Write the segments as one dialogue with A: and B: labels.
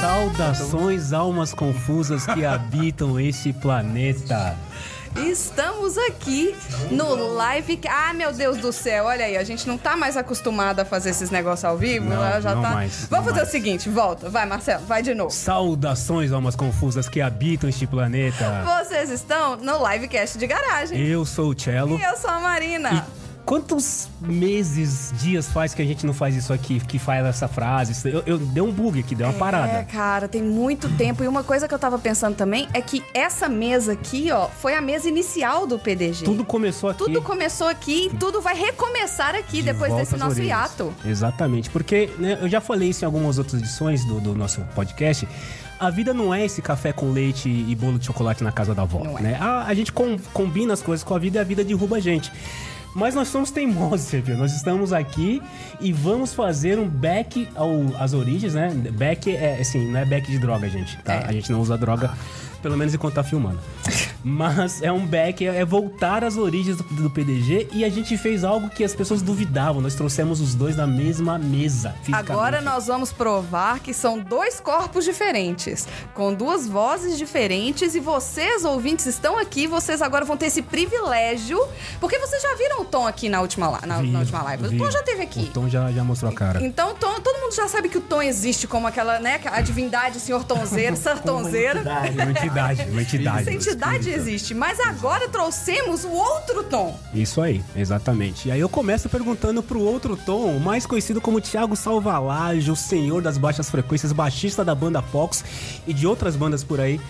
A: Saudações, almas confusas que habitam esse planeta.
B: Estamos aqui no live. Ah, meu Deus do céu, olha aí, a gente não tá mais acostumada a fazer esses negócios ao vivo.
A: Não,
B: ela já
A: não
B: tá.
A: mais,
B: Vamos
A: não
B: fazer
A: mais.
B: o seguinte, volta. Vai, Marcelo, vai de novo.
A: Saudações, almas confusas que habitam este planeta.
B: Vocês estão no livecast de garagem.
A: Eu sou o Cello.
B: E eu sou a Marina.
A: E quantos meses, dias faz que a gente não faz isso aqui, que faz essa frase? Isso- Eu, eu dei um bug aqui, deu uma
B: É,
A: parada.
B: cara, tem muito tempo. E uma coisa que eu tava pensando também é que essa mesa aqui, ó, foi a mesa inicial do PDG.
A: Tudo começou aqui.
B: Tudo começou aqui, tudo vai recomeçar aqui depois
A: volta
B: desse
A: às
B: nosso
A: origens.
B: hiato.
A: Exatamente, porque né, eu já falei isso em algumas outras edições do, do nosso podcast. A vida não é esse café com leite e bolo de chocolate na casa da avó,
B: Não é.
A: né? A, a gente com- combina as coisas com a vida e a vida derruba a gente. Mas nós somos teimosos, você viu? Nós estamos aqui e vamos fazer um back ao, às origens, né? Back é assim, não é back de droga, gente. Tá?
B: É.
A: A gente não usa droga, pelo menos enquanto tá filmando. Mas é um back, é é voltar às origens do, do PDG e a gente fez algo que as pessoas duvidavam. Nós trouxemos os dois na mesma mesa. fisicamente.
B: Agora nós vamos provar que são dois corpos diferentes, com duas vozes diferentes e vocês, ouvintes, estão aqui, vocês agora vão ter esse privilégio, porque vocês já viram o Tom aqui na última, la- na, na
A: Vi,
B: última live.
A: vi.
B: O Tom já esteve
A: O
B: aqui.
A: Tom já, já mostrou a cara.
B: Então, Tom- todo mundo já sabe que o Tom existe como aquela, né, a divindade, senhor Tonzeiro, Sir Tonzeiro.
A: Uma entidade, uma entidade.
B: Essa é entidade existe, mas agora trouxemos o outro Tom.
A: Isso aí, exatamente. E aí eu começo perguntando pro outro Tom, mais conhecido como Thiago Salvalage, o senhor das baixas frequências, baixista da banda Fox e de outras bandas por aí.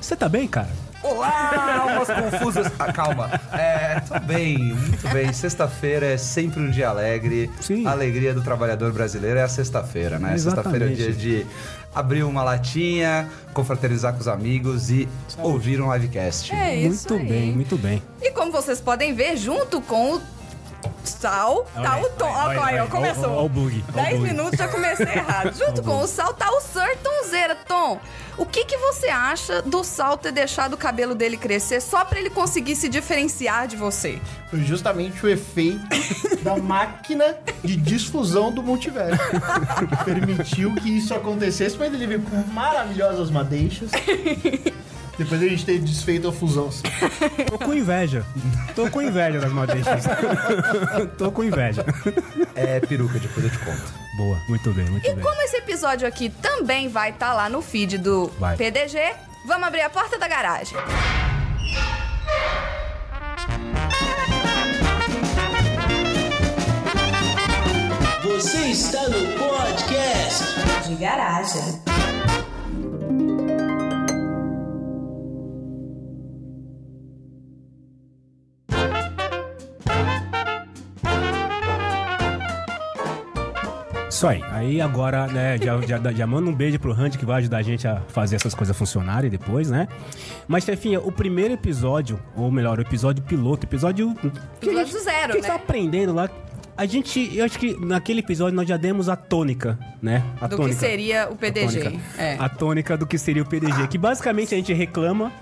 A: Você tá bem, cara?
C: Olá, almas confusas. Ah, calma. É, tô bem, muito bem. Sexta-feira é sempre um dia alegre.
A: Sim.
C: A alegria do trabalhador brasileiro é a sexta-feira, né?
A: Exatamente.
C: Sexta-feira é o dia de abrir uma latinha, confraternizar com os amigos e ouvir um livecast.
B: É isso
A: muito
B: aí.
A: bem, muito bem.
B: E como vocês podem ver, junto com o Sal,
A: É
B: tá o Tom. Olha, olha,
A: olha,
B: começou.
A: olha o bug, olha o
B: 10
A: bug.
B: minutos já comecei errado. Junto com o Sal tá o Sir Tonzeira. Tom, o que, que você acha do Sal ter deixado o cabelo dele crescer só pra ele conseguir se diferenciar de você?
D: Foi justamente o efeito da máquina de difusão do multiverso. Permitiu que isso acontecesse, mas ele veio com maravilhosas madeixas. Depois a gente ter desfeito a fusão. assim.
A: Tô com inveja. Tô com inveja das madeixas. Tô com inveja.
C: É peruca, depois eu te conto.
A: Boa, muito bem, muito
B: E
A: bem.
B: como esse episódio aqui também vai estar lá no feed do
A: Vai.
B: PDG, vamos abrir a porta da garagem.
E: Você está no podcast
F: de garagem.
A: Isso aí. Aí agora, né, já, já, dá- já manda um beijo pro Randy que vai ajudar a gente a fazer essas coisas funcionarem depois, né? Mas, Chefinha, o primeiro episódio, ou melhor, o episódio piloto, episódio. que a
B: Episódio
A: gente-
B: zero,
A: que a gente
B: né?
A: tá aprendendo lá. A gente, eu acho que naquele episódio nós já demos a tônica, né? A
B: Do que
A: tônica.
B: seria o PDG.
A: A tônica.
B: É.
A: A tônica do que seria o PDG. Que basicamente a gente reclama,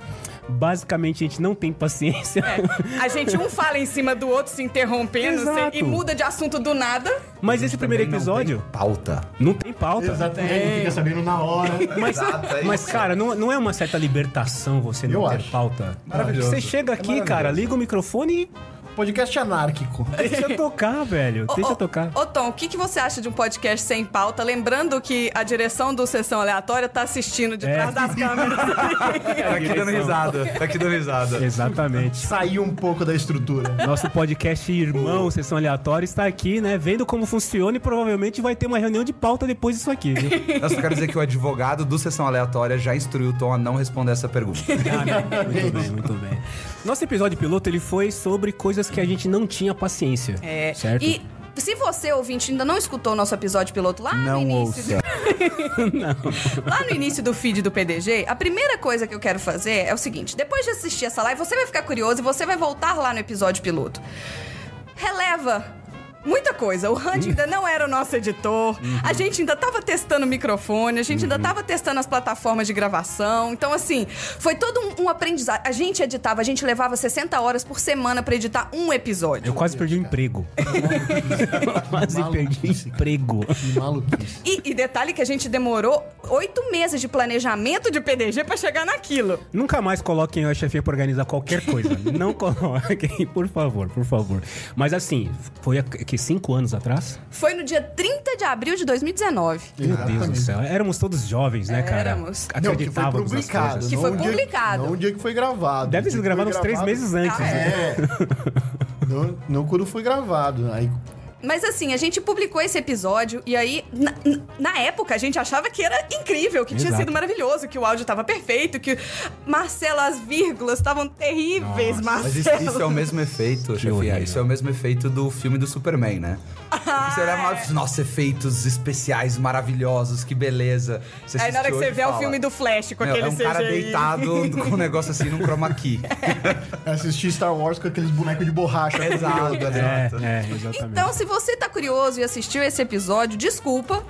A: basicamente a gente não tem paciência.
B: A gente um fala em cima do outro, se interrompendo
A: Exato.
B: se- e muda de assunto do nada.
A: Mas esse primeiro
C: Também não
A: episódio
C: tem pauta.
A: não tem pauta.
D: Exatamente, ele fica sabendo na hora.
A: Mas,
C: Exato, é
A: mas
C: isso.
A: cara, não, não é uma certa libertação você não
D: Eu
A: ter
D: acho.
A: pauta?
C: Maravilhoso. É
A: Você chega aqui,
C: maravilhoso.
A: cara, liga o microfone
D: Podcast anárquico.
A: e deixa tocar, velho.
B: Ô,
A: Deixa
B: ô,
A: tocar.
B: Ô, Tom, o que, que você acha de um podcast sem pauta? Lembrando que a direção do Sessão Aleatória tá assistindo de
A: É.
B: trás das câmeras.
C: Tá aqui dando risada. Tá aqui dando risada.
A: Exatamente.
D: Saiu um pouco da estrutura.
A: Nosso podcast Irmão Sessão Aleatória está aqui, né? Vendo como funciona e provavelmente vai ter uma reunião de pauta depois disso aqui, viu?
C: Eu só quero dizer que o advogado do Sessão Aleatória já instruiu o Tom a não responder essa pergunta.
A: Ah, não. muito bem, muito bem. Nosso episódio piloto ele foi sobre coisas que a gente não tinha paciência.
B: É.
A: Certo?
B: E se você, ouvinte, ainda não escutou o nosso episódio piloto lá no
C: Não
B: início.
C: ouça.
B: Lá no início do feed do PDG, a primeira coisa que eu quero fazer é o seguinte: depois de assistir essa live, você vai ficar curioso e você vai voltar lá no episódio piloto. Releva muita coisa. O
C: Hum.
B: Randy ainda não era o nosso editor. A
C: Uhum.
B: gente ainda tava testando o microfone, a gente ainda tava testando as plataformas de gravação. Então, assim, foi todo um, um aprendizado. A gente editava, a gente levava 60 horas por semana pra editar um episódio.
A: Eu quase perdi o emprego. quase perdi o
D: Maluquice.
A: emprego.
D: Que maluquice.
B: E, e detalhe que a gente demorou oito meses de planejamento de PDG pra chegar naquilo.
A: Nunca mais coloquem o chefe pra organizar qualquer coisa. Não coloquem, por favor, por favor. Mas assim, foi há que cinco anos atrás?
B: Foi no dia 30 de abril de 2019.
A: Meu Deus do céu. Éramos todos jovens, né, cara?
B: Éramos.
D: Não, que foi
A: Acreditávamos nas
D: publicado.
A: coisas.
B: Que
D: não
B: foi
D: o dia-
B: publicado.
D: Não o dia que foi gravado.
A: Deve
D: O dia
A: ser
D: que
A: gravado
D: foi
A: uns três meses antes.
B: Ah,
A: né?
D: É. não, não quando foi gravado. Aí
B: Mas assim, a gente publicou esse episódio e aí, na, na época, a gente achava que era incrível, que tinha
A: Exato.
B: sido maravilhoso, que o áudio tava perfeito, que Marcela, as vírgulas estavam terríveis,
C: Mas isso,
B: Marcela.
C: isso é o mesmo efeito,
A: horrível.
C: chefia. Isso é o mesmo efeito do filme do Superman, né? Você olha e
B: Ah, é.
C: fala, nossa, efeitos especiais maravilhosos, que beleza. Você
B: Aí na hora que
C: assiste
B: você
C: hoje
B: vê
C: e
B: o
C: fala,
B: filme do Flash com
C: "Meu,
B: aquele
C: É um cara
B: CGI.
C: deitado com um negócio assim num chroma key.
D: assisti Star Wars com aqueles bonecos de borracha.
C: Exato, exato.
A: É, é, exatamente.
B: Então, se você tá curioso e assistiu esse episódio, desculpa.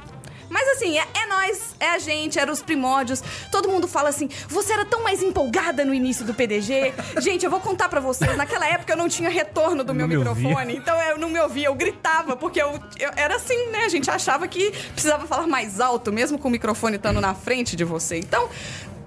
B: Mas assim, é, é nós, é a gente, era os primórdios. Todo mundo fala assim: você era tão mais empolgada no início do PDG. gente, eu vou contar pra vocês. Naquela época eu não tinha retorno do
A: Não
B: meu
A: me ouvia.
B: microfone, então eu não me ouvia, eu gritava, porque eu, eu- era assim, né? A gente achava que precisava falar mais alto, mesmo com o microfone estando na frente de você. Então.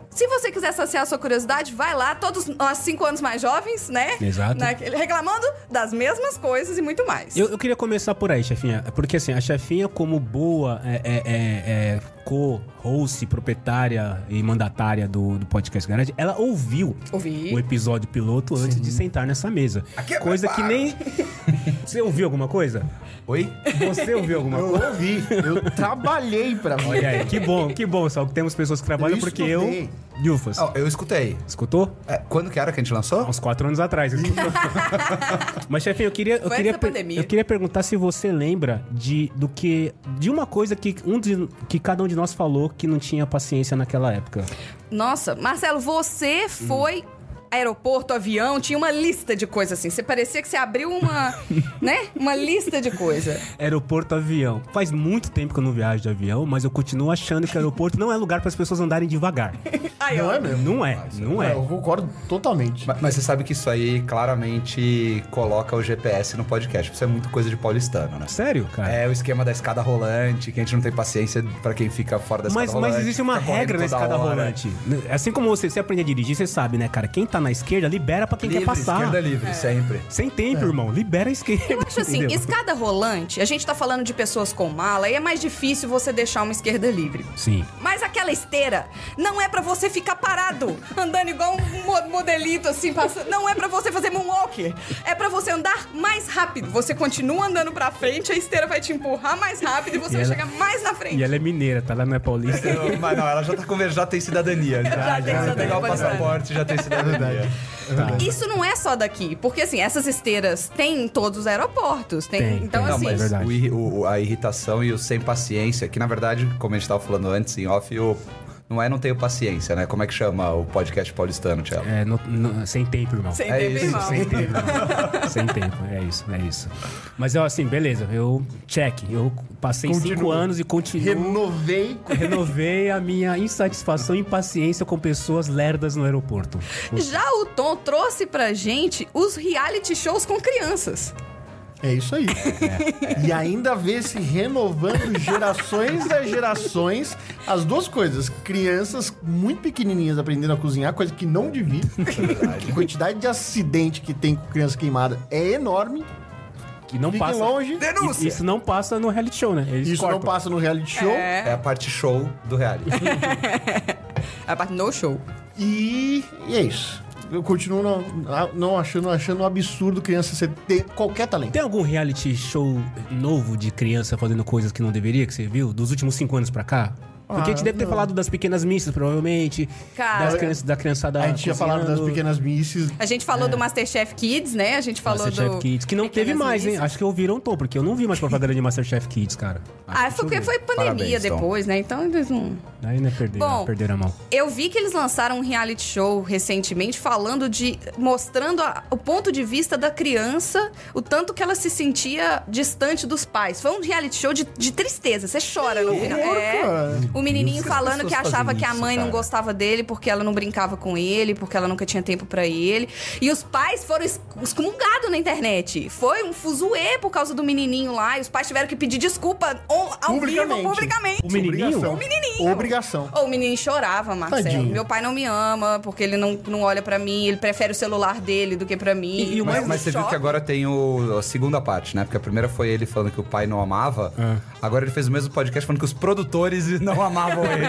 B: Se você quiser saciar a sua curiosidade, vai lá, todos nós cinco anos mais jovens, né?
A: Exato.
B: Naquele- reclamando das mesmas coisas e muito mais.
A: Eu, eu queria começar por aí, chefinha. Porque assim, a chefinha, como boa é, é, é, é, co-host, proprietária e mandatária do, do podcast Garage, ela ouviu
B: Ouvi.
A: o episódio piloto antes de sentar nessa mesa.
C: Aqui é
A: coisa que
C: preparo.
A: nem. Você ouviu alguma coisa?
C: Oi?
A: Você ouviu alguma
D: Eu
A: coisa?
D: ouvi, eu trabalhei pra mim.
A: Olha aí, que bom, que bom, só que temos pessoas que trabalham
D: Eu
A: porque eu.
D: estudei.
A: Yufas.
C: Não, eu escutei.
A: Escutou?
C: É, quando que era que a gente lançou?
A: Há uns quatro anos atrás. assim. Mas, chefinho, eu queria, eu,
B: Foi
A: queria
B: antes da
A: per-
B: pandemia.
A: eu queria perguntar se você lembra de, do que, de uma coisa que, um de, que cada um de nós falou que não tinha paciência naquela época.
B: Nossa, Marcelo, você foi aeroporto, avião, tinha uma lista de coisas assim. Você parecia que você abriu uma, né? Uma lista de coisa.
A: Aeroporto, avião. Faz muito tempo que eu não viajo de avião, mas eu continuo achando que aeroporto não é lugar para as pessoas andarem devagar.
B: Aí,
D: Não
B: ó.
D: é mesmo?
A: Não é, não é.
D: Eu concordo totalmente.
C: Ma- Mas, você sabe que isso aí claramente coloca o GPS no podcast. Isso é muito coisa de paulistano, né?
A: Sério, cara?
C: É o esquema da escada rolante, que a gente não tem paciência pra quem fica fora da
A: Mas,
C: escada
A: mas
C: rolante.
A: existe uma
C: fica correndo
A: regra na
C: toda
A: escada
C: hora.
A: rolante. Assim como você, você aprende a dirigir, você sabe, né, cara? Quem tá na esquerda, libera pra quem
C: Livre,
A: quer passar.
C: esquerda É. livre, sempre.
A: Sem tempo, irmão. Libera a esquerda.
B: Eu acho assim,
A: entendeu?
B: escada rolante, a gente tá falando de pessoas com mala e é mais difícil você deixar uma esquerda livre.
A: Sim.
B: Mas aquela esteira não é pra você ficar parado, andando igual um mo- modelito assim, passando. Não é pra você fazer moonwalker. É pra você andar mais rápido. Você continua andando pra frente, a esteira vai te empurrar mais rápido e você
A: E
B: vai
A: ela-
B: chegar mais na frente.
A: E ela é mineira, tá? Ela não é paulista.
C: Eu- Mas não, ela já tá conver... já tem cidadania. Já,
B: tem cidadania
C: Pegar o
B: paulistana.
C: passaporte, já tem cidadania.
D: Verdade.
B: Isso não é só daqui, porque assim, essas esteiras tem em todos os aeroportos. Tem,
A: Tem,
B: então,
A: tem.
C: Não,
B: assim.
A: é
C: mas
A: verdade.
C: o irri- o- a irritação e o sem paciência, que na verdade, como a gente tava falando antes em off, o... não é não tenho paciência, né? Como é que chama o podcast paulistano, Tchelo?
A: É, no- no- sem tempo, irmão.
B: Sem
C: É
B: tempo,
C: isso,
B: irmão.
A: Sem tempo, irmão. sem tempo, é isso, é isso. Mas eu, assim, beleza, eu check. Eu passei cinco
D: Continuo.
A: anos e continuo.
D: Renovei.
A: Renovei a minha insatisfação e impaciência com pessoas lerdas no aeroporto.
B: Já o Tom trouxe pra gente os reality shows com crianças.
D: É isso aí.
A: É.
D: E ainda vê se renovando gerações a gerações as duas coisas. Crianças muito pequenininhas aprendendo a cozinhar, coisa que não devia.
C: É
D: A quantidade de acidente que tem com criança queimada é enorme.
A: Que não
D: Fiquem
A: passa.
D: longe.
A: E- Isso não passa no reality show, né? Eles
D: Isso não
A: cortam.
D: passa no reality show.
C: É a parte show do reality.
B: A parte no show.
D: E, e é isso. Eu continuo não, não achando, achando um absurdo criança você ter qualquer talento.
A: Tem algum reality show novo de criança fazendo coisas que não deveria, que você viu? Dos últimos cinco anos pra cá? Porque a gente
D: Ah,
A: deve ter
D: não.
A: falado das pequenas missas, provavelmente.
B: Cara,
A: das crianças, da criançada
D: A gente tinha falado das
A: cozinhando,
D: pequenas misses.
B: A gente falou do Masterchef Kids, né? A gente falou
A: É. Masterchef
B: do.
A: Kids, que não teve
B: Pequenas
A: mais, hein?
B: Missas.
A: Acho que ouviram, um Tom, porque eu não vi mais propaganda de Masterchef Kids, cara.
B: Ah, foi porque foi pandemia
C: Parabéns, Tom.
B: depois, né? Então eles não.
A: Aí não é perder,
B: Bom,
A: perderam a mão.
B: Eu vi que eles lançaram um reality show recentemente falando de. mostrando a- o ponto de vista da criança, o tanto que ela se sentia distante dos pais. Foi um reality show de, de tristeza, você chora no final. É.
D: horror, cara.
B: O menininho
C: Por que as
B: falando que
C: pessoas
B: achava
C: fazem
B: que a
C: isso,
B: mãe não
C: cara?
B: gostava dele porque ela não brincava com ele, porque ela nunca tinha tempo pra ele. E os pais foram es- excomungados na internet. Foi um fuzuê por causa do menininho lá e os pais tiveram que pedir desculpa on- ao vivo
D: Publicamente.
B: publicamente.
A: O menininho?
D: Obrigação.
B: O menininho.
D: Obrigação.
B: Ô, o menino chorava, Marcelo.
D: Tadinho.
B: Meu pai não me ama, porque ele não, não olha pra mim, ele prefere o celular dele do que pra mim.
A: E- e o
C: Mas,
A: Mas
C: mas você viu
B: choque.
C: que agora tem o, a segunda parte, né? Porque a primeira foi ele falando que o pai não amava.
A: É.
C: Agora ele fez o mesmo podcast falando que os produtores não amavam ele.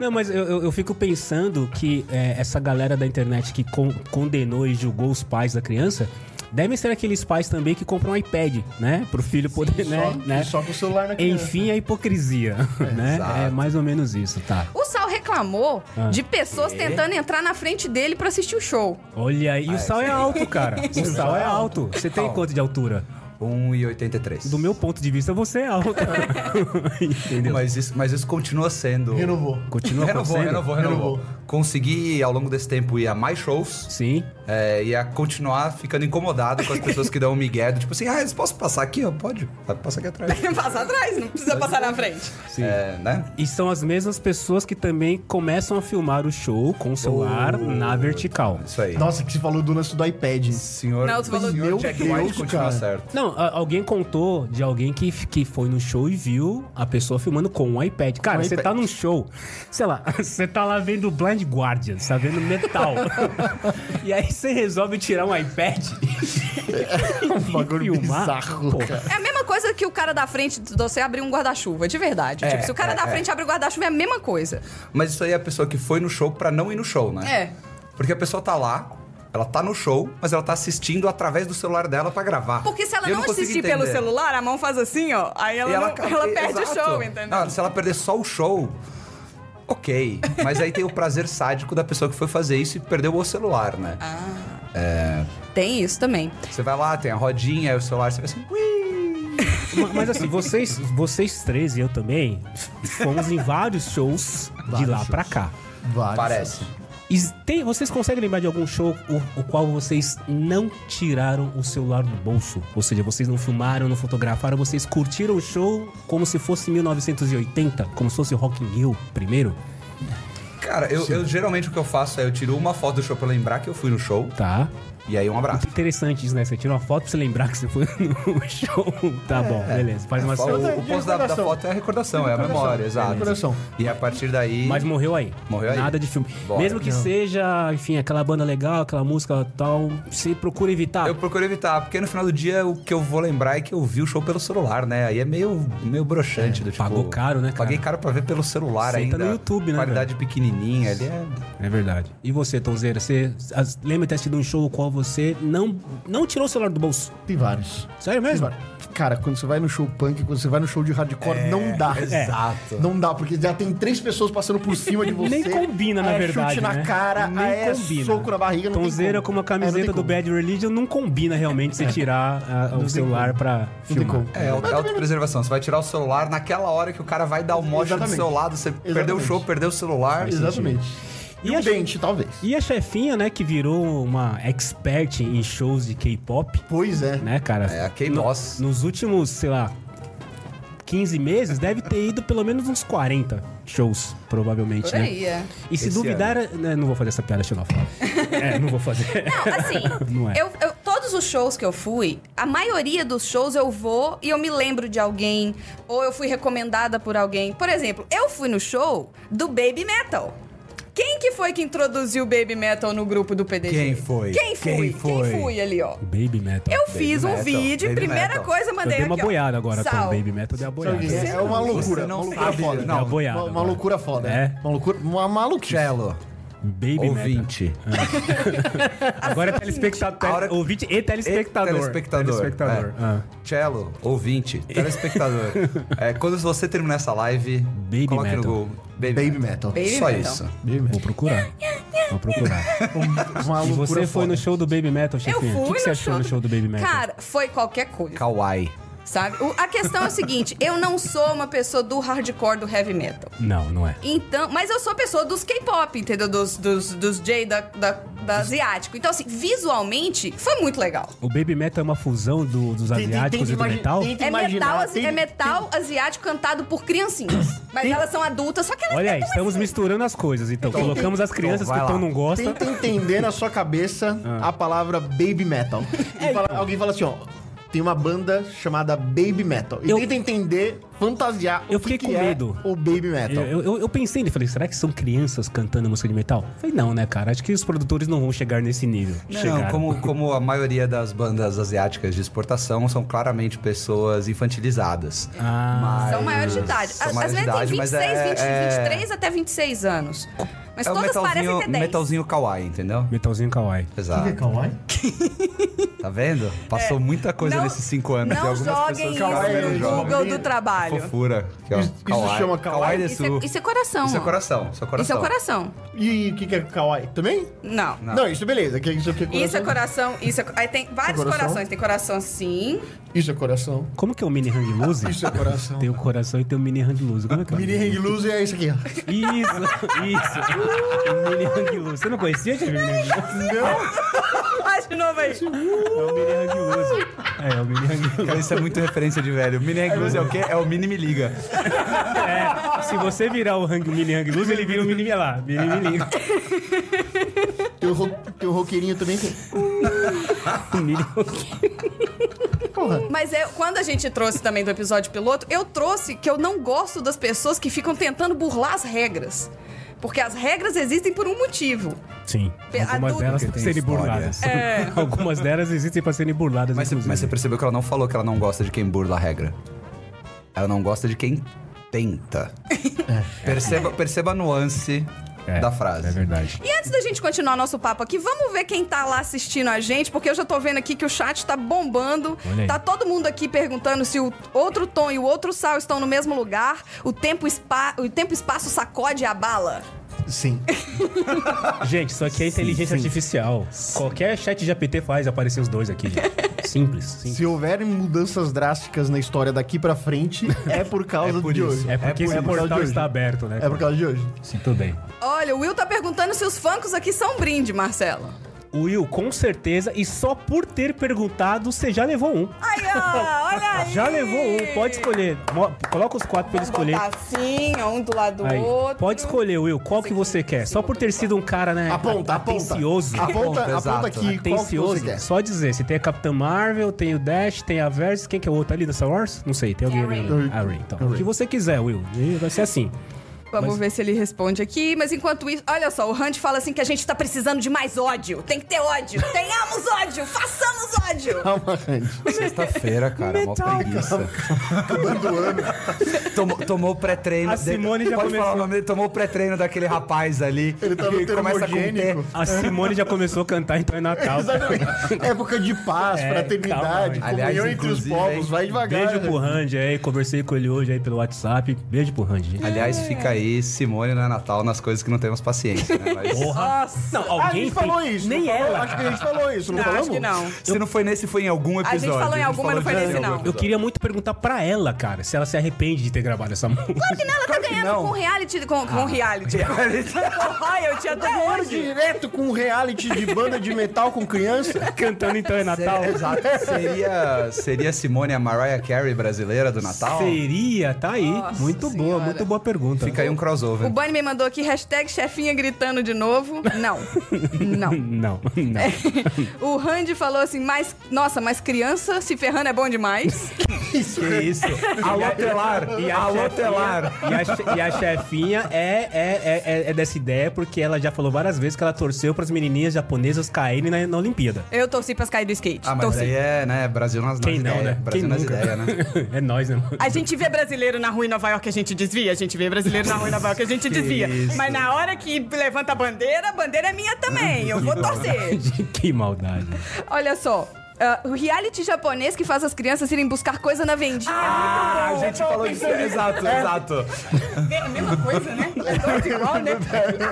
A: Não, mas eu, eu, eu fico pensando que é, essa galera da internet que con- condenou e julgou os pais da criança devem ser aqueles pais também que compram um iPad, né? Pro filho poder, né?
D: só,
A: né?
D: só com o celular na criança.
A: Enfim, a hipocrisia, né?
C: Exato.
A: É mais ou menos isso, tá?
B: O Sal reclamou de pessoas tentando entrar na frente dele pra assistir o show.
A: Olha aí, e o
D: Ah,
A: sal é alto, cara. O sal é alto. Você tem
C: Calma.
A: quanto de altura?
C: 1,83.
A: Do meu ponto de vista, você é alto. Entendeu?
C: Mas isso, mas isso continua sendo.
D: Renovou.
A: Continua
C: renovou,
A: acontecendo?
C: renovou, renovou.
D: Renovou.
C: Consegui, ao longo desse tempo, ir a mais shows.
A: Sim.
C: É, e a continuar ficando incomodado com as pessoas que dão um migué. do Tipo assim, ah, eles posso passar aqui? Eu, Pode. Passa aqui atrás.
B: Passa atrás, não precisa passar na frente.
A: Sim.
C: É, né?
A: E são as mesmas pessoas que também começam a filmar o show com o celular
D: Oh.
A: na vertical.
C: Isso aí.
D: Nossa, que você falou do lance do iPad.
C: Senhor,
B: Não, tu falou-
C: senhor
D: Meu
C: Jack
D: Deus,
C: White continua
D: cara.
C: certo.
A: Não, a- alguém contou de alguém que, f- que foi no show e viu a pessoa filmando com um iPad. Cara,
D: Com um
A: você
D: iPad.
A: tá num show, sei lá, você tá lá vendo Blind Guardian, você tá vendo metal. e aí você resolve tirar um iPad.
D: É um bagulho
A: filmar,
D: bizarro,
A: pô.
D: cara.
B: É a mesma coisa que o cara da frente de você abrir um guarda-chuva, de verdade.
C: É,
B: tipo, se o cara
C: é,
B: da
C: é.
B: frente abrir o guarda-chuva, é a mesma coisa.
C: Mas isso aí é a pessoa que foi no show pra não ir no show, né?
B: É.
C: Porque a pessoa tá lá, ela tá no show, mas ela tá assistindo através do celular dela pra gravar.
B: Porque se ela
C: E eu
B: não,
C: consigo
B: assistir
C: entender.
B: pelo celular, a mão faz assim, ó. Aí ela,
C: E
B: não-
C: acaba-
B: ela perde o
C: Exato.
B: show, entendeu?
C: Não, se ela perder só o show, ok. Mas aí tem o prazer sádico da pessoa que foi fazer isso e perdeu o celular, né?
B: Ah. Tem isso também.
C: Você vai lá, tem a rodinha, aí o celular, você vai assim... "Ui".
A: Ma- Mas assim, vocês, vocês três e eu também fomos em vários shows de
D: Vários
A: lá
D: shows.
A: pra cá.
D: Vários.
C: Parece.
A: E tem- vocês conseguem lembrar de algum show o, o qual vocês não tiraram o celular do bolso? Ou seja, vocês não filmaram, não fotografaram, vocês curtiram o show como se fosse 1980, como se fosse Rock in Rio primeiro?
C: Cara, eu, eu geralmente o que eu faço é eu tiro uma foto do show pra lembrar que eu fui no show,
A: Tá.
C: e aí um abraço.
A: Interessante isso, né? Você tira uma foto pra você lembrar que você foi no show. Tá
C: É.
A: bom, beleza. Faz é uma
C: Só
A: selfie.
C: o, o posto da, da foto é a recordação, é a
D: Recordação.
C: memória,
D: É
C: exato.
D: recordação.
C: E a partir daí.
A: Mas morreu aí.
C: Morreu aí.
A: Nada de filme.
C: Bora.
A: Mesmo que seja, enfim, aquela banda legal, aquela música tal, você procura evitar.
C: Eu procuro evitar, porque no final do dia o que eu vou lembrar é que eu vi o show pelo celular, né? Aí é meio, meio broxante do tipo.
A: pagou caro, né, cara?
C: Paguei caro pra ver pelo celular
A: Senta
C: ainda.
A: no YouTube, né,
C: Qualidade pequenininha ali é.
A: É verdade. E você, Tonzeira, você as- lembra de ter sido um show ao qual você não, não tirou o celular do bolso?
D: Tem vários.
A: Sério
D: Tem
A: mesmo?
D: vários. Cara, quando você vai no show punk, quando você vai no show de hardcore,
A: É,
D: não dá.
C: exato.
D: Não dá, porque já tem três pessoas passando por cima de você.
A: Nem combina, na
D: Aí é
A: verdade,
D: chute
A: né?
D: na cara,
A: Nem
D: aí é
A: combina.
D: soco na barriga, não
A: Tonzeira
D: tem como.
A: com uma
D: É, não
A: camiseta
D: tem
A: do
D: como.
A: Bad Religion não combina realmente você tirar a- o celular pra
D: Não tem
A: filmar.
D: como.
C: É, auto- é autopreservação. Você vai tirar o celular naquela hora que o cara vai dar o mocha do
D: Exatamente.
C: seu lado. Você perdeu o
D: Exatamente.
C: show, perdeu o celular.
D: Exatamente.
A: E
D: E o
A: a gente-
D: dente, talvez.
A: E a chefinha, né, que virou uma expert em shows de K-pop,
D: Pois é.
A: né, cara?
C: É, a K-Boss.
A: Nos últimos, sei lá, 15 meses, deve ter ido pelo menos uns 40 shows, provavelmente,
B: Por
A: né?
B: aí, é.
A: E se
C: Esse
A: duvidar, né, não vou fazer essa piada xenófoba. é, não vou fazer.
B: Não, assim,
A: Não é.
B: eu, eu- todos os shows que eu fui, a maioria dos shows eu vou e eu me lembro de alguém, ou eu fui recomendada por alguém. Por exemplo, eu fui no show do Baby Metal. Quem que foi que introduziu o Baby Metal no grupo do PDG?
C: Quem foi?
B: Quem fui?
C: Quem
B: Quem,
C: foi?
B: fui ali, ó?
A: Baby Metal.
B: Eu fiz um
C: Metal,
B: vídeo,
C: Baby
B: primeira
C: Metal.
B: coisa,
A: Eu
B: mandei
A: dei uma
B: aqui, ó.
A: boiada agora com
B: Sal.
A: o Baby Metal, dei a boiada.
D: É, é uma loucura.
C: Você não
D: uma loucura
C: sabe,
D: foda.
C: né?
A: Deu a boiada
D: Uma, uma
A: agora.
D: loucura foda.
A: É.
D: Uma loucura. Uma maluquice.
C: Cello,
A: Baby Metal.
C: ouvinte.
A: Agora é telespectador.
C: A hora-
A: Ouvinte e telespectador.
C: E telespectador.
A: Telespectador,
C: É.
A: ah.
C: Cello, ouvinte, telespectador. É, quando você terminar essa live,
A: Baby
C: coloque
A: metal.
C: no Google.
D: é, Baby metal.
B: Baby
C: Só
B: metal.
C: isso.
D: Baby metal.
A: Vou procurar. Vou procurar.
D: Uma
A: E
D: loucura
A: você foi
D: foda.
A: no show do Baby Metal,
B: Eu
A: chefinha?
B: fui
A: O que, que você achou no show do Baby Metal?
B: Cara, foi qualquer coisa.
C: Kawaii.
B: sabe? O- a questão é o seguinte, eu não sou uma pessoa do hardcore do heavy metal.
A: Não, não é.
B: Então, mas eu sou pessoa dos K-pop, entendeu? Dos, dos, dos J da, da, da asiático. Então, assim, visualmente, foi muito legal.
A: O Baby Metal é uma fusão do- dos asiáticos e do
D: imagi-
A: metal?
D: tenta
B: É metal,
D: imaginar,
B: asi-
D: tenta-
B: é metal asiático cantado por criancinhas. Mas
A: Tem-
B: elas são adultas, só que elas
A: Olha aí,
B: cantam
A: estamos
B: assim.
A: misturando as coisas. Então,
D: Então,
A: colocamos as crianças
C: então,
A: que
C: vai
A: o Tom
C: lá.
A: não gosta.
D: Tenta entender na sua cabeça a palavra baby metal. E fala- alguém fala assim, ó. Tem uma banda chamada Baby Metal. E
A: Eu-
D: tenta entender, fantasiar
A: Eu
D: o que,
A: fiquei
D: que
A: com
D: é
A: medo.
D: o
C: É
D: Baby Metal.
A: Eu, eu, eu pensei, ele falei, será que são crianças cantando música de metal? Falei, não, né, cara? Acho que os produtores não vão chegar nesse nível.
C: Não,
A: Chegaram.
C: como, como a maioria das bandas asiáticas de exportação são claramente pessoas infantilizadas.
A: Ah,
C: Mas-
B: assim, São maiores de idade.
C: são
B: Às
C: maiores
B: às
C: de
B: vezes tem
C: idade, mas
B: 26,
C: é-
B: 20,
C: é-
B: 23 até 26 anos. Mas
C: é um
B: todas parecem ter
C: metalzinho,
B: 10.
C: metalzinho kawaii, entendeu?
A: metalzinho kawaii.
C: Exato.
D: Kawaii?
C: Tá vendo? Passou muita coisa
B: É. Não-
C: nesses cinco anos.
B: Não
C: e algumas
B: joguem
C: pessoas
B: isso
C: ficaram menos
B: no
D: jovens.
B: Google do trabalho.
C: Fofura. Que é o
D: Isso- isso
C: kawaii.
D: chama kawaii?
C: desse-
B: Isso é, isso é coração.
C: Isso é
B: ó.
C: coração. Isso é coração.
B: Isso é o coração.
D: E o que, que é Kawaii? Também?
B: Não.
D: Não, isso é beleza. Que- Isso, aqui
B: Isso é coração, isso é... Aí tem vários
D: coração?
B: corações. Tem coração assim.
D: Isso é coração.
A: Como que é o mini hang loose?
D: Isso é coração.
A: Tem o coração e tem o mini hang loose. Como é que é?
D: Mini hang loose é isso aqui, ó.
A: Isso, isso. mini hang loose. Você não conhecia, Tia Mini hang loose?
B: Faz de novo aí.
A: É o mini hang loose. É, é o mini hang loose.
C: Cara, isso é muito referência de velho. Mini Egg Blues é o quê? É o Mini Me Liga.
A: É, se você virar o hang, mini hang loose, ele vira o mini me lá. Mini me liga.
D: Tem o, ro- tem o roqueirinho também. que-
A: Mini...
D: Porra.
B: Mas eu, quando a gente trouxe também do episódio piloto, eu trouxe que eu não gosto das pessoas que ficam tentando burlar as regras. Porque as regras existem por um motivo.
A: Sim.
B: Pe-
A: Algumas
B: adulto-
A: delas pra
C: Porque tem
A: serem
C: história.
A: burladas. Algumas delas existem pra serem burladas,
C: Mas você,
A: inclusive.
C: mas você percebeu que ela não falou que ela não gosta de quem burla a regra. Ela não gosta de quem tenta. Perceba, perceba a nuance
A: É,
C: da frase.
A: É verdade.
B: E antes da gente continuar nosso papo aqui, vamos ver quem tá lá assistindo a gente, porque eu já tô vendo aqui que o chat tá bombando.
A: Olha aí.
B: Tá todo mundo aqui perguntando se o outro tom e o outro sal estão no mesmo lugar. O tempo, espa- o tempo e espaço sacode a bala.
D: Sim.
A: Gente, isso aqui é inteligência artificial. Qualquer chat GPT faz aparecer os dois aqui. gente. Simples, simples.
D: Se houverem mudanças drásticas na história daqui pra frente, é por causa
C: É por
D: de
C: isso.
D: hoje.
A: É porque esse
D: por causa
A: portal
D: de hoje.
A: está aberto, né?
D: É por causa de hoje.
A: Sim, tudo bem.
B: Olha, o Will tá perguntando se os fancos aqui são brinde, Marcelo.
A: O Will, com certeza, e só por ter perguntado, você já levou um.
B: Aí, ó, olha aí.
A: Já levou um, pode escolher. Mo- Coloca os quatro pra ele escolher.
B: Botar assim, ó, um do lado do
A: Aí,
B: outro.
A: pode escolher, Will, qual que você quer. Só por ter sido um cara, né?
D: Aponta, aponta.
A: atencioso.
D: Aponta,
C: Aponta,
D: aponta
C: exato.
D: aqui qual que você
A: Atencioso.
D: quer.
A: Só dizer, se tem a Capitã Marvel, tem o Dash, tem a Verse, quem que é o outro ali da Star Wars? Não sei, tem alguém ali.
D: Ray.
A: A Ray, então. O que você quiser, Will. E Vai ser assim.
B: Vamos ver se ele responde aqui. Mas enquanto isso, olha só, o Hunt fala assim que a gente tá precisando de mais ódio. Tem que ter ódio. Tenhamos ódio. Façamos ódio.
A: Ah, tá
D: Calma, gente.
C: Sexta-feira, cara, mó preguiça. Tomou, tomou o pré-treino.
A: A Simone já
C: Pode
A: começou.
C: falar o nome dele. Tomou o pré-treino daquele rapaz ali.
D: Ele tá no
C: que começa com T.
D: termogênico.
A: A Simone já começou a cantar, então é Natal.
D: Exatamente. Época de paz,
A: É,
D: fraternidade,
A: calma,
C: Aliás,
D: comunhão entre os
C: inclusive,
D: povos.
C: hein?
D: Vai devagar.
A: Beijo pro Randy aí, conversei com ele hoje aí pelo WhatsApp. Beijo pro Randy.
C: Aliás, fica aí, Simone na Natal, nas coisas que não temos paciência, né? Mas
A: Porra! Não,
D: Ah, a
A: alguém
D: gente falou
A: tem-
D: isso.
A: Nem
D: não falou?
A: ela.
D: Acho que a gente falou isso, não,
B: Não,
D: falamos?
B: acho que não.
C: se não foi nesse, foi em algum
B: gente
C: episódio.
B: falou em alguma, não foi
C: de
B: nesse,
C: algum
B: não.
A: Eu queria muito perguntar pra ela, cara, se ela se arrepende de ter gravado essa música.
B: Porque não, ela tá ganhando
C: não.
B: com reality. Com,
A: Ah.
B: com reality. com royalty até
D: Agora
B: hoje.
D: direto com um reality de banda de metal com criança.
A: Cantando então é Natal.
C: Seria, exato. Seria, seria Simone a Mariah Carey brasileira do Natal?
A: Seria, tá aí.
B: Nossa
A: muito boa,
B: Senhora.
A: muito boa pergunta.
C: Fica aí um
B: O
C: crossover.
B: Bunny me mandou aqui, hashtag chefinha gritando de novo. Não. Não.
A: Não, não.
B: O Randy falou assim, mas... Nossa, mas criança se ferrando é bom demais.
C: Que isso? Alô, telar!
A: E a
C: Alô,
A: chefinha-
C: telar!
A: E a, che- e a chefinha é, é, é, é- é dessa ideia, porque ela já falou várias vezes que ela torceu pras menininhas japonesas caírem na, na Olimpíada.
B: Eu torci pra cair do skate.
C: Ah, mas
B: torci.
C: aí é, né? Brasil nas, nas
A: Quem não,
C: ideias.
A: né?
C: Brasil
A: Quem
C: nas
A: nunca?
C: ideias, né?
A: é nós, né? mano?
G: A gente vê brasileiro na rua em Nova York, a gente desvia. A gente vê brasileiro na rua em Nova York, a gente desvia.
C: isso.
G: Mas na hora que levanta a bandeira,
B: A bandeira é minha também. Eu vou torcer.
A: que maldade.
B: Olha só. ah, o reality japonês que faz as crianças irem buscar coisa na vendinha.
C: Ah, a gente falou disso. Exato, exato.
G: É a mesma coisa, né? É dois igual, né?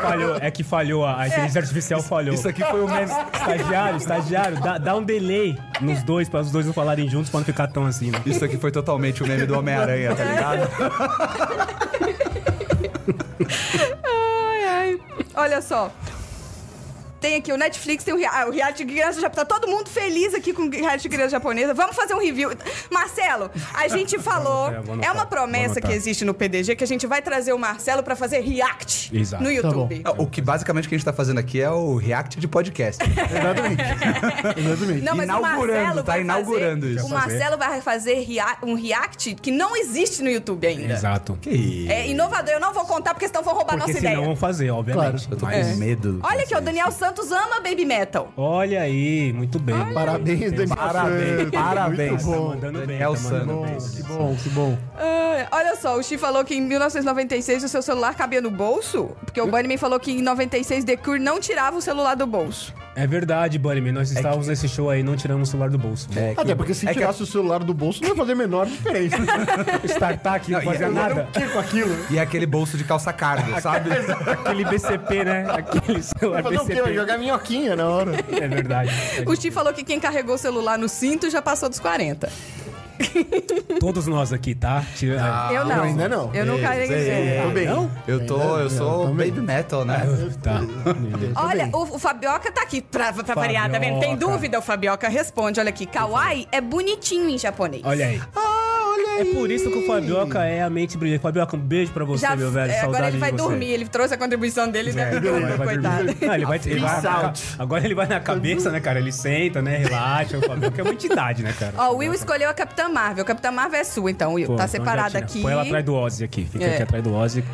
A: Falhou, é que falhou, a a inteligência artificial falhou. É,
C: Isso aqui foi um o menos.
A: Estagiário, estagiário, dá, dá um delay nos dois, para os dois não falarem juntos, pra não ficar tão assim, né?
C: Isso aqui foi totalmente o meme do Homem-Aranha, tá ligado?
B: Ai, ai. Olha só. Tem aqui o Netflix, tem o, rea- ah, o reality de criança japonesa. Tá todo mundo feliz aqui com o reality de criança japonesa. Vamos fazer um review. Marcelo, a gente falou.
A: anotar, vou
B: é
A: anotar.
B: uma
A: Vou
B: promessa
A: anotar.
B: que existe no PDG que a gente vai trazer o Marcelo pra fazer react
A: Exato.
B: no YouTube.
C: O que basicamente o que a gente tá fazendo aqui é o react de podcast.
D: Exatamente. Exatamente.
B: Não, mas
C: Inaugurando,
B: o Marcelo
C: tá
B: vai
C: inaugurando
B: fazer,
C: isso.
B: O Marcelo vai fazer rea- um react que não existe no YouTube ainda.
A: Exato.
C: Que isso?
B: É inovador, eu não vou contar porque senão vão roubar a
A: Porque
B: nossa
A: senão
B: ideia.
A: vão fazer, obviamente.
C: Eu tô com
A: Mas-
C: medo.
B: Olha aqui, ó, o Daniel Santos ama baby metal.
A: Olha aí, muito bem.
D: Parabéns, Daniel.
C: Parabéns,
D: Santos.
C: parabéns.
D: Muito
A: Tá
D: bom.
A: mandando bem,
C: Daniel
A: tá mandando bem.
D: Que bom, que bom.
B: Ah, olha só, o Xi falou que em 1996 o seu celular cabia no bolso, porque o Bunnyman falou que em 96 The Cure não tirava o celular do bolso.
A: É verdade, Bunnyman. Nós estávamos nesse show aí, não tiramos o celular do bolso.
C: É que-
D: Até porque se
C: é que-
D: tirasse o celular do bolso, não ia fazer a menor diferença.
A: Startar Tá, aqui, não
C: Não, e
A: fazia
C: é-
A: nada.
D: que com aquilo?
C: E aquele bolso de calça cargo, sabe?
A: Aquele BCP, né? Aquele celular
D: Fazer o quê? Vai
A: BCP.
D: Jogar minhoquinha na hora.
A: É verdade.
B: O Xi falou que quem carregou o celular no cinto já passou dos 40.
A: Todos nós aqui, tá? Tira...
B: eu não.
D: eu ainda não.
B: Eu não carreguei.
D: Tô bem.
A: não?
C: Eu tô, eu sou
D: também.
C: baby metal, né?
A: Tá.
B: Olha, o, o Fabioca tá aqui pra, pra variar, tá vendo? Tem
A: Fabioca.
B: dúvida, o Fabioca responde. Olha aqui, kawaii é bonitinho em japonês.
A: Olha aí.
D: Ah, olha
A: É por isso que o Fabioca é a mente brilhante. Fabioca, um beijo pra você,
B: Já,
A: meu velho.
B: é,
A: Saudade
B: agora ele vai
A: de você.
B: dormir, ele trouxe a contribuição dele,
A: É,
B: deve
A: agora ele
B: dormir,
A: vai
B: coitado.
A: dormir. Não, ele vai, ele vai-
D: Peace out.
A: agora ele vai na cabeça, né, cara? Ele senta, né? Relaxa. O Fabioca é uma entidade, né, cara?
B: Ó, o Will escolheu a Capitã Marvel. Capitã Marvel é sua, então, Will.
A: Pô,
B: tá
A: então
B: separada
A: já tira.
B: aqui.
A: Põe ela atrás do Ozzy aqui. Fica
B: É.
A: aqui atrás do Ozzy.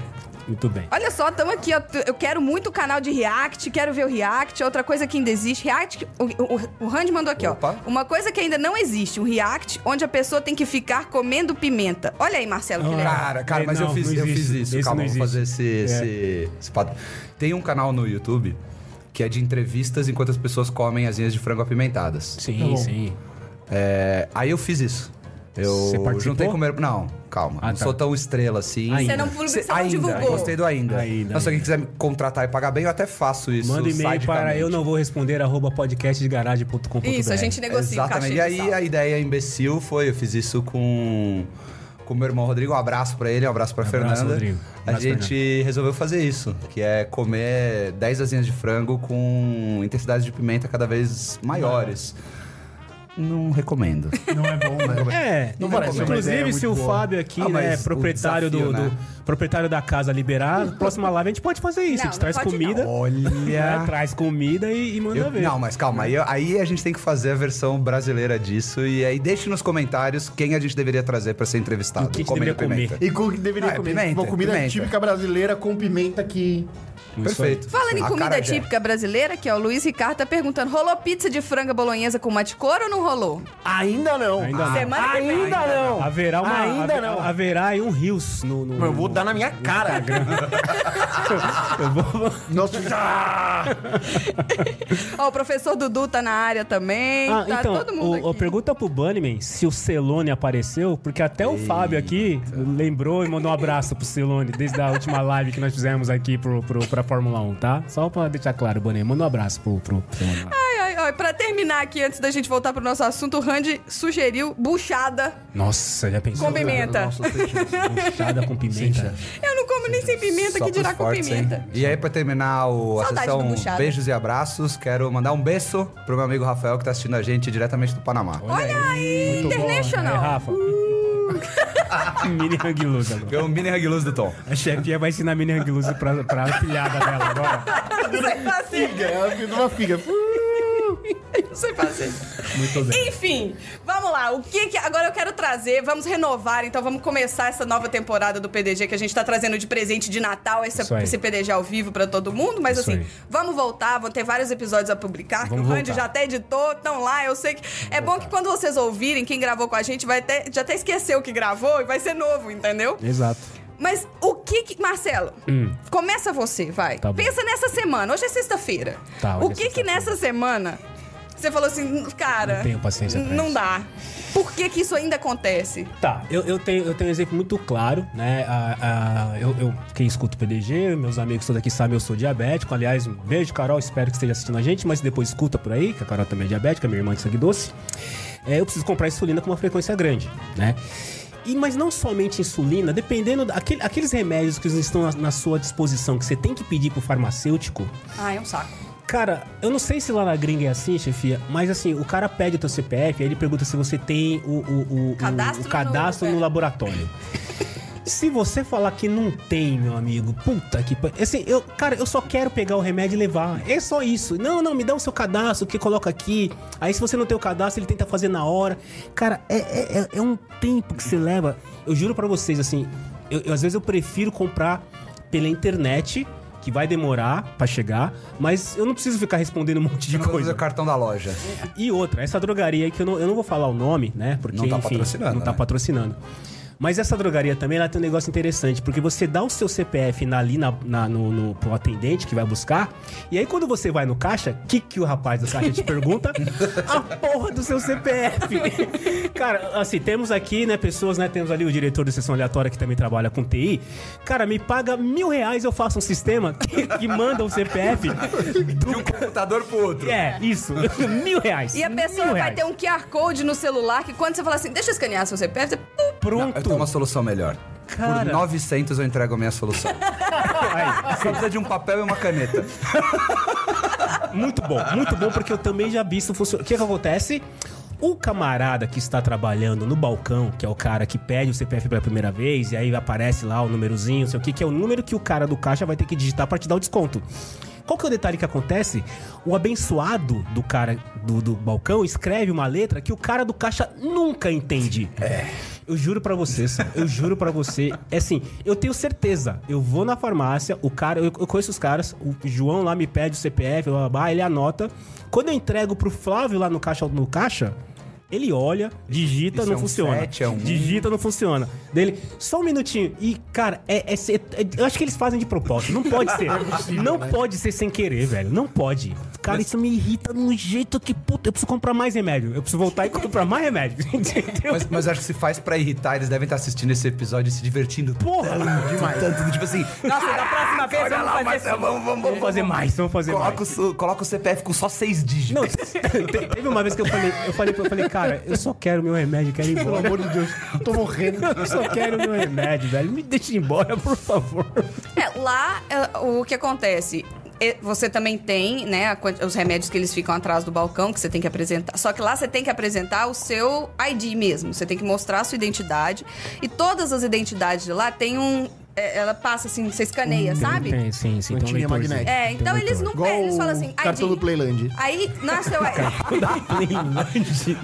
A: Muito bem.
B: Olha só, estamos aqui, ó. Eu quero muito o canal de React, quero ver o React. Outra coisa que ainda existe, React. O, o, o Randy mandou aqui,
C: Opa.
B: ó. Uma coisa que ainda não existe, um React, onde a pessoa tem que ficar comendo pimenta. Olha aí, Marcelo, que legal.
C: Cara, cara,
A: É,
C: mas
A: não,
C: eu, fiz,
A: não
C: eu fiz
A: existe.
C: isso.
A: Esse
C: Calma,
A: não
C: vou fazer esse,
A: existe. É.
C: esse, esse pat- Tem um canal no YouTube que é de entrevistas enquanto as pessoas comem asinhas de frango apimentadas.
A: Sim, sim.
C: É, aí eu fiz isso. Eu
A: Você participou?
C: juntei com o meu... Não, calma.
A: Ah,
C: não
A: tá.
C: sou tão estrela assim.
A: Ainda.
B: Você não publica,
C: Cê-
B: você não
C: ainda,
B: divulgou.
C: eu Gostei do ainda.
A: Ainda,
C: Não, se alguém
A: ainda.
C: quiser me contratar e pagar bem, eu até faço isso.
A: Manda e-mail para
C: sadicamente.
A: eu não vou responder arroba podcastdegarage.com.br.
B: Isso, a gente negocia o cachê
C: Exatamente.
B: É de
C: E aí
B: sal.
C: a ideia imbecil foi, eu fiz isso com com meu irmão Rodrigo, um abraço pra ele, um abraço pra
A: Abraço,
C: Fernanda.
A: Rodrigo. Um
C: a
A: Abraço,
C: gente resolveu fazer isso, que é comer 10 asinhas de frango com intensidades de pimenta cada vez maiores. Não recomendo.
D: Não é bom, né?
A: É,
D: Não parece uma ideia
A: inclusive
D: muito
A: se o
D: boa.
A: Fábio aqui,
C: Ah,
A: né,
C: mas o
A: proprietário do,
C: desafio, né?
A: do- proprietário da casa liberar, próxima live a gente pode fazer isso,
B: Não,
A: a gente
B: não
A: traz
B: pode não.
A: comida, né,
C: Olha.
A: traz comida e, e manda
C: Eu-
A: ver.
C: não, mas calma, aí, aí a gente tem que fazer a versão brasileira disso. E aí deixe nos comentários quem a gente deveria trazer pra ser entrevistado.
A: O que a gente
C: Comendo
A: deveria comer.
C: pimenta.
D: E com o que deveria
C: Ah, é
D: comer?
C: pimenta,
D: Bom, comida
C: pimenta.
D: típica brasileira com pimenta que...
A: Isso aí.
C: Perfeito.
B: Falando em comida
C: Acarajé.
B: típica brasileira, que é o Luiz Ricardo tá perguntando: rolou pizza de franga bolonhesa com mate de couro ou não rolou?
D: Ainda não.
A: Ainda não.
B: Semana que vem.
D: Ainda não.
A: Haverá uma
D: Ainda
A: haver-
D: não.
A: haverá aí um rios no, no-
D: Eu vou
A: no-
D: dar na minha cara.
A: eu vou-
D: Nossa, ah!
B: Ó, o professor Dudu tá na área também.
A: Ah,
B: tá
A: então,
B: todo mundo
A: o, o
B: aqui.
A: pergunta pro Bunnyman se o Celone apareceu, porque até o Fábio aqui lembrou e mandou um abraço pro Celone desde a última live que nós fizemos aqui pro, pro, pra Fórmula 1, tá? Só pra deixar claro, Bunnyman, manda um abraço pro, pro Celone. lá.
B: Ai, ai, ai. Pra terminar aqui, antes da gente voltar pro nosso assunto, o Randy sugeriu buchada
A: Nossa, já pensou?
B: com pimenta.
D: Nossa, Seixas.
A: Buchada com pimenta.
B: Eu não como nem sem pimenta,
C: Só
B: que dirá
C: pros
B: com
C: fortes,
B: pimenta.
C: hein? E aí, pra terminar o, a
B: Saudade do
C: sessão
B: buchado.
C: Beijos e Abraços, quero mandar um beijo pro meu amigo Rafael, que tá assistindo a gente diretamente do Panamá.
B: Olha aí, Uh.
A: Aí,
B: International.
A: É, Rafa. mini Hang Loose agora.
C: É o mini Hang Luz do Tom.
A: A chefia vai ensinar mini Hang Loose pra, pra filhada dela agora.
B: Não sei fazer,
D: Figa, ela fez uma figa.
B: não sei fazer.
A: Muito bem.
B: Enfim, vamos lá. O que que agora eu quero trazer? Vamos renovar, então vamos começar essa nova temporada do PDG que a gente tá trazendo de presente de Natal, esse,
A: Isso aí.
B: esse PDG ao vivo pra todo mundo, mas
A: Isso
B: assim,
A: aí.
B: vamos voltar, vão ter vários episódios a publicar, que
A: Vamos
B: o Randy
A: voltar.
B: já até editou, estão lá, eu sei que é bom que quando vocês ouvirem quem gravou com a gente vai até já até esqueceu o que gravou e vai ser novo, entendeu?
A: Exato.
B: Mas o que que. Marcelo, começa você, vai.
A: Hum. Tá bom.
B: Pensa nessa semana. Hoje é sexta-feira.
A: Tá, hoje
B: o
A: é
B: que que
A: sexta-feira.
B: nessa semana
G: Você falou assim, cara.
A: Não tenho paciência pra
G: Não
A: isso.
G: dá. Por que que isso ainda acontece?
A: Tá, eu, eu, tenho, eu tenho um exemplo muito claro, né? A, a- eu, eu, quem escuta o PDG, meus amigos todos aqui sabem, eu sou diabético. Aliás, um beijo, Carol, espero que esteja assistindo a gente, mas depois escuta por aí, que a Carol também é diabética, minha irmã de sangue doce. É, eu preciso comprar insulina com uma frequência grande, né? E, mas não somente insulina, dependendo daquele, aqueles remédios que estão na, na sua disposição, que você tem que pedir pro farmacêutico,
G: Ah, é um saco.
A: Cara, eu não sei se lá na gringa é assim, chefia, mas assim, o cara pede o teu CPF, aí ele pergunta se você tem o, o, o-
G: Cadastro
A: o- o cadastro
G: no-
A: no,
G: é.
A: laboratório. Se você falar que não tem, meu amigo, puta que pa- assim, eu, cara, eu só quero pegar o remédio e levar. É só isso. Não, não, me dá o seu cadastro que coloca aqui. Aí se você não tem o cadastro, ele tenta fazer na hora. Cara, é, é, é- é um tempo que você leva. Eu juro pra vocês, assim, eu- eu, às vezes eu prefiro comprar pela internet, que vai demorar pra chegar, mas eu não preciso ficar respondendo um monte de
C: Pelo menos
A: coisa.
C: o cartão da loja.
A: E outra, essa drogaria aí que eu não, eu não vou falar o nome, né? Porque,
C: Não tá
A: enfim,
C: patrocinando,
A: não tá
C: né?
A: patrocinando. Mas essa drogaria também, ela tem um negócio interessante, porque você dá o seu CPF na- ali na, na- no, no- pro atendente que vai buscar, e aí quando você vai no caixa, o que, que o rapaz do caixa te pergunta? a porra do seu CPF! Cara, assim, temos aqui, né, pessoas, né, temos ali o diretor da sessão aleatória que também trabalha com TI. Cara, me paga mil reais, eu faço um sistema que, que manda o CPF
C: De um computador pro outro.
A: é, isso. mil reais.
G: E a pessoa
A: Mil
G: vai
A: reais.
G: ter um QR Code no celular que quando você fala assim, deixa eu escanear seu CPF, você... pum,
A: Pronto.
C: Eu tenho uma solução melhor.
A: Cara.
C: Por 900 eu entrego a minha solução.
A: Ah, Aí,
C: Só precisa de um papel e uma caneta.
A: muito bom, muito bom, porque eu também já vi isso funcionar. O que, que acontece? O camarada que está trabalhando no balcão, que é o cara que pede o CPF pela primeira vez, e aí aparece lá o númerozinho, não sei o que, que é o número que o cara do caixa vai ter que digitar para te dar o desconto. Qual que é o detalhe que acontece? O abençoado do cara do, do balcão escreve uma letra que o cara do caixa nunca entende.
C: É.
A: Eu juro pra você, Sam, eu juro pra você. É assim, eu tenho certeza. Eu vou na farmácia, o cara, eu, eu conheço os caras, o João lá me pede o CPF, blá, blá, blá, ele anota. Quando eu entrego pro Flávio lá no caixa, no caixa ele olha, digita,
C: Isso
A: não
C: é um
A: funciona.
C: sete, é um um.
A: Digita, não funciona. Dele, só um minutinho. E, cara, é, é ser- é- eu acho que eles fazem de propósito. Não pode ser.
C: É
A: não
C: né?
A: pode ser sem querer, velho. Não pode. Cara, isso me irrita de um jeito que, puta, eu preciso comprar mais remédio. Eu preciso voltar e comprar mais remédio. Entendeu?
C: Mas, mas acho que se faz pra irritar, eles devem estar assistindo esse episódio e se divertindo.
A: Porra!
C: Demais. Tanto, tipo assim, nossa, da próxima vez
B: vamos fazer
C: Marcelo, vamos, vamos,
A: É, Vamos fazer mais, vamos fazer
C: Coloca o,
A: mais.
C: su- coloca o CPF com só seis dígitos.
A: Não, te- teve uma vez que eu falei, eu falei, eu falei, cara, eu só quero meu remédio, quero ir
D: Pelo
A: embora.
D: amor de Deus, eu tô morrendo.
A: Eu só quero meu remédio, velho. Me deixa ir embora, por favor.
G: É, lá é, o que acontece. E Você também tem, né, a quanti- os remédios que eles ficam atrás do balcão que você tem que apresentar. Só que lá você tem que apresentar o seu ID mesmo. Você tem que mostrar a sua identidade. E todas as identidades de lá tem um. é, Ela passa assim, você escaneia, sabe?
A: Tem, sim, sim. Tem um
D: Antiga
A: leitorzinho.
D: magnética.
G: É,
A: Tem
G: então
A: um
G: eles não
A: leitor.
D: Igual
G: pedem, eles falam assim,
D: o cartão
G: ID.
D: do Playland.
G: Aí nasceu a.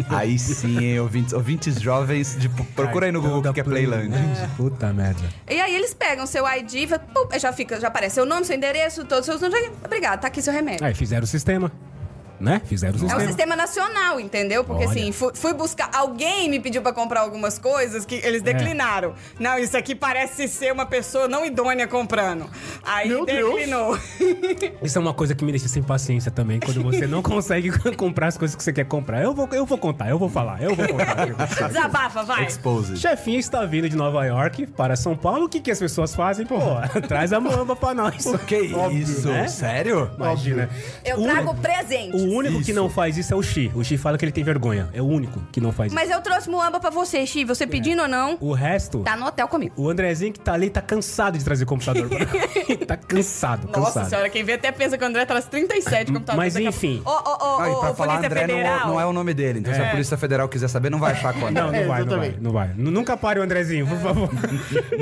C: Aí sim, hein, ouvintes, ouvintes jovens, de, procura
A: tá
C: aí no
A: então
C: Google o que que é Playland.
A: né? Puta merda.
G: E aí eles pegam seu ID, e vai- pum, já fica, já aparece seu nome, seu endereço, todos os seus nomes. Obrigado, tá aqui seu remédio.
A: Aí É, fizeram o sistema. Né? Fizeram o
G: É um
A: sistema.
G: sistema nacional, entendeu? Porque
A: Olha.
G: assim, fui, fui buscar. Alguém me pediu pra comprar algumas coisas que eles
B: Declinaram. Não, isso aqui parece ser uma pessoa não idônea comprando. Aí
D: Meu Deus.
B: declinou.
A: Isso é uma coisa que me deixa sem paciência também, quando você não consegue comprar as coisas que você quer comprar. Eu vou, eu vou contar, eu vou falar, eu vou contar. o que
G: Tá
A: aconteceu.
B: Desabafa, vai.
C: Exposed.
A: Chefinho está vindo de Nova York para São Paulo. O que, que as pessoas fazem? Pô, traz a mamba pra nós.
C: Que
A: Óbvio,
C: isso?
A: né?
C: Sério?
A: Imagina.
G: Eu
A: O
G: trago
A: único-
G: presente.
A: O único que não faz isso é o Xi. O Xi fala que ele tem vergonha. É o único que não faz
G: Mas eu trouxe muamba pra você, Chi.
A: É.
G: Você pedindo ou não,
A: isso. O resto,
G: tá no hotel comigo.
A: o Andrezinho que tá ali tá cansado de trazer computador. pra nós. tá cansado,
B: Nossa
A: cansado.
B: senhora, quem vê até pensa que o André traz 37 computadores.
A: Mas
B: daqui a-
A: enfim.
G: Ô, ô, ô,
C: Ah, e
G: ô,
C: pra falar,
G: ô,
B: Polícia
C: André não,
B: Federal.
C: não é o nome dele. Então, se a Polícia Federal quiser saber, não vai achar qual é.
A: Não, não vai,
D: É,
A: não vai,
D: exatamente.
A: não vai. Nu- Nunca pare o Andrezinho, por favor.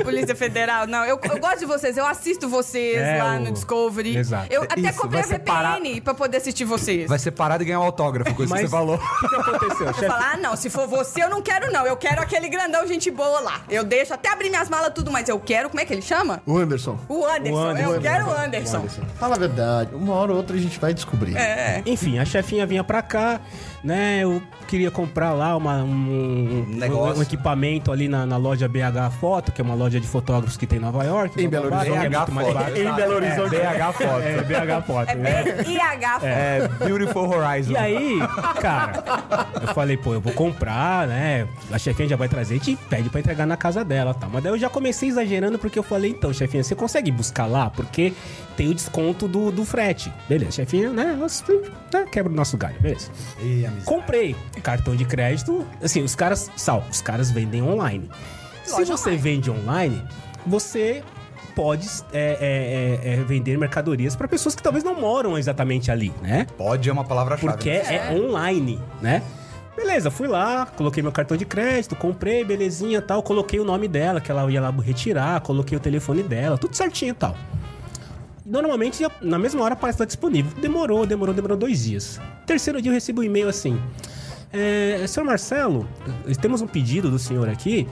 B: Polícia Federal, não. Eu, eu gosto de vocês, eu assisto vocês
A: É,
B: lá
A: o-
B: no Discovery.
A: Exato.
B: Eu até
C: Isso,
B: comprei a
C: vai
B: VPN
C: separar-
B: pra poder assistir vocês.
C: Vai ser parado e ganhar um autógrafo com isso que
A: Mas-
C: você falou.
A: O que aconteceu?
B: Eu falar, ah, não, se for você, eu não quero, não. Eu quero aquele grandão, gente boa lá. Eu deixo até abrir minhas malas, tudo, mas eu quero. Como é que ele chama?
D: O Anderson.
B: O Anderson.
A: O Anderson.
B: Eu quero o Anderson.
D: Fala a verdade, uma hora ou outra a gente vai descobrir.
B: É.
A: Enfim, a chefinha vinha pra cá, né? Eu queria comprar lá uma- um, um-
C: Negócio.
A: um equipamento ali na, na loja BH Foto, que é uma loja de fotógrafos que tem em Nova York.
D: Em
A: blá, blá,
D: Belo
A: blá, que é
C: BH
A: muito mais
C: Foto.
A: barato.
D: Em Belo Horizonte.
C: É, BH Foto.
A: É, BH Foto.
G: É
A: né?
G: bem IH.
C: É, Beautiful for Horizon.
A: E aí, cara, eu falei, pô, eu vou comprar, né? A chefinha já vai trazer e te pede pra entregar na casa dela, tá? Mas daí eu já comecei exagerando porque eu falei, então, chefinha, você consegue buscar lá? Porque tem o desconto do, do frete. Beleza, chefinha, né? ela sempre, né, Quebra o nosso galho, beleza.
H: Ih, amizade.
A: Comprei cartão de crédito. Assim, os caras, sal, os caras vendem online. Se você vende online, você pode é, é, é, é, vender mercadorias pra pessoas que talvez não moram exatamente ali, né?
C: Pode é uma palavra-chave.
A: Porque é, online, né? Beleza, fui lá, coloquei meu cartão de crédito, comprei, belezinha tal, coloquei o nome dela, que ela ia lá retirar, coloquei o telefone dela, tudo certinho e tal. Normalmente, ia- na mesma hora aparece lá disponível. Demorou, demorou, demorou dois dias. Terceiro dia eu recebo um e-mail assim. É, senhor Marcelo, eh, temos um pedido do senhor aqui.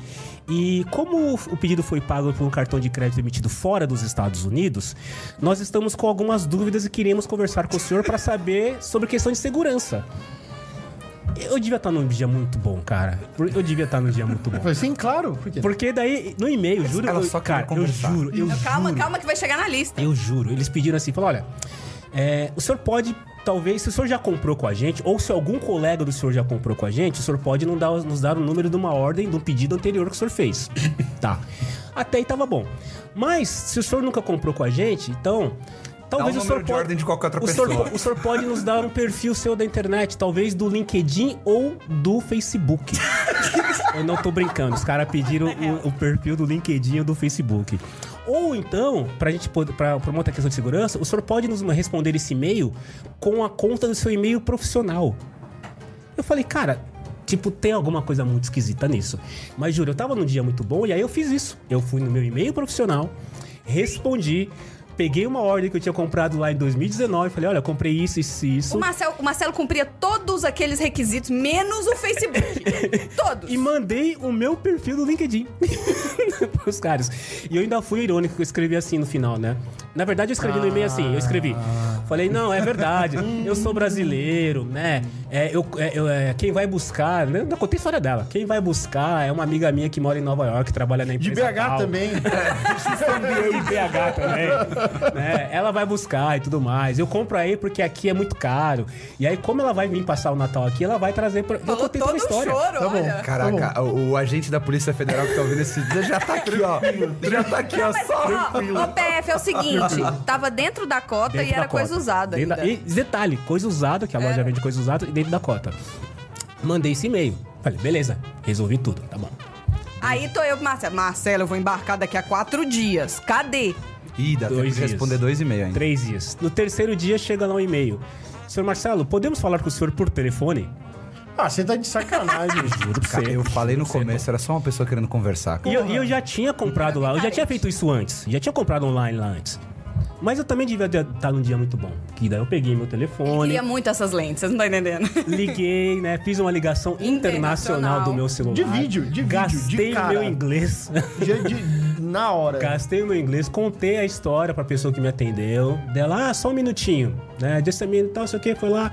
A: E como o pedido foi pago por um cartão de crédito emitido fora dos Estados Unidos, nós estamos com algumas dúvidas e queremos conversar com o senhor para saber sobre questão de segurança. Eu devia estar num dia muito bom, cara. Eu devia estar num dia muito bom.
D: Eu falei, sim, claro. Por quê?
A: Porque daí, no e-mail, juro,
C: Ela
A: eu,
C: só queria
A: cara, eu
C: conversar.
A: juro, eu
B: Calma,
A: juro.
B: calma que vai chegar na lista.
A: Eu juro, eles pediram assim, falaram, olha, é, o senhor pode, talvez, se o senhor já comprou com a gente, ou se algum colega do senhor já comprou com a gente, o senhor pode não dar- nos dar o número de uma ordem, de um pedido anterior que o senhor fez. tá. Até aí tava bom. Mas, se o senhor nunca comprou com a gente, então... Talvez
C: um
A: o senhor
C: número de
A: pode-
C: ordem de qualquer outra
A: o senhor
C: pessoa.
A: po- o senhor pode nos dar um perfil seu da internet, talvez do LinkedIn ou do Facebook. Eu não tô brincando, os caras pediram o, o perfil do LinkedIn ou do Facebook. Ou então, pra gente poder, pra, pra uma outra questão de segurança, o senhor pode nos responder esse e-mail com a conta do seu e-mail profissional. Eu falei, cara, tipo, tem alguma coisa muito esquisita nisso. Mas juro, eu tava num dia muito bom e aí eu fiz isso. Eu fui no meu e-mail profissional, respondi, peguei uma ordem que eu tinha comprado lá em 2019, falei, olha, eu comprei isso, isso e isso.
B: O Marcelo, o Marcelo cumpria todos aqueles requisitos, menos o Facebook. todos.
A: E mandei o meu perfil do LinkedIn pros caras. E eu ainda fui irônico, que eu escrevi assim no final, né? Na verdade, eu escrevi no e-mail assim, eu escrevi. Falei, não, é verdade, eu sou brasileiro, né? É, eu, é, eu- é, quem vai buscar... né? Não, contei a história dela. Quem vai buscar é uma amiga minha que mora em Nova York, trabalha na
D: De
A: empresa
D: BH
A: tal.
D: também.
A: E BH também. né? Ela vai buscar e tudo mais. Eu compro aí porque aqui é muito caro. E aí, como ela vai vir passar o Natal aqui, ela vai trazer... Pra... Eu
B: Falou
A: contei toda a
B: todo um
A: história.
B: choro,
D: Tá bom.
B: olha.
C: Caraca, o, o agente da Polícia Federal que tá ouvindo esse dia já tá aqui, ó. Já tá aqui, ó.
B: Mas,
C: Só
B: ó, o PF é o seguinte, tava dentro da cota
A: Dentro
B: e era
A: da
B: coisa
A: cota.
B: usada
A: Dentro da-
B: ainda.
A: E detalhe, coisa usada, que a loja vende coisa usada, e dentro da cota. Mandei esse e-mail. Falei, beleza, resolvi tudo, tá bom.
B: Aí tô eu pro Marcelo. Marcelo, eu vou embarcar daqui a quatro dias. Cadê?
C: Ih, dá tempo
A: Dois
C: de
A: dias.
C: responder dois e meio ainda.
A: Três dias. No terceiro dia chega lá um e-mail. Senhor Marcelo, podemos falar com o senhor por telefone?
D: Ah, você tá de sacanagem.
A: Juro pra
C: Cara,
A: você.
C: eu falei no começo, era só uma pessoa querendo conversar.
A: E eu, e eu já tinha comprado lá, eu já tinha feito isso antes. Já tinha comprado online lá antes. Mas eu também devia ter- estar num dia muito bom. Que daí eu peguei meu telefone.
B: Queria muito essas lentes, vocês não estão entendendo.
A: Liguei, né? Fiz uma ligação internacional
B: Internacional.
A: do meu celular.
D: De vídeo, de vídeo, de
A: Gastei
D: cara.
A: meu inglês.
D: Já de- na hora.
A: Gastei meu inglês, contei a história pra pessoa que me atendeu. Dela, ah, só um minutinho, né? Disse a mim, tal, sei o que, foi lá.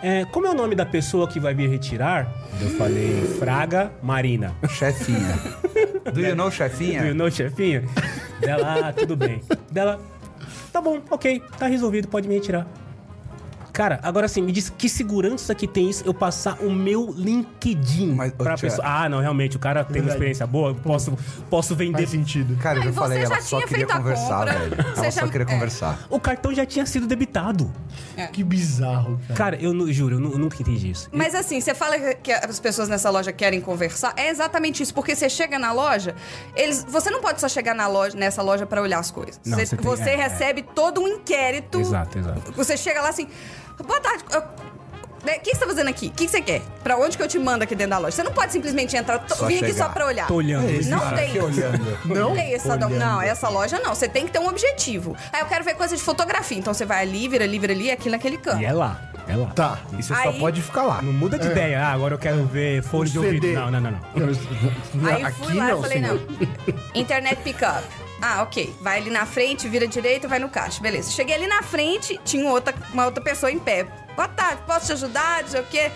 A: É, como é o nome da pessoa que vai vir retirar? Eu falei, Fraga Marina.
C: Chefinha. Do you know, chefinha?
A: Do you know, chefinha? Dela, ah, tudo bem. Dela, tá bom, ok, tá resolvido, pode me retirar. Cara, agora sim, me diz que segurança que tem isso eu passar o meu LinkedIn
C: Mas, ô,
A: pra
C: Thiago.
A: pessoa. Ah, não, realmente, o cara tem uma
D: Verdade.
A: experiência boa, eu posso, posso vender
D: Faz sentido.
C: Cara, eu
B: Aí
C: já
B: você
C: falei,
B: já
C: ela só
B: tinha
C: queria
B: feito a
C: conversar,
B: compra.
C: velho.
B: Você
C: Ela
B: já-
C: só queria
B: é.
C: conversar.
A: O cartão já tinha sido debitado.
D: Que bizarro, cara.
A: Cara, eu nu- juro, eu, nu- eu nunca entendi isso.
B: Mas assim, você fala que as pessoas nessa loja querem conversar, é exatamente isso, porque você chega na loja, eles, você não pode só chegar na loja, nessa loja pra olhar as coisas.
A: Não,
B: você
A: você tem-
B: você
A: é, é.
B: recebe todo um inquérito.
A: Exato, exato.
B: Você chega lá assim, boa tarde. eu- né, O que você tá fazendo aqui? O que você quer? Pra onde que eu te mando aqui dentro da loja? Você não pode simplesmente entrar, tô-
C: Só
B: vim aqui
C: chegar.
B: só pra olhar.
A: Tô olhando.
C: Esse
B: Não
C: cara
B: tem
C: aqui
B: isso.
C: olhando.
B: Não, tem essa, do- não, essa loja não. Você tem que ter um objetivo. Aí eu quero ver coisa de fotografia. Então você vai ali, vira ali, vira ali, aqui naquele canto.
A: E é lá, é lá.
D: Tá. É.
C: E você
B: Aí-
C: só pode ficar lá.
A: Não muda de ideia. Ah, agora eu quero ver fone de ouvido.
D: CD.
A: Não, não, não, não.
B: Aí eu fui
D: Aqui
B: lá e
D: não,
B: falei,
D: senhor.
B: não. Internet pickup. Ah, ok. Vai ali na frente, vira direita, vai no caixa. Beleza. Cheguei ali na frente, tinha um outra, uma outra pessoa em pé. Boa tarde, posso te ajudar? Não sei o quê.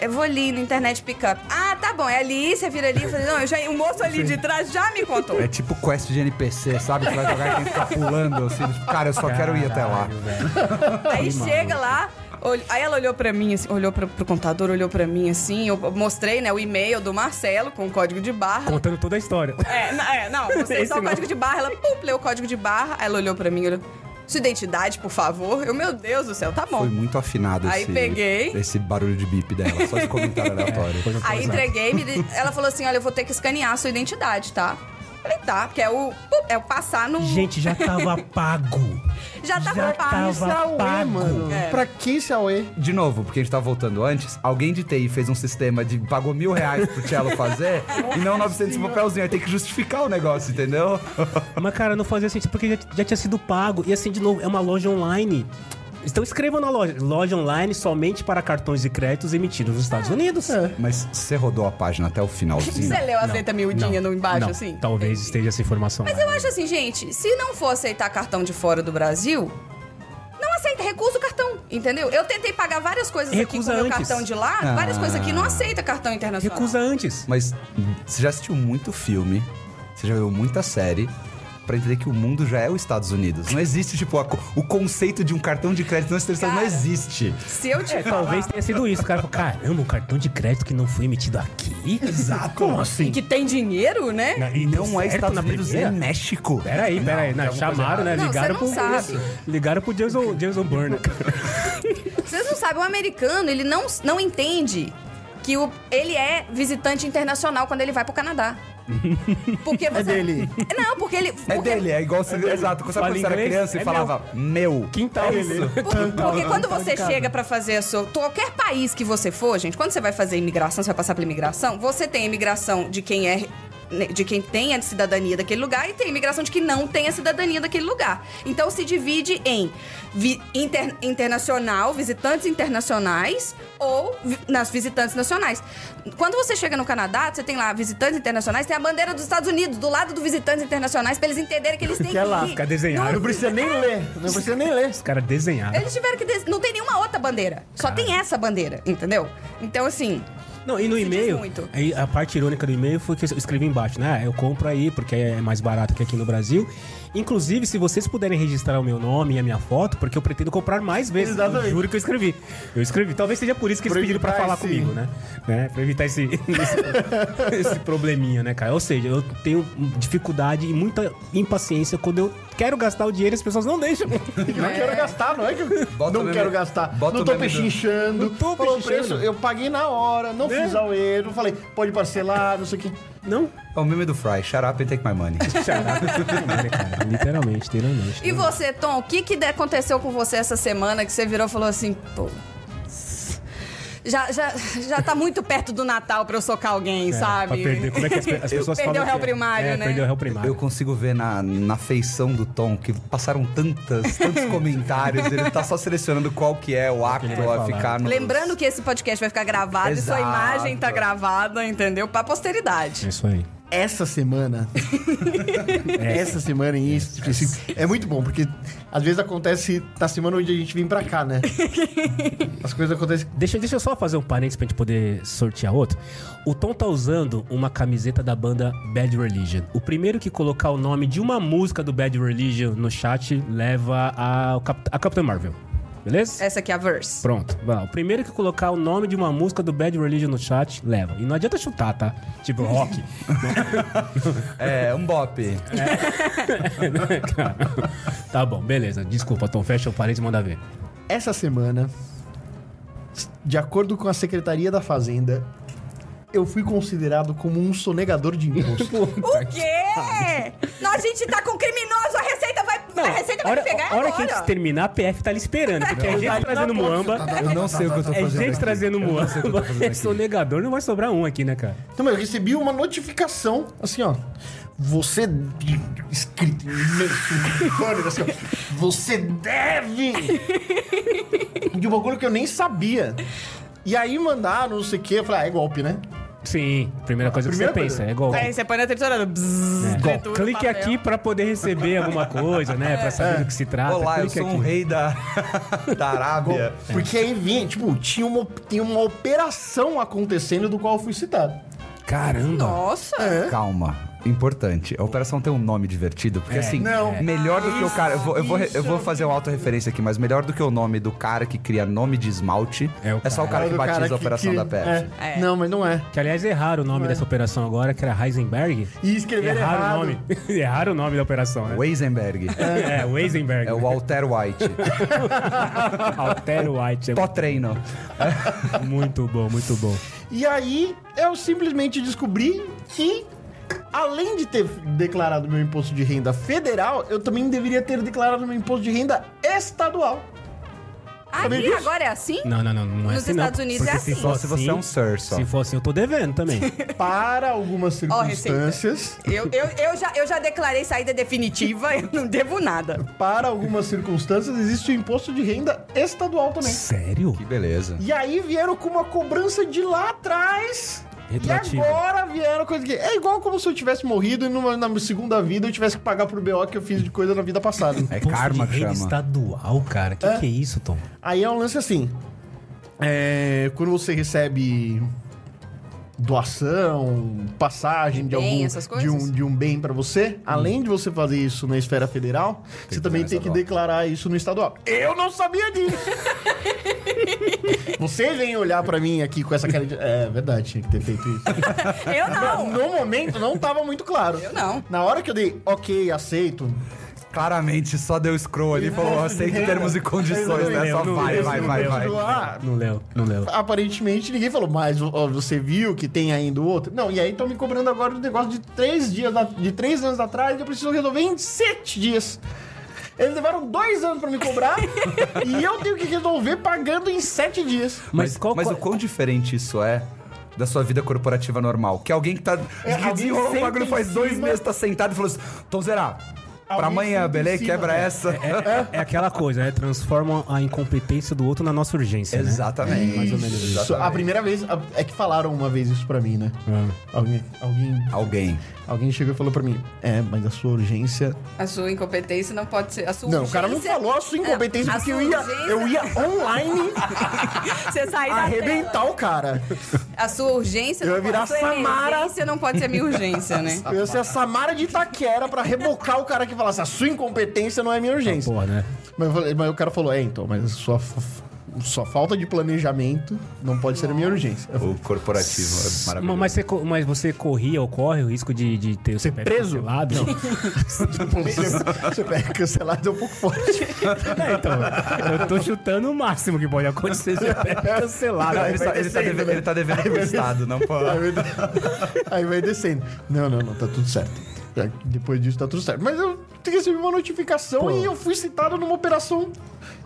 B: Eu vou ali no internet pickup. Ah, tá bom. É ali, você vira ali. Eu falei, não, eu já, o moço ali de trás já me contou.
C: É tipo quest de NPC, sabe? Você vai
D: tá
C: jogar e tem que ficar pulando, assim. tipo, Cara, eu só quero ir até lá.
B: Aí chega lá, Olh- Aí ela olhou pra mim, assim, olhou pra, pro contador, olhou pra mim assim. Eu mostrei, né, o e-mail do Marcelo com o código de barra.
A: Contando toda a história.
B: É, na- é, não, mostrei
A: Esse
B: só o
A: não.
B: código de barra. Ela pum, leu o código de barra. Aí ela olhou pra mim, olhou. Sua identidade, por favor. Eu, meu Deus do céu, tá bom.
C: Foi muito afinado
B: Aí
C: esse,
B: peguei.
C: esse barulho de bip dela, só de comentário aleatório.
A: Coisa
B: Aí
A: coisa.
B: entreguei, me di- ela falou assim: olha, eu vou ter que escanear a sua identidade, tá? Falei, tá, porque é o. pum, É o passar no.
A: Gente, já tava pago.
B: já tava
A: já
B: pago.
A: tava
D: Isso é Aue,
A: pago.
D: mano. Pra que isso é Aue?
C: De novo, porque a gente tava voltando antes, alguém de TI fez um sistema de pagou mil reais pro Cello fazer e não 900 pro papelzinho. Aí tem que justificar o negócio, entendeu?
A: Mas, cara, não fazia sentido porque já, já tinha sido pago. E assim, de novo, é uma loja online. Então escrevam na loja. Loja online somente para cartões de créditos emitidos nos
B: É.
A: Estados Unidos.
C: Mas você rodou a página até o finalzinho?
B: Você leu as letras miudinhas no um embaixo,
A: Não,
B: assim?
A: Talvez esteja essa informação. Mas
B: Eu acho assim, gente, se não for aceitar cartão de fora do Brasil, não aceita, recusa o cartão, entendeu? Eu tentei pagar várias coisas
A: Recusa
B: aqui com o meu
A: antes.
B: cartão de lá,
C: Ah.
B: várias coisas aqui, não aceita cartão internacional.
A: Recusa antes.
C: Mas você já assistiu muito filme, você já viu muita série. Pra entender que o mundo já é os Estados Unidos. Não existe, tipo, a co- o conceito de um cartão de crédito não estressado não
B: Cara.
C: existe.
B: Se eu te
A: É,
B: falar-
A: talvez tenha sido isso. O cara falou, caramba, um cartão de crédito que não foi emitido aqui? Exato. Como assim?
B: que tem dinheiro, né?
A: E deu
C: Não é
A: certo
C: Estados
A: na
C: Unidos, é
A: primeira?
C: México.
A: Peraí, peraí. Não, chamaram, né?
B: Não,
A: Ligaram
B: você não
A: pro.
B: sabe.
A: Ligaram pro Jason, Jason Bourne.
B: Vocês não sabem, o americano, ele não, não entende que o, ele é visitante internacional quando ele vai pro Canadá. Porque você... É
D: dele.
B: Não, porque ele...
C: É
B: porque-
C: dele, é igual você. Exato, quando
A: Fala
C: você era
A: inglês,
C: criança e
A: é
C: falava, meu.
A: Quintal dele.
B: Por- Porque quando
D: Tá
B: você chega pra fazer a sua. Qualquer país que você for, gente, quando você vai fazer imigração, você vai passar pela imigração, você tem a imigração de quem é. né, De quem tem a cidadania daquele lugar e tem a imigração de quem não tem a cidadania daquele lugar. Então se divide em vi- inter- internacional, visitantes internacionais ou vi- nas visitantes nacionais. Quando você chega no Canadá, você tem lá visitantes internacionais, tem a bandeira dos Estados Unidos do lado dos visitantes internacionais pra eles entenderem que eles têm que. É.
D: Que é lá,
B: ir
A: Ficar
D: Ah, não
A: desenharam.
D: precisa nem ler. Não precisa nem ler.
A: Os caras desenharam.
B: eles tiveram que. des- Não tem nenhuma outra bandeira. Só tem essa bandeira, entendeu? Então, assim.
A: Não, e no
B: Se diz
A: e-mail,
B: muito.
A: aí a parte irônica do e-mail foi que eu escrevi embaixo, né? Ah, Eu compro aí porque é mais barato que aqui no Brasil. Inclusive, se vocês puderem registrar o meu nome e a minha foto, porque eu pretendo comprar mais vezes.
D: Exatamente.
A: Eu juro que eu escrevi. Eu escrevi. Talvez seja por isso que eles
D: Pra
A: pediram pra
D: evitar
A: falar
D: esse-
A: comigo, né? né? Pra evitar esse, esse, esse probleminha, né, cara? Ou seja, eu tenho dificuldade e muita impaciência quando eu quero gastar o dinheiro e as pessoas não deixam.
D: Eu não quero gastar, não é que eu
C: Bota o
D: não
C: meme-
D: quero gastar.
C: bota
D: não
C: o
D: tô
C: meme do-
D: pechinchando.
A: Não tô
D: Falou o
A: pechinchando.
D: preço, eu paguei na hora, não
A: Né?
D: fiz auê, não falei, pode parcelar, não sei o quê.
A: Não?
C: É o meme do Fry, shut up and take my money.
A: né, Cara, literalmente, literalmente.
D: Hum.
B: E você, Tom, o que, que de- aconteceu com você essa semana que você virou e falou assim, pô. Já, já, já tá muito perto do Natal pra eu socar alguém, sabe?
G: tá
A: Pra perder, como é que as, pe- as pessoas
B: Perdeu
A: falam
B: o réu
A: que é?
B: primário,
A: é,
B: né?
A: Perdeu o réu
C: Eu
A: primário.
C: consigo ver na, na feição do Tom que passaram tantas, tantos comentários, ele tá só selecionando qual que é o apto
A: vai
C: a
A: falar.
C: ficar no.
B: Lembrando que esse podcast vai ficar gravado e sua
C: Exato.
B: imagem tá gravada, entendeu? Pra posteridade.
A: É isso aí.
D: Essa semana. essa semana em isso. específico, É muito bom, porque às vezes acontece na semana onde a gente vem pra cá, né? As coisas acontecem.
A: Deixa, deixa eu só fazer um parênteses pra gente poder sortear outro. O Tom tá usando uma camiseta da banda Bad Religion. O primeiro que colocar o nome de uma música do Bad Religion no chat leva a, Cap- a Capitã Marvel. Beleza?
B: Essa aqui é a verse.
A: Pronto, vai lá. O primeiro que colocar o nome de uma música do Bad Religion no chat, leva. E não adianta chutar, tá? Tipo, rock.
C: É, um bop.
A: Cara, tá bom, beleza. Desculpa, Tom. Fecha o parênteses e manda ver.
D: Essa semana, de acordo com a Secretaria da Fazenda, eu fui considerado como um sonegador de imposto.
B: O quê? Não, a gente tá com criminoso, a receita vai. a receita vai
A: hora,
B: te pegar
A: hora
B: agora.
A: que a gente terminar, a PF tá ali esperando. Porque é gente
C: tá
A: trazendo muamba.
C: Eu não sei o que eu tô
A: É
C: fazendo.
A: gente
C: aqui.
A: trazendo
C: Eu não sei o que eu tô
A: muamba.
C: fazendo
A: É
C: aqui.
A: sonegador, não vai sobrar um aqui, né, cara?
D: Então, mas eu recebi uma notificação, assim, ó. Você. Escrito imenso, unicórnio, assim, ó. Você deve! De um bagulho que eu nem sabia. E aí mandaram, não sei o quê. Eu falei, ah, é golpe, né?
A: Sim, primeira coisa
D: Primeira
A: que você
D: coisa.
A: pensa, é golpe.
B: Aí você põe na triturada.
A: É.
B: bzzz, tritura o
A: Clique
B: papel. É.
A: aqui pra poder receber alguma coisa, né? Pra saber do que se trata.
C: Olá, eu
A: Clique
C: sou um
A: aqui.
C: rei da, da Arábia.
D: Porque aí vinha, tipo, tinha uma, tinha uma operação acontecendo do qual eu fui citado.
A: Caramba!
B: Nossa!
C: Calma. importante. A operação tem um nome divertido, porque
A: É.
C: assim,
D: Não.
C: melhor do que o cara. Eu vou, eu vou,
D: Isso.
C: eu vou fazer uma autorreferência aqui, mas melhor do que o nome do cara que cria nome de esmalte
A: É
C: é,
A: o
C: só
A: cara
C: o cara que
D: do
C: batiza
D: cara
C: a operação
D: que-
C: da Pepsi.
D: é. Não, mas não é.
A: Que aliás erraram o nome dessa operação agora, que era Heisenberg.
D: E escreveram
A: Erraram
D: errado.
A: o nome. erraram o nome da operação, né?
C: Weisenberg.
A: É, o Heisenberg.
C: É o Walter White.
A: Altero White.
C: Tó treino.
A: É muito bom, muito bom.
D: E aí eu simplesmente descobri que, além de ter declarado meu imposto de renda federal, eu também deveria ter declarado meu imposto de renda estadual. Sabia
B: Aí
D: disso?
B: agora é assim?
A: Não, não, não. não é
B: Nos
A: assim, não.
B: Estados Unidos
A: Porque
B: é assim.
A: for
C: Só se você é um sir, só.
A: Se for assim, eu tô devendo também.
D: Para algumas
B: Ó, receita.
D: circunstâncias.
B: Eu, eu, eu, já, eu já declarei saída definitiva, eu não devo nada.
D: para algumas circunstâncias, existe o imposto de renda estadual também.
A: Sério?
C: Que beleza.
D: E aí vieram com uma cobrança de lá atrás. E
A: Retroativo.
D: agora vieram coisa que. É igual como se eu tivesse morrido e numa, na segunda vida eu tivesse que pagar pro BO que eu fiz de coisa na vida passada.
C: É
A: Imposto
C: karma
A: de
C: que
A: renda
C: chama.
A: estadual, cara. Que que é isso, Tom?
D: Aí é um lance assim. é, quando você recebe doação, passagem de,
B: bem,
D: algum
B: essas
D: de
B: coisas? Hum.
D: um, de um bem pra você, além de você fazer isso na esfera federal,
C: que
D: você também
C: fazer
D: tem
C: na
D: que
C: estadual.
D: declarar isso no estadual. Eu não sabia disso. você vem olhar pra mim aqui com essa cara de é verdade, tinha que ter feito isso.
B: Eu não.
D: No momento não tava muito claro. Eu
B: não.
D: Na hora que eu dei OK, aceito,
C: Claramente só deu scroll ali e falou: aceita termos e condições, né? Só
A: Não,
C: vai,
A: não,
C: vai,
A: não,
C: vai,
A: não,
C: vai.
D: doar,
A: Não leu, não leu.
D: aparentemente ninguém falou, mas ó, você viu que tem ainda o outro? Não, e aí estão me cobrando agora um negócio de três dias, a- de três anos atrás, e eu preciso resolver em sete dias. Eles levaram dois anos pra me cobrar e eu tenho que resolver pagando em sete dias.
A: Mas, qual,
C: Mas
A: qual-
C: o quão diferente isso é da sua vida corporativa normal? Que alguém que tá. que
D: É, alguém
C: desenrolou o
D: senta
C: bagulho
D: em
C: faz dois
D: cima-
C: meses, tá sentado e falou assim: Tom Zerá, pra
D: Alguém
C: amanhã,
D: senta em
C: beleza?
D: cima,
C: Quebra
D: né?
C: essa.
A: é, é aquela coisa, né? Transforma a incompetência do outro na nossa urgência, né?
D: É,
C: Exatamente.
A: Mais ou menos isso.
D: Isso, a primeira vez a- é que falaram uma vez isso pra mim, né? Alguém, alguém,
C: Alguém.
D: alguém chegou e falou pra mim: É, mas a sua urgência
B: A sua incompetência não pode ser. A sua
D: Não, o cara não
B: urgência-
D: falou a sua incompetência
B: Não, a
D: porque
B: sua
D: eu ia,
B: urgência-
D: eu ia online
B: Você sair da tela.
D: arrebentar o cara.
B: A sua urgência.
D: Eu
B: não
D: ia virar
B: pode- a sua
D: Samara.
B: emergência não pode ser minha urgência, né?
D: Eu ia ser a Samara de Itaquera pra rebocar o cara que falasse a sua incompetência não é minha urgência.
A: Porra, né?
D: mas, eu falei- mas o cara falou, é, então, mas a sua, f- sua falta de planejamento não pode ser a minha urgência. Eu falei,
C: O corporativo é
A: Mas,
C: maravilhoso.
A: mas você, co- mas você corria ou corre o risco de, de ter o CPF
D: preso?
A: cancelado?
D: Você pega cancelado é um pouco forte.
A: É, então, eu tô chutando o máximo que pode acontecer. CPF cancelado.
C: Ele, tá, ele, tá devendo, ele tá devendo
A: né?
C: pro Estado, não pô.
A: É,
D: Aí vai, de- aí vai descendo. Não, não, não, tá tudo certo. Já que Depois disso tá tudo certo. Mas eu recebi uma notificação e eu fui citado numa operação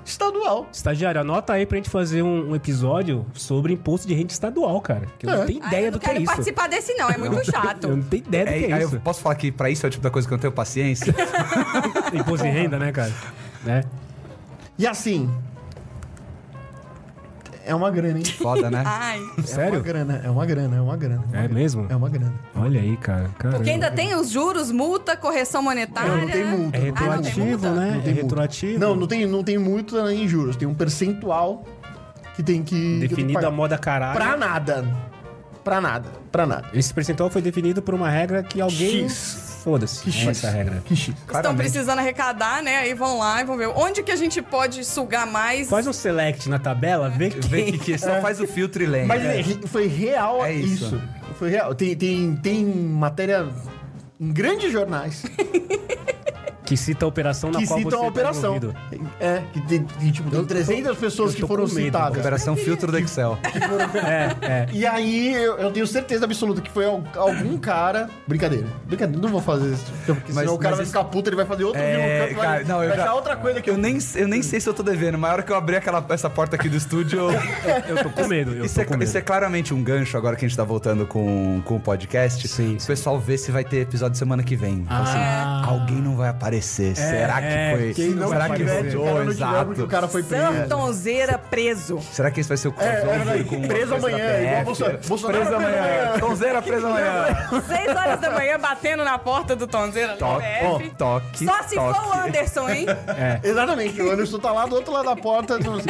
D: estadual.
A: Estagiário, anota aí pra gente fazer um, um episódio sobre imposto de renda estadual, cara. Que eu não
D: É.
A: tenho
B: Ah,
A: ideia
B: eu não
A: do que é
B: quero
A: isso.
B: participar desse, não. É muito
A: Eu
B: chato.
A: não tenho ideia do
C: É,
A: que é
C: aí
A: isso.
C: eu posso falar que pra isso é o tipo da coisa que eu não tenho paciência?
A: Imposto de renda, né, cara? Né?
D: E assim. É uma grana, hein?
C: Foda, né?
A: Ah,
B: Ai.
D: É uma
A: Sério?
D: grana, é uma grana, é uma grana.
A: É mesmo?
D: É uma grana.
A: Olha aí, cara. Caramba.
B: Porque Um ainda tem os juros, multa, correção monetária.
D: Não, não tem multa.
A: É
D: não tem
B: Ah, não tem
A: retroativo,
B: multa?
A: né?
D: Não
A: é
D: tem multa.
A: retroativo.
D: Não, não tem, não tem muito em juros. Tem um percentual que tem que. que eu tenho que
A: Definido
D: pagar.
A: a moda caralho.
D: Pra nada. Pra nada. Pra nada.
A: Esse percentual foi definido por uma regra que alguém.
D: X.
A: Foda-se.
D: Que X.
A: É essa a regra.
D: Que X.
B: Estão
C: Claramente.
B: precisando arrecadar, né? Aí vão lá e vão ver onde que a gente pode sugar mais.
A: Faz um select na tabela, vê que.
C: Vê que, que
A: É.
C: só faz o filtro e lembra.
D: Mas é, re- foi real
C: É isso.
D: isso. Foi real. Tem, tem, tem matéria em grandes jornais
A: Que cita a operação na
D: que
A: qual você
D: citam a
A: tá
D: operação.
A: envolvido.
D: é, que tem, tem, tipo, tem
A: Eu tô-
D: 300 pessoas
A: eu
D: que
A: tô
D: foram
A: com medo,
D: citadas.
C: Operação filtro do Excel.
A: É, é.
D: E aí, eu, eu tenho certeza absoluta que foi al- algum cara. Brincadeira. Brincadeira, não vou fazer isso. Porque
C: Mas-
D: senão o cara
C: mas
D: vai
C: isso-
D: ficar puto, ele vai fazer outro
C: É,
D: vídeo no canto,
C: cara,
D: vai,
C: não, eu
D: vai
C: já-
D: dar outra coisa que
C: Eu nem, eu nem sei se eu tô devendo, mas a hora que eu abrir aquela, essa porta aqui do estúdio, eu-
A: Eu tô com medo. Eu
C: Isso
A: tô
C: é,
A: com medo.
C: isso é claramente um gancho agora que a gente tá voltando com, com o podcast.
A: Sim,
C: O
A: sim.
C: pessoal vê se vai ter episódio semana que vem. Fala
B: Ah,
C: assim, alguém não vai aparecer. Será que
A: é,
C: foi?
A: quem não
C: Será
A: vai
C: que
A: aparecer?
D: o
C: mudou?
D: cara não tiver porque
C: Exato.
D: o cara foi preso.
B: Santonzeira um preso.
C: Será que esse vai ser o crossover
D: É,
C: com
D: é,
C: uma
D: preso
C: coisa da
D: amanhã, igual
C: PF?
D: Bolsonaro. Bolsonaro
C: Preso
D: preso
C: amanhã.
D: amanhã.
C: Tonzeira É, preso amanhã.
G: é,
B: Seis horas da manhã batendo na porta do Tonzeira. da
C: Toque,
B: PF.
C: ó, toque,
B: Só se for
C: toque. é.
B: o Anderson, hein?
D: Exatamente, o Anderson tá lá do outro lado da porta. não-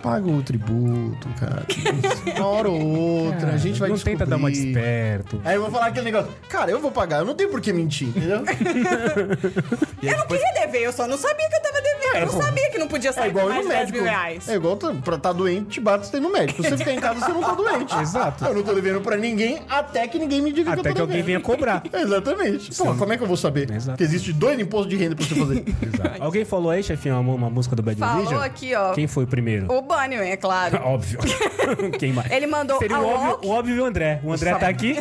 H: paga o tributo, cara. Uma hora ou outra, a gente vai
A: não
H: descobrir.
A: tenta dar uma de esperto.
D: Aí eu vou falar aquele negócio, cara, eu vou pagar, eu não tenho por que mentir, entendeu?
B: Eu não queria dever, eu só não sabia que eu tava devendo.
A: É,
B: eu não sabia que não podia sair
D: É igual
B: com
D: ir
B: mais
D: no
B: de 10 mil
D: médico.
B: reais.
D: É igual tá, pra tá doente, te bate, você tem no médico. Se você ficar em casa, você não tá doente.
A: Exato.
D: Eu não tô devendo pra ninguém até que ninguém me diga que eu tô
A: Até que alguém venha
D: devendo.
A: cobrar.
D: Exatamente. Pô, como é que eu vou saber?
A: Exato.
D: Que existe dois impostos de renda pra você fazer.
A: Exato. Alguém falou aí, chefinho, uma, uma música do Bad
B: Falou
A: Religion?
B: aqui, ó.
A: um Quem foi o primeiro?
B: O Bunnyman, é claro.
A: Óbvio. Quem mais?
B: Ele mandou
A: Seria
B: a
A: o óbvio,
B: walk.
A: o óbvio e o André. O André tá aqui.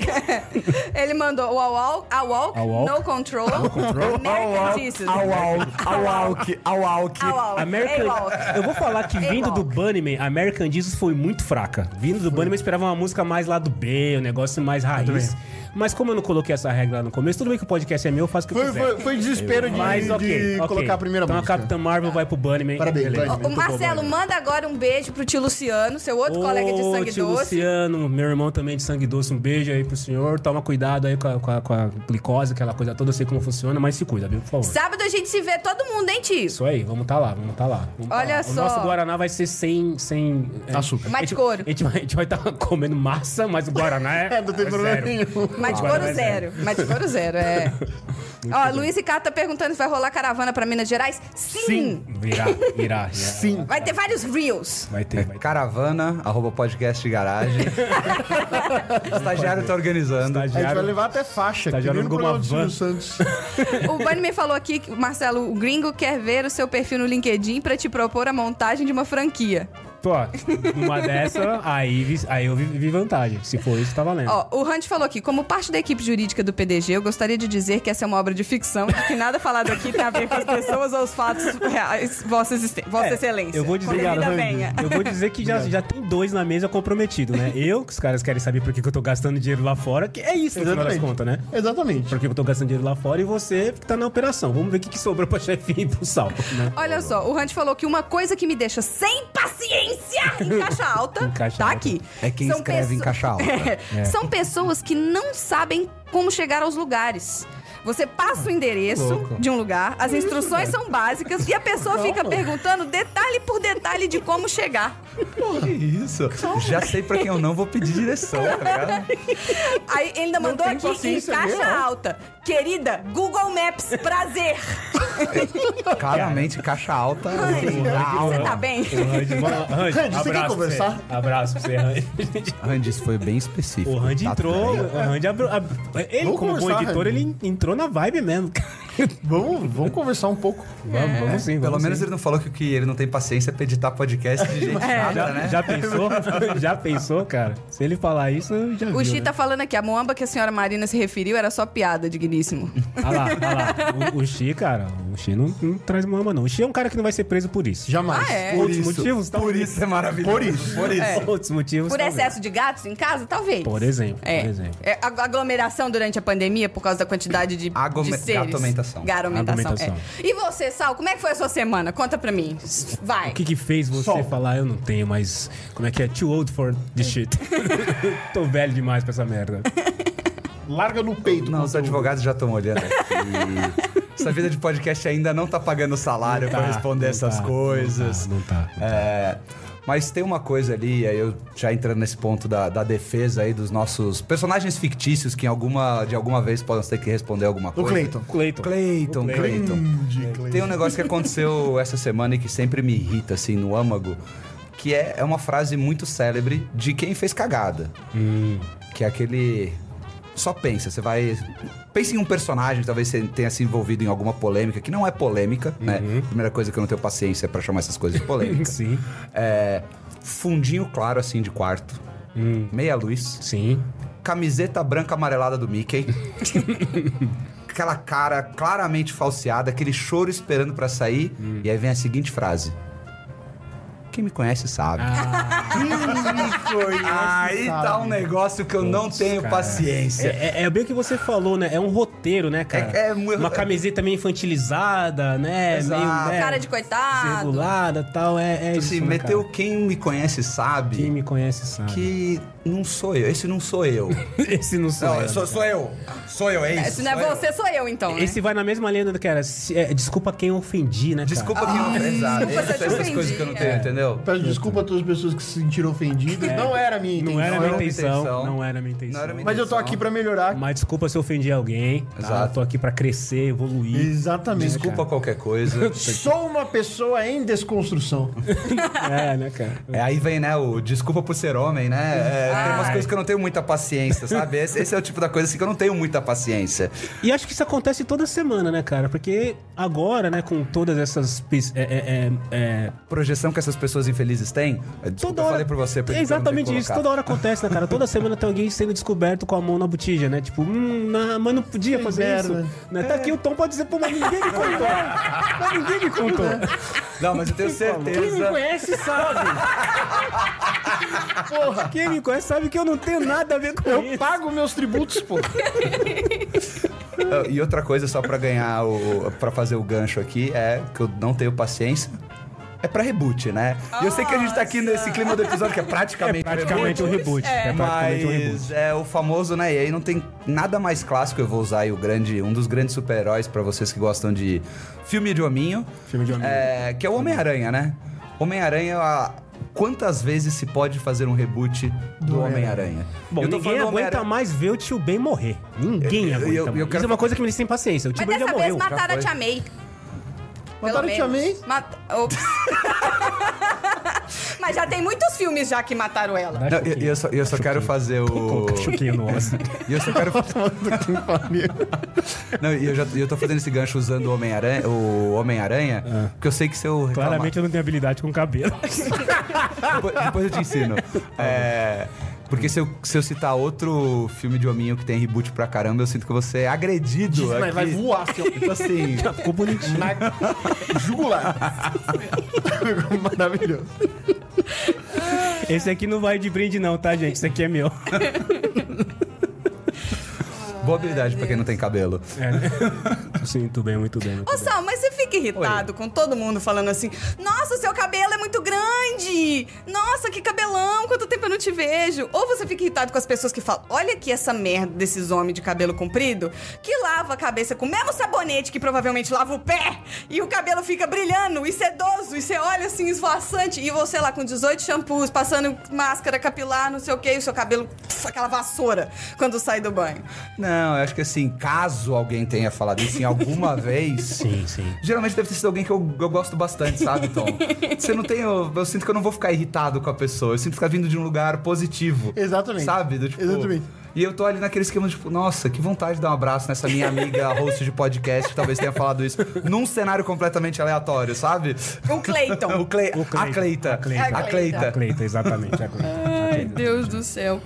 B: Ele mandou o A Walk, a walk,
A: A Walk.
B: No Control, American Jesus.
H: Awalk, awalk.
B: Awalk.
A: American... Eu vou falar que vindo do Bunnyman, American Jesus foi muito fraca. Vindo do Bunnyman, eu esperava uma música mais lá do B, um negócio mais raiz. Mas como eu não coloquei essa regra lá no começo, tudo bem que o podcast é meu, eu faço o que eu
D: Foi,
A: quiser.
D: foi, foi desespero de,
A: Mas
D: de
A: ok, ok.
D: colocar a primeira
A: então
D: música.
A: a Capitã Marvel vai pro Bunnyman.
D: Parabéns,
A: Beleza.
D: Bunnyman.
B: O Marcelo, manda agora um beijo pro tio Luciano, seu outro
A: Ô,
B: colega de sangue
A: tio
B: doce.
A: Luciano, meu irmão também de sangue doce, um beijo aí pro senhor. Toma cuidado aí com a, com a- com a glicose, aquela coisa toda, eu sei como funciona, mas se cuida, viu, por favor.
B: Sábado a gente se vê todo mundo, hein, tio?
A: Isso aí, vamos tá lá, vamos tá lá. vamos tá
B: Olha
A: lá.
B: só.
A: O nosso Guaraná vai ser sem. sem é,
H: Açúcar.
B: Mate
A: a gente-
B: couro.
A: A gente, vai- a gente vai estar comendo massa, mas o Guaraná é.
D: É, não tem
A: é
D: problema
A: zero. é
D: nenhum.
B: Mas de
A: Agora
B: couro
A: vai
B: zero. Mas de couro zero, é. Ó, Luiz Ricardo tá perguntando se vai rolar caravana pra Minas Gerais? Sim!
A: Sim. Virá, virá. Sim.
B: Vai ter vários reels.
A: Vai
D: É
A: ter, vai ter.
C: Caravana, arroba podcast garagem. O Estagiário tá organizando.
D: A gente vai
A: Estagiário.
D: levar até faixa.
A: Tá
D: que
A: jogando
D: nem no programa
A: com
D: do
A: uma
D: Silvio Santos.
B: O Bunny me falou aqui que, Marcelo, o gringo quer ver o seu perfil no LinkedIn pra te propor a montagem de uma franquia.
A: Pô, uma dessa, aí, vi- aí eu vi, vi vantagem. Se for isso, tá valendo.
B: Ó, o Hunt falou aqui, como parte da equipe jurídica do PDG, eu gostaria de dizer que essa é uma obra de ficção e que nada falado aqui tem a ver com as pessoas ou os fatos reais, Vossa, Existen- Vossa
A: É,
B: Excelência.
A: Eu vou dizer,
B: Convida
A: garoto,
B: venha.
A: eu vou dizer que já, já tem dois na mesa comprometido, né? Eu, que os caras querem saber por que, que eu tô gastando dinheiro lá fora, que é isso, no final das
D: Exatamente.
A: contas, né?
D: Exatamente.
A: Por que eu tô gastando dinheiro lá fora e você que tá na operação. Vamos ver o que, que sobrou pra chefinha e pro sal, né?
B: Olha só, o Hunt falou que uma coisa que me deixa sem paciência em caixa alta,
A: Em caixa
B: tá
A: alta.
B: aqui.
C: É quem escreve em caixa alta.
B: É. São pessoas que não sabem como chegar aos lugares. Você passa o endereço de um lugar, as instruções são básicas e a pessoa fica perguntando detalhe por detalhe de como chegar.
C: Que isso? Já sei pra quem eu não vou pedir direção, tá ligado?
B: Aí ele ainda mandou
D: tem
B: aqui em
D: paciência
B: caixa
D: mesmo. né?
B: alta. Querida, Google Maps, prazer.
C: Claramente, caixa alta. assim,
B: Você tá bem?
A: O Randy, mano, Randy,
D: Randy, você quer
A: abraço pra você.
D: conversar?
A: Abraço pra você, Randy.
C: Randy, isso foi bem específico.
A: O Randy
C: Tá
A: entrou,
C: tudo bem.
A: o Randy abriu. ab- Ele,
D: Vamos
A: como bom
D: conversar,
A: editor,
D: Randy.
A: ele entrou na vibe mesmo.
B: É.
D: Vamos, vamos conversar um pouco.
A: Vamos, vamos sim,
C: Pelo
A: vamos
C: menos
A: sim.
C: ele não falou que, que ele não tem paciência pra editar podcast de jeito nada,
A: Já,
C: né?
A: já pensou? já pensou, cara? Se ele falar isso, eu já
B: O
A: viu,
B: Chi
A: né?
B: tá falando aqui, a moamba que a senhora Marina se referiu era só piada, digníssimo.
A: Olha lá, olha lá. O, o Xi, cara, o Xi não, não traz mama, não. O Xi é um cara que não vai ser preso por isso.
D: Jamais.
B: Ah, é?
A: Por outros motivos, tá
C: Por
A: talvez.
C: isso é maravilhoso.
D: Por isso.
C: Por isso.
A: Outros motivos,
B: Por
A: talvez.
B: excesso de gatos em casa? Talvez.
A: Por exemplo,
B: É.
A: por exemplo.
B: É, ag- aglomeração durante a pandemia por causa da quantidade de,
C: Agome-
B: de seres.
C: gatomentação.
B: Garomentação,
A: Agomentação.
B: é. E você, Sal, como é que foi a sua semana? Conta pra mim. Vai.
A: O que que fez você
D: Sol.
A: falar, eu não tenho mais... Como é que é? Too old for this
B: É.
A: shit. Tô velho demais pra essa merda.
D: Larga no peito. tá
C: Não, os
D: conteúdo.
C: advogados já estão olhando aqui. Essa vida de podcast ainda não tá pagando salário
A: Não tá,
C: pra responder
A: não
C: essas
A: tá,
C: coisas.
A: não tá, não tá, não
C: É, mas tem uma coisa ali, aí eu já entrando nesse ponto da, da defesa aí dos nossos personagens fictícios que em alguma, de alguma vez podem ter que responder alguma
D: O
C: coisa.
D: Cleiton.
A: Clayton.
C: Cleiton,
A: O Clayton.
C: Cleiton.
D: De Cleiton.
C: Tem um negócio que aconteceu essa semana e que sempre me irrita, assim, no âmago, que é, é uma frase muito célebre de quem fez cagada. Que é aquele. Só pensa, você vai. Pense em um personagem, talvez você tenha se envolvido em alguma polêmica, que não é polêmica, né? Primeira coisa que eu não tenho paciência é pra chamar essas coisas de polêmica.
A: Sim,
C: é. Fundinho claro, assim, de quarto. Meia luz.
A: sim.
C: Camiseta branca amarelada do Mickey. Aquela cara claramente falseada, aquele choro esperando pra sair. E aí vem a seguinte frase. Quem me conhece sabe. Ah. aí tá um negócio que eu não tenho
A: cara.
C: paciência.
A: É, é- é bem o que você falou, né? É um roteiro, né, cara?
C: É- é mu-
A: Uma camiseta meio infantilizada, né?
C: Exato.
A: Meio, né?
B: Cara de
C: Ah,
B: coitado.
A: Regulada e tal. É, é
C: Assim,
A: isso, né, cara?
C: meteu quem me conhece sabe
A: Quem me conhece sabe.
C: que não sou eu. Esse não sou eu.
A: Esse não sou
C: não,
A: eu.
C: eu sou, sou eu. Sou eu, é isso.
B: É, Se não é
C: sou eu.
B: você, sou eu, então. né?
A: Esse vai na mesma linha do que era. se- é, desculpa quem eu ofendi, né, cara?
C: Desculpa que eu... Exato.
B: Desculpa se eu te
C: Essas coisas que eu não
B: ofendi,
C: tenho,
B: é.
C: entendeu? Entendeu?
D: Peço desculpa a todas as pessoas que se sentiram ofendidas. Não era a minha intenção.
A: É. Ah, Não era a minha
C: não era
A: intenção.
C: intenção.
A: Não era a minha intenção.
C: Não era a minha
D: Mas eu tô aqui pra melhorar.
A: Mas desculpa se eu ofendi alguém. tá?
C: Exato.
A: Tô aqui pra crescer, evoluir.
D: Exatamente.
C: Desculpa qualquer coisa.
D: Sou uma pessoa em desconstrução.
A: é, né, cara?
C: É, aí vem, né, o desculpa por ser homem, né? É, tem umas coisas que eu não tenho muita paciência, sabe? Esse, esse é o tipo da coisa assim, que eu não tenho muita paciência.
A: E acho que isso acontece toda semana, né, cara? Porque agora, né, com todas essas. pis- É, é, é, é,
C: Projeção que essas pessoas infelizes têm. é, Desculpa,
A: toda
C: eu
A: hora.
C: falei pra você.
A: é
C: porque eu não tenho que
A: exatamente isso.
C: colocar.
A: Toda hora acontece, né, cara? Toda semana tem alguém sendo descoberto com a mão na botija, né? Tipo, hum, não, mas não podia
D: Que
A: fazer
D: merda.
A: isso. Né? Tá aqui o Tom pode dizer, pô, mas ninguém me contou. mas ninguém me contou.
C: Não, mas eu tenho
A: Quem é? me
C: certeza.
A: conhece sabe.
D: Porra,
A: Quem me conhece sabe que eu não tenho nada a ver com
D: eu
A: isso.
D: pago meus tributos, pô.
C: Ah, E outra coisa, só pra ganhar o. pra fazer o gancho aqui, é que eu não tenho paciência. É pra reboot, né? E eu sei que a gente tá aqui nesse clima do episódio que é praticamente.
A: Praticamente um reboot. É, praticamente um reboot.
C: Mas é o famoso, né? E aí não tem nada mais clássico. Eu vou usar aí o grande, um dos grandes super-heróis pra vocês que gostam de filme de hominho.
A: Filme de hominho.
C: É, que é o Homem-Aranha, né? Homem-Aranha, a- quantas vezes se pode fazer um reboot do Homem-Aranha?
A: Bom,
C: Eu tô
A: ninguém
C: falando do
A: aguenta
C: Homem-Aranha-
A: mais ver o tio Ben morrer. Ninguém
C: eu-
A: aguenta
C: eu
A: mais.
C: quero
A: Isso é uma coisa que me deixa sem paciência. O tio Ben
B: Mas
A: tipo já
B: dessa vez
A: morreu.
B: mataram a
C: foi.
B: Tia May.
D: Mataram a Tia May?
B: Mat- Ops. Mas já tem muitos filmes já que mataram ela.
A: Dá
C: Não,
A: choquinho.
C: eu, eu só, eu só quero fazer o.
A: Com choquinho no osso.
C: E eu só quero.
H: Puta que pariu.
C: Não, e eu, já, eu tô fazendo esse gancho usando o Homem-Aranha, o Homem-Aranha,
A: É.
C: porque eu sei que se eu reclamar-
A: Claramente eu não tenho habilidade com cabelo.
C: Depois, depois eu te ensino. É, Porque se eu, se eu citar outro filme de hominho que tem reboot pra caramba, eu sinto que você é agredido.
D: Mas
C: aqui.
D: vai voar, seu.
C: Então, assim,
A: Ficou bonitinho.
D: Na jugular. Maravilhoso.
A: Esse aqui não vai de brinde, não, tá, gente? Esse aqui é meu.
C: boa habilidade pra quem não tem cabelo.
A: É, né? Sim, muito bem, muito bem.
B: Ô, Sal, mas você fica irritado com todo mundo falando assim: Nossa, seu cabelo é muito grande! Nossa, que cabelão! Quanto tempo eu não te vejo! Ou você fica irritado com as pessoas que falam: Olha aqui essa merda desses homens de cabelo comprido que lava a cabeça com o mesmo sabonete que provavelmente lava o pé e o cabelo fica brilhando e sedoso e você olha assim esvoaçante e você lá com 18 shampoos, passando máscara capilar, não sei o que, e o seu cabelo, pff, aquela vassoura quando sai do banho.
C: Não, eu acho que assim, caso alguém tenha falado isso em alguma vez.
A: Sim, sim.
C: Geralmente deve ter sido alguém que eu, eu gosto bastante, sabe, Tom? Você não tem. Eu, eu sinto que eu não vou ficar irritado com a pessoa. Eu sinto que tá vindo de um lugar positivo.
D: Exatamente.
C: Sabe? Do, tipo,
D: Exatamente.
C: E eu tô ali naquele esquema, tipo, nossa, que vontade de dar um abraço nessa minha amiga host de podcast, que talvez tenha falado isso, num cenário completamente aleatório, sabe?
B: O Clayton.
C: O Clay,
A: O Cleiton.
C: A Cleita.
A: A Cleita.
C: A Cleita.
A: A Cleita, exatamente. é A Cleita.
B: Ai, Deus do céu.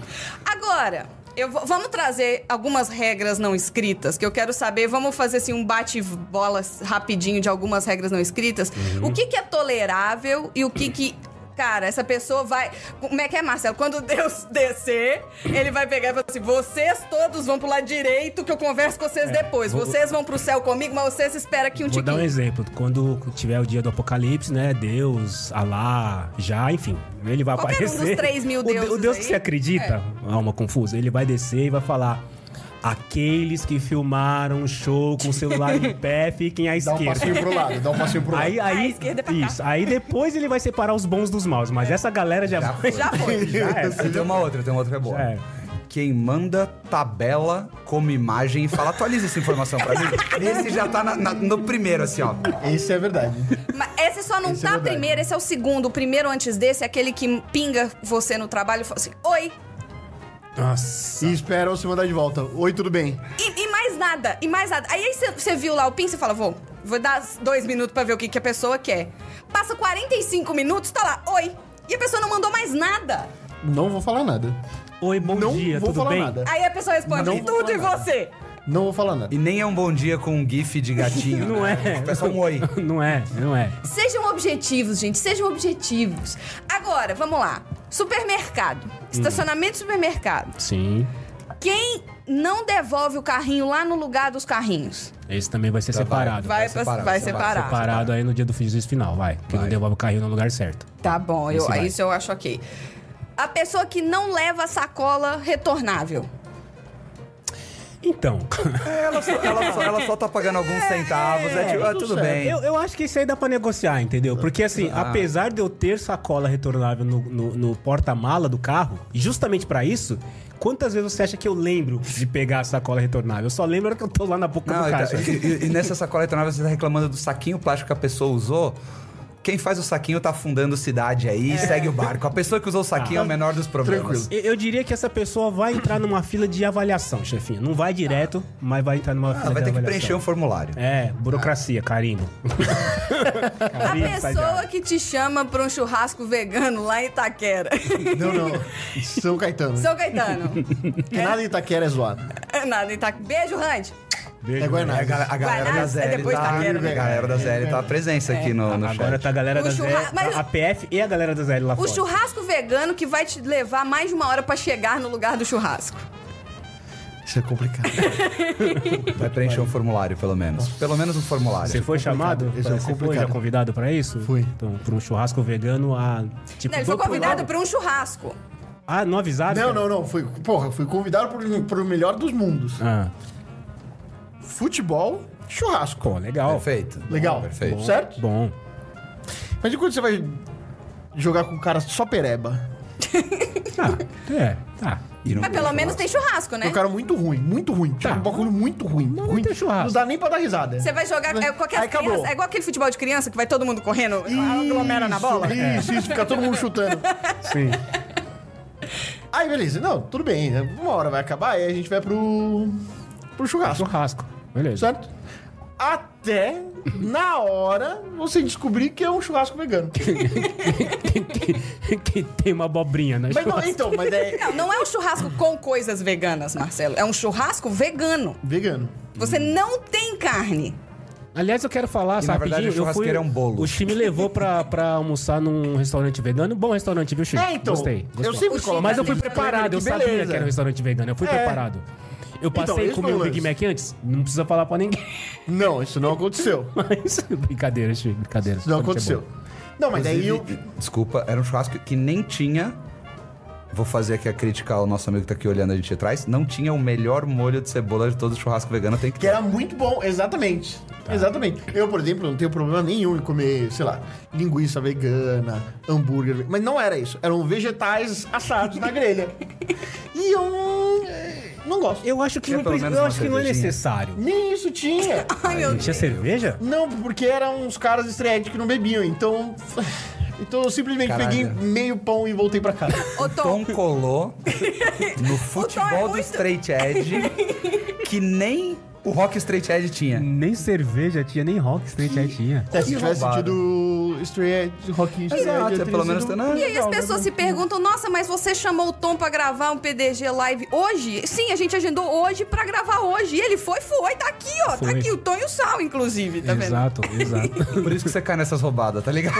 B: Agora, eu vou- vamos trazer algumas regras não escritas que eu quero saber. Vamos fazer assim um bate-bola rapidinho de algumas regras não escritas.
A: Uhum.
B: O que, que é tolerável e o que que. Cara, essa pessoa vai. Como é que é, Marcelo? Quando Deus descer, ele vai pegar e falar assim: vocês todos vão pro lado direito, que eu converso com vocês depois.
A: É, vou-
B: Vocês vão pro céu comigo, mas vocês esperam aqui um
A: Vou dar um
B: tiquinho.
A: exemplo. Quando tiver o dia do apocalipse, né? Deus, Alá, já, enfim. Ele vai
B: Qualquer um dos
A: aparecer.
B: três mil
A: O de- O
B: deuses
A: Deus
B: aí. é.
A: que você acredita, alma confusa, ele vai descer e vai falar. Aqueles que filmaram o show com o celular em pé, fiquem à
D: Dá um
A: esquerda.
D: passinho pro lado, dá um passinho pro lado.
A: Aí, aí,
B: Ah, esquerda é pra cá. É.
A: isso. Aí depois ele vai separar os bons dos maus. Mas essa galera já, vai.
B: Já foi.
A: Já é.
C: Eu tenho uma outra, eu tenho uma outra que é boa.
A: Já é.
C: Quem manda tabela como imagem e fala, atualiza essa informação pra mim. Esse já tá na- na- no primeiro, assim, ó.
D: Esse é verdade.
B: Mas esse só não
D: Esse é
B: tá
D: verdade.
B: primeiro, esse é o segundo. O primeiro antes desse é aquele que pinga você no trabalho e fala assim: Oi,
A: Nossa.
D: E esperam se mandar de volta. Oi, tudo bem?
B: E, e mais nada, e mais nada. Aí você viu lá o PIN, você fala, vou, vou dar dois minutos pra ver o que, que a pessoa quer. Passa 45 minutos, tá lá, oi. E a pessoa não mandou mais nada.
D: Não vou falar nada.
A: Oi, bom
D: não
A: dia,
D: vou
A: tudo
D: falar
A: bem?
D: nada.
B: Aí a pessoa responde,
D: Não vou
B: tudo e
D: falar
B: você?
D: Não vou falar nada.
C: E nem é um bom dia com um gif de gatinho.
A: Não
C: né?
A: é.
C: É só um oi.
A: Não é, não é.
B: Sejam objetivos, gente, sejam objetivos. Agora, vamos lá. Supermercado.
A: Hum.
B: Estacionamento de supermercado.
A: Sim.
B: Quem não devolve o carrinho lá no lugar dos carrinhos?
A: Esse também vai ser separado.
B: Vai,
C: Vai
B: pra-
C: separar,
B: vai
C: vai
B: separar.
A: Parado aí no dia do juízo final, vai. Que não
C: Vai.
A: devolve o carrinho no lugar certo.
B: Tá bom, eu,
A: Esse vai.
B: isso eu acho ok. A pessoa que não leva a sacola retornável.
A: Então,
C: É, Ela só, ela só, ela só tá pagando alguns centavos, é, tipo, ah, tudo bem.
A: eu, eu acho que isso aí dá pra negociar, entendeu? Porque assim, apesar de eu ter sacola retornável no, no- no porta-mala do carro, justamente pra isso, quantas vezes você acha que eu lembro de pegar a sacola retornável? Eu só lembro a hora que eu tô lá na boca
C: Não,
A: do
C: e,
A: caixa.
C: tá- e- e- e nessa sacola retornável você tá reclamando do saquinho plástico que a pessoa usou. Quem faz o saquinho tá afundando cidade aí
B: É.
C: e segue o barco. A pessoa que usou o saquinho é o menor dos problemas.
H: Tranquilo.
A: Eu, eu diria que essa pessoa vai entrar numa fila de avaliação, chefinho. Não vai direto, mas vai entrar numa
C: Ah,
A: fila
C: vai
A: de
C: ter que preencher
A: avaliação.
C: um formulário.
A: É, burocracia, carimbo.
B: A
A: Carimbo, sai de
B: pessoa
A: aula.
B: que te chama pra um churrasco vegano lá em Itaquera.
H: Não, não. São Caetano.
B: São Caetano.
H: Que nada em Itaquera é zoado.
B: É nada, em Itaquera. Beijo, Rand.
A: Beijo,
H: É Guainá.
C: É, a, ga- a galera
B: Guaraná,
C: da
B: é
C: Zé
B: depois
C: tá,
B: da guerra.
C: a galera da Zé tá a presença aqui no, no
A: Agora
C: chat.
A: tá a galera
B: O
A: da Zé,
B: churra- mas-
A: a a PF e a galera da Zé lá
B: O
A: fora.
B: churrasco vegano que vai te levar mais de uma hora pra chegar no lugar do churrasco.
H: Isso é complicado.
C: Vai preencher um formulário, pelo menos. Pelo menos um formulário.
A: Você foi chamado?
H: Esse é
A: Você foi
H: complicado.
A: já convidado pra isso?
H: Fui.
A: Então, pra um churrasco vegano a. Tipo,
B: Não,
A: dois
B: ele foi
A: por
B: convidado
A: hora.
B: pra um churrasco.
A: Ah, não avisaram?
D: Não,
A: cara?
D: não, não. Fui, porra, fui convidado pro, pro melhor dos mundos.
A: Ah,
D: Futebol, churrasco.
A: pô, legal.
C: Perfeito.
D: Legal.
C: Perfeito.
D: Certo?
A: Bom.
D: Mas de quando você vai jogar com o cara só pereba?
B: Né?
A: Ah, é, tá.
C: E não-
B: Mas pelo menos tem churrasco,
D: É
B: né?
D: um cara muito ruim, muito ruim. Tipo,
A: Tá.
D: um bagulho muito ruim.
A: não
D: ruim.
A: tem churrasco.
D: Não dá nem pra dar risada.
B: Você vai jogar é,
D: Aí
B: qualquer
D: acabou.
B: criança. É igual aquele futebol de criança que vai todo mundo correndo, aglomera na bola.
D: Isso, isso, fica todo mundo chutando.
A: Sim.
D: Aí, beleza. Não, tudo bem. né? Uma hora vai acabar e a gente vai pro. pro churrasco,
A: Churrasco. Beleza.
D: certo? Até na hora você descobrir que é um churrasco vegano.
A: que tem uma abobrinha, né?
D: Mas não, então, mas é
B: Não, não é um churrasco com coisas veganas, Marcelo. É um churrasco vegano.
D: vegano.
B: Você não tem carne.
A: Aliás, eu quero falar,
C: E,
A: sabe?
C: na verdade,
A: rapidinho,
C: o
A: eu fui-
C: churrasqueiro é um bolo.
A: O time levou pra, pra almoçar num restaurante vegano. Bom restaurante, viu, Chico?
D: É, então.
A: Gostei. gostei.
D: Eu sempre
B: O
D: coloco.
A: Mas eu fui
D: Big Mac,
A: preparado, eu sabia
D: beleza.
A: que era um restaurante vegano. Eu fui
D: É.
A: preparado. Eu passei
D: esse
A: e comi
D: foi o
A: um Big
D: lance.
A: Mac antes. Não precisa falar pra ninguém.
D: Não, isso não aconteceu.
A: Mas, brincadeira, Chico, brincadeira.
D: Isso não
A: Restaurante é bom.
D: aconteceu. Não, mas aí eu.
C: Inclusive, Desculpa, era um churrasco que nem tinha. Vou fazer aqui a crítica ao nosso amigo que tá aqui olhando a gente atrás. Não tinha o melhor molho de cebola de todo o churrasco vegano. Tem que
D: Que
C: ter.
D: era muito bom, exatamente.
A: Tá.
D: Exatamente. Eu, por exemplo, não tenho problema nenhum em comer, sei lá, linguiça vegana, hambúrguer. ve- Mas não era isso. Eram vegetais assados na grelha. E eu não, não gosto.
A: Eu acho que,
C: Quer
A: não,
C: pelo
A: pre-
C: menos
A: eu
C: uma
A: acho que não é
C: cervejinha?
A: necessário.
D: Nem isso tinha.
B: Ai, meu Deus.
A: Tinha cerveja?
D: Não, porque eram uns caras estreantes que não bebiam. Então. Então eu simplesmente
C: Caralho.
D: peguei meio pão e voltei pra casa.
B: Ô, Tom,
C: um Tom colou no futebol
B: é
C: do
B: muito-
C: straight edge que nem o rock straight edge tinha.
A: Nem cerveja tinha, nem rock straight aí tinha.
D: Até É, se
C: Que
D: tivesse
C: roubado.
D: sentido estreia de rock estreia.
C: Exato, é pelo
D: um-
C: menos... né?
B: E aí as pessoas se perguntam, nossa, mas você chamou o Tom pra gravar um PDG live hoje? Sim, a gente agendou hoje pra gravar hoje. E ele foi, foi, tá aqui, ó.
A: Foi.
B: Tá aqui o Tom e o Sal, inclusive, tá vendo?
A: Exato, exato.
C: Por isso que você cai nessas roubadas, tá ligado?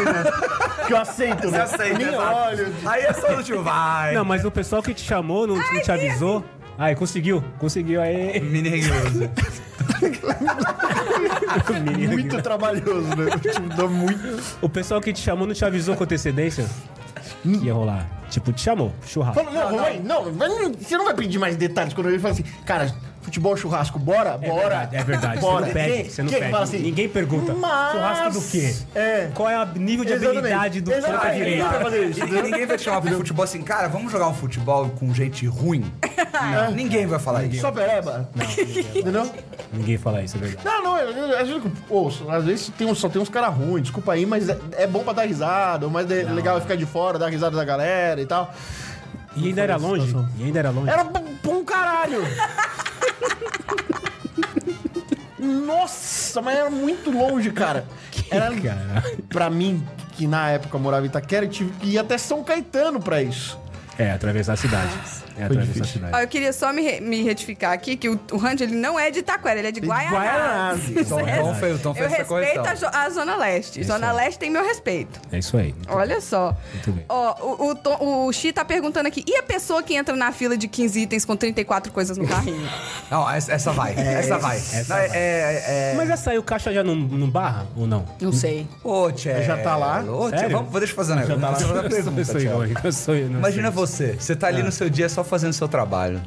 D: Que eu aceito, né? Nem olho.
C: Aí é só no tio, vai.
A: não, mas o pessoal que te chamou, não, não te avisou. Aí, conseguiu, conseguiu, aí.
C: Mini reguioso.
D: Muito trabalhoso, né? Tipo, dá muito.
A: O pessoal que te chamou não te avisou com antecedência? Que ia rolar. Tipo, te chamou, churrasco.
D: Hum. Fala, não, vai, não, vai, não, você não vai pedir mais detalhes quando ele fala assim, cara, futebol, churrasco, bora, bora.
A: É verdade, você
D: bora.
A: não pede,
D: Quem-
A: você não
D: quem
A: pede.
D: fala assim,
A: Ninguém pergunta.
D: "Mas-"
A: Churrasco do quê?
D: É.
A: Qual é o nível de habilidade do
D: Exatamente.
A: ponta
D: Exatamente, ninguém vai
A: direita?
D: fazer isso,
C: E
D: entendeu?
C: ninguém vai te chamar pro futebol assim, cara, vamos jogar um futebol com gente ruim? Não, ninguém vai falar isso.
D: Só pereba. Entendeu?
A: Ninguém fala isso, é verdade.
D: Não, não, eu- eu- às vezes, pô, às vezes tem uns- só tem uns caras ruins, desculpa aí, mas é, é bom pra dar risada, o mais de- legal é ficar de fora, dar risada da galera e tal.
A: E ainda era longe? E ainda era longe?
D: Era bom pra um caralho! Nossa, mas era muito longe, cara. Era
A: Caralho.
D: pra mim, que na época eu morava em Itaquera, eu tive que ir até São Caetano pra isso.
A: É, atravessar a cidade. É, atravessar a
D: difícil.
A: cidade.
B: Ó, eu queria só me, re- me retificar aqui que o, o Randy ele não é de Itaquera, ele é de Guaianazes.
C: Então, o Tom fez, o Tom
B: é Eu
C: fez essa
B: respeito
C: correção.
B: a, zo- a Zona Leste. Zona Leste tem meu respeito.
A: É isso aí.
B: Olha só.
A: Muito bem.
B: Ó, o, o, Tom- o Xi tá perguntando aqui. E a pessoa que entra na fila de 15 itens com 34 coisas no carrinho?
C: Não, essa, essa vai, essa vai. Não, é- é- é-
A: Mas essa aí o caixa já não, não barra ou não?
B: não sei.
C: Ô, Tchê.
D: Já tá lá?
C: Ô, Tchê,
A: Sério?
C: vamos, deixa eu fazer um
A: Já
C: negócio.
A: tá lá.
D: É,
C: Deixa eu fazer uma pergunta,
A: Eu sou
C: Tchê.
A: irônico, eu sou- eu não
C: Imagina
A: sei.
C: você. Você tá ali no seu dia só fazendo seu trabalho.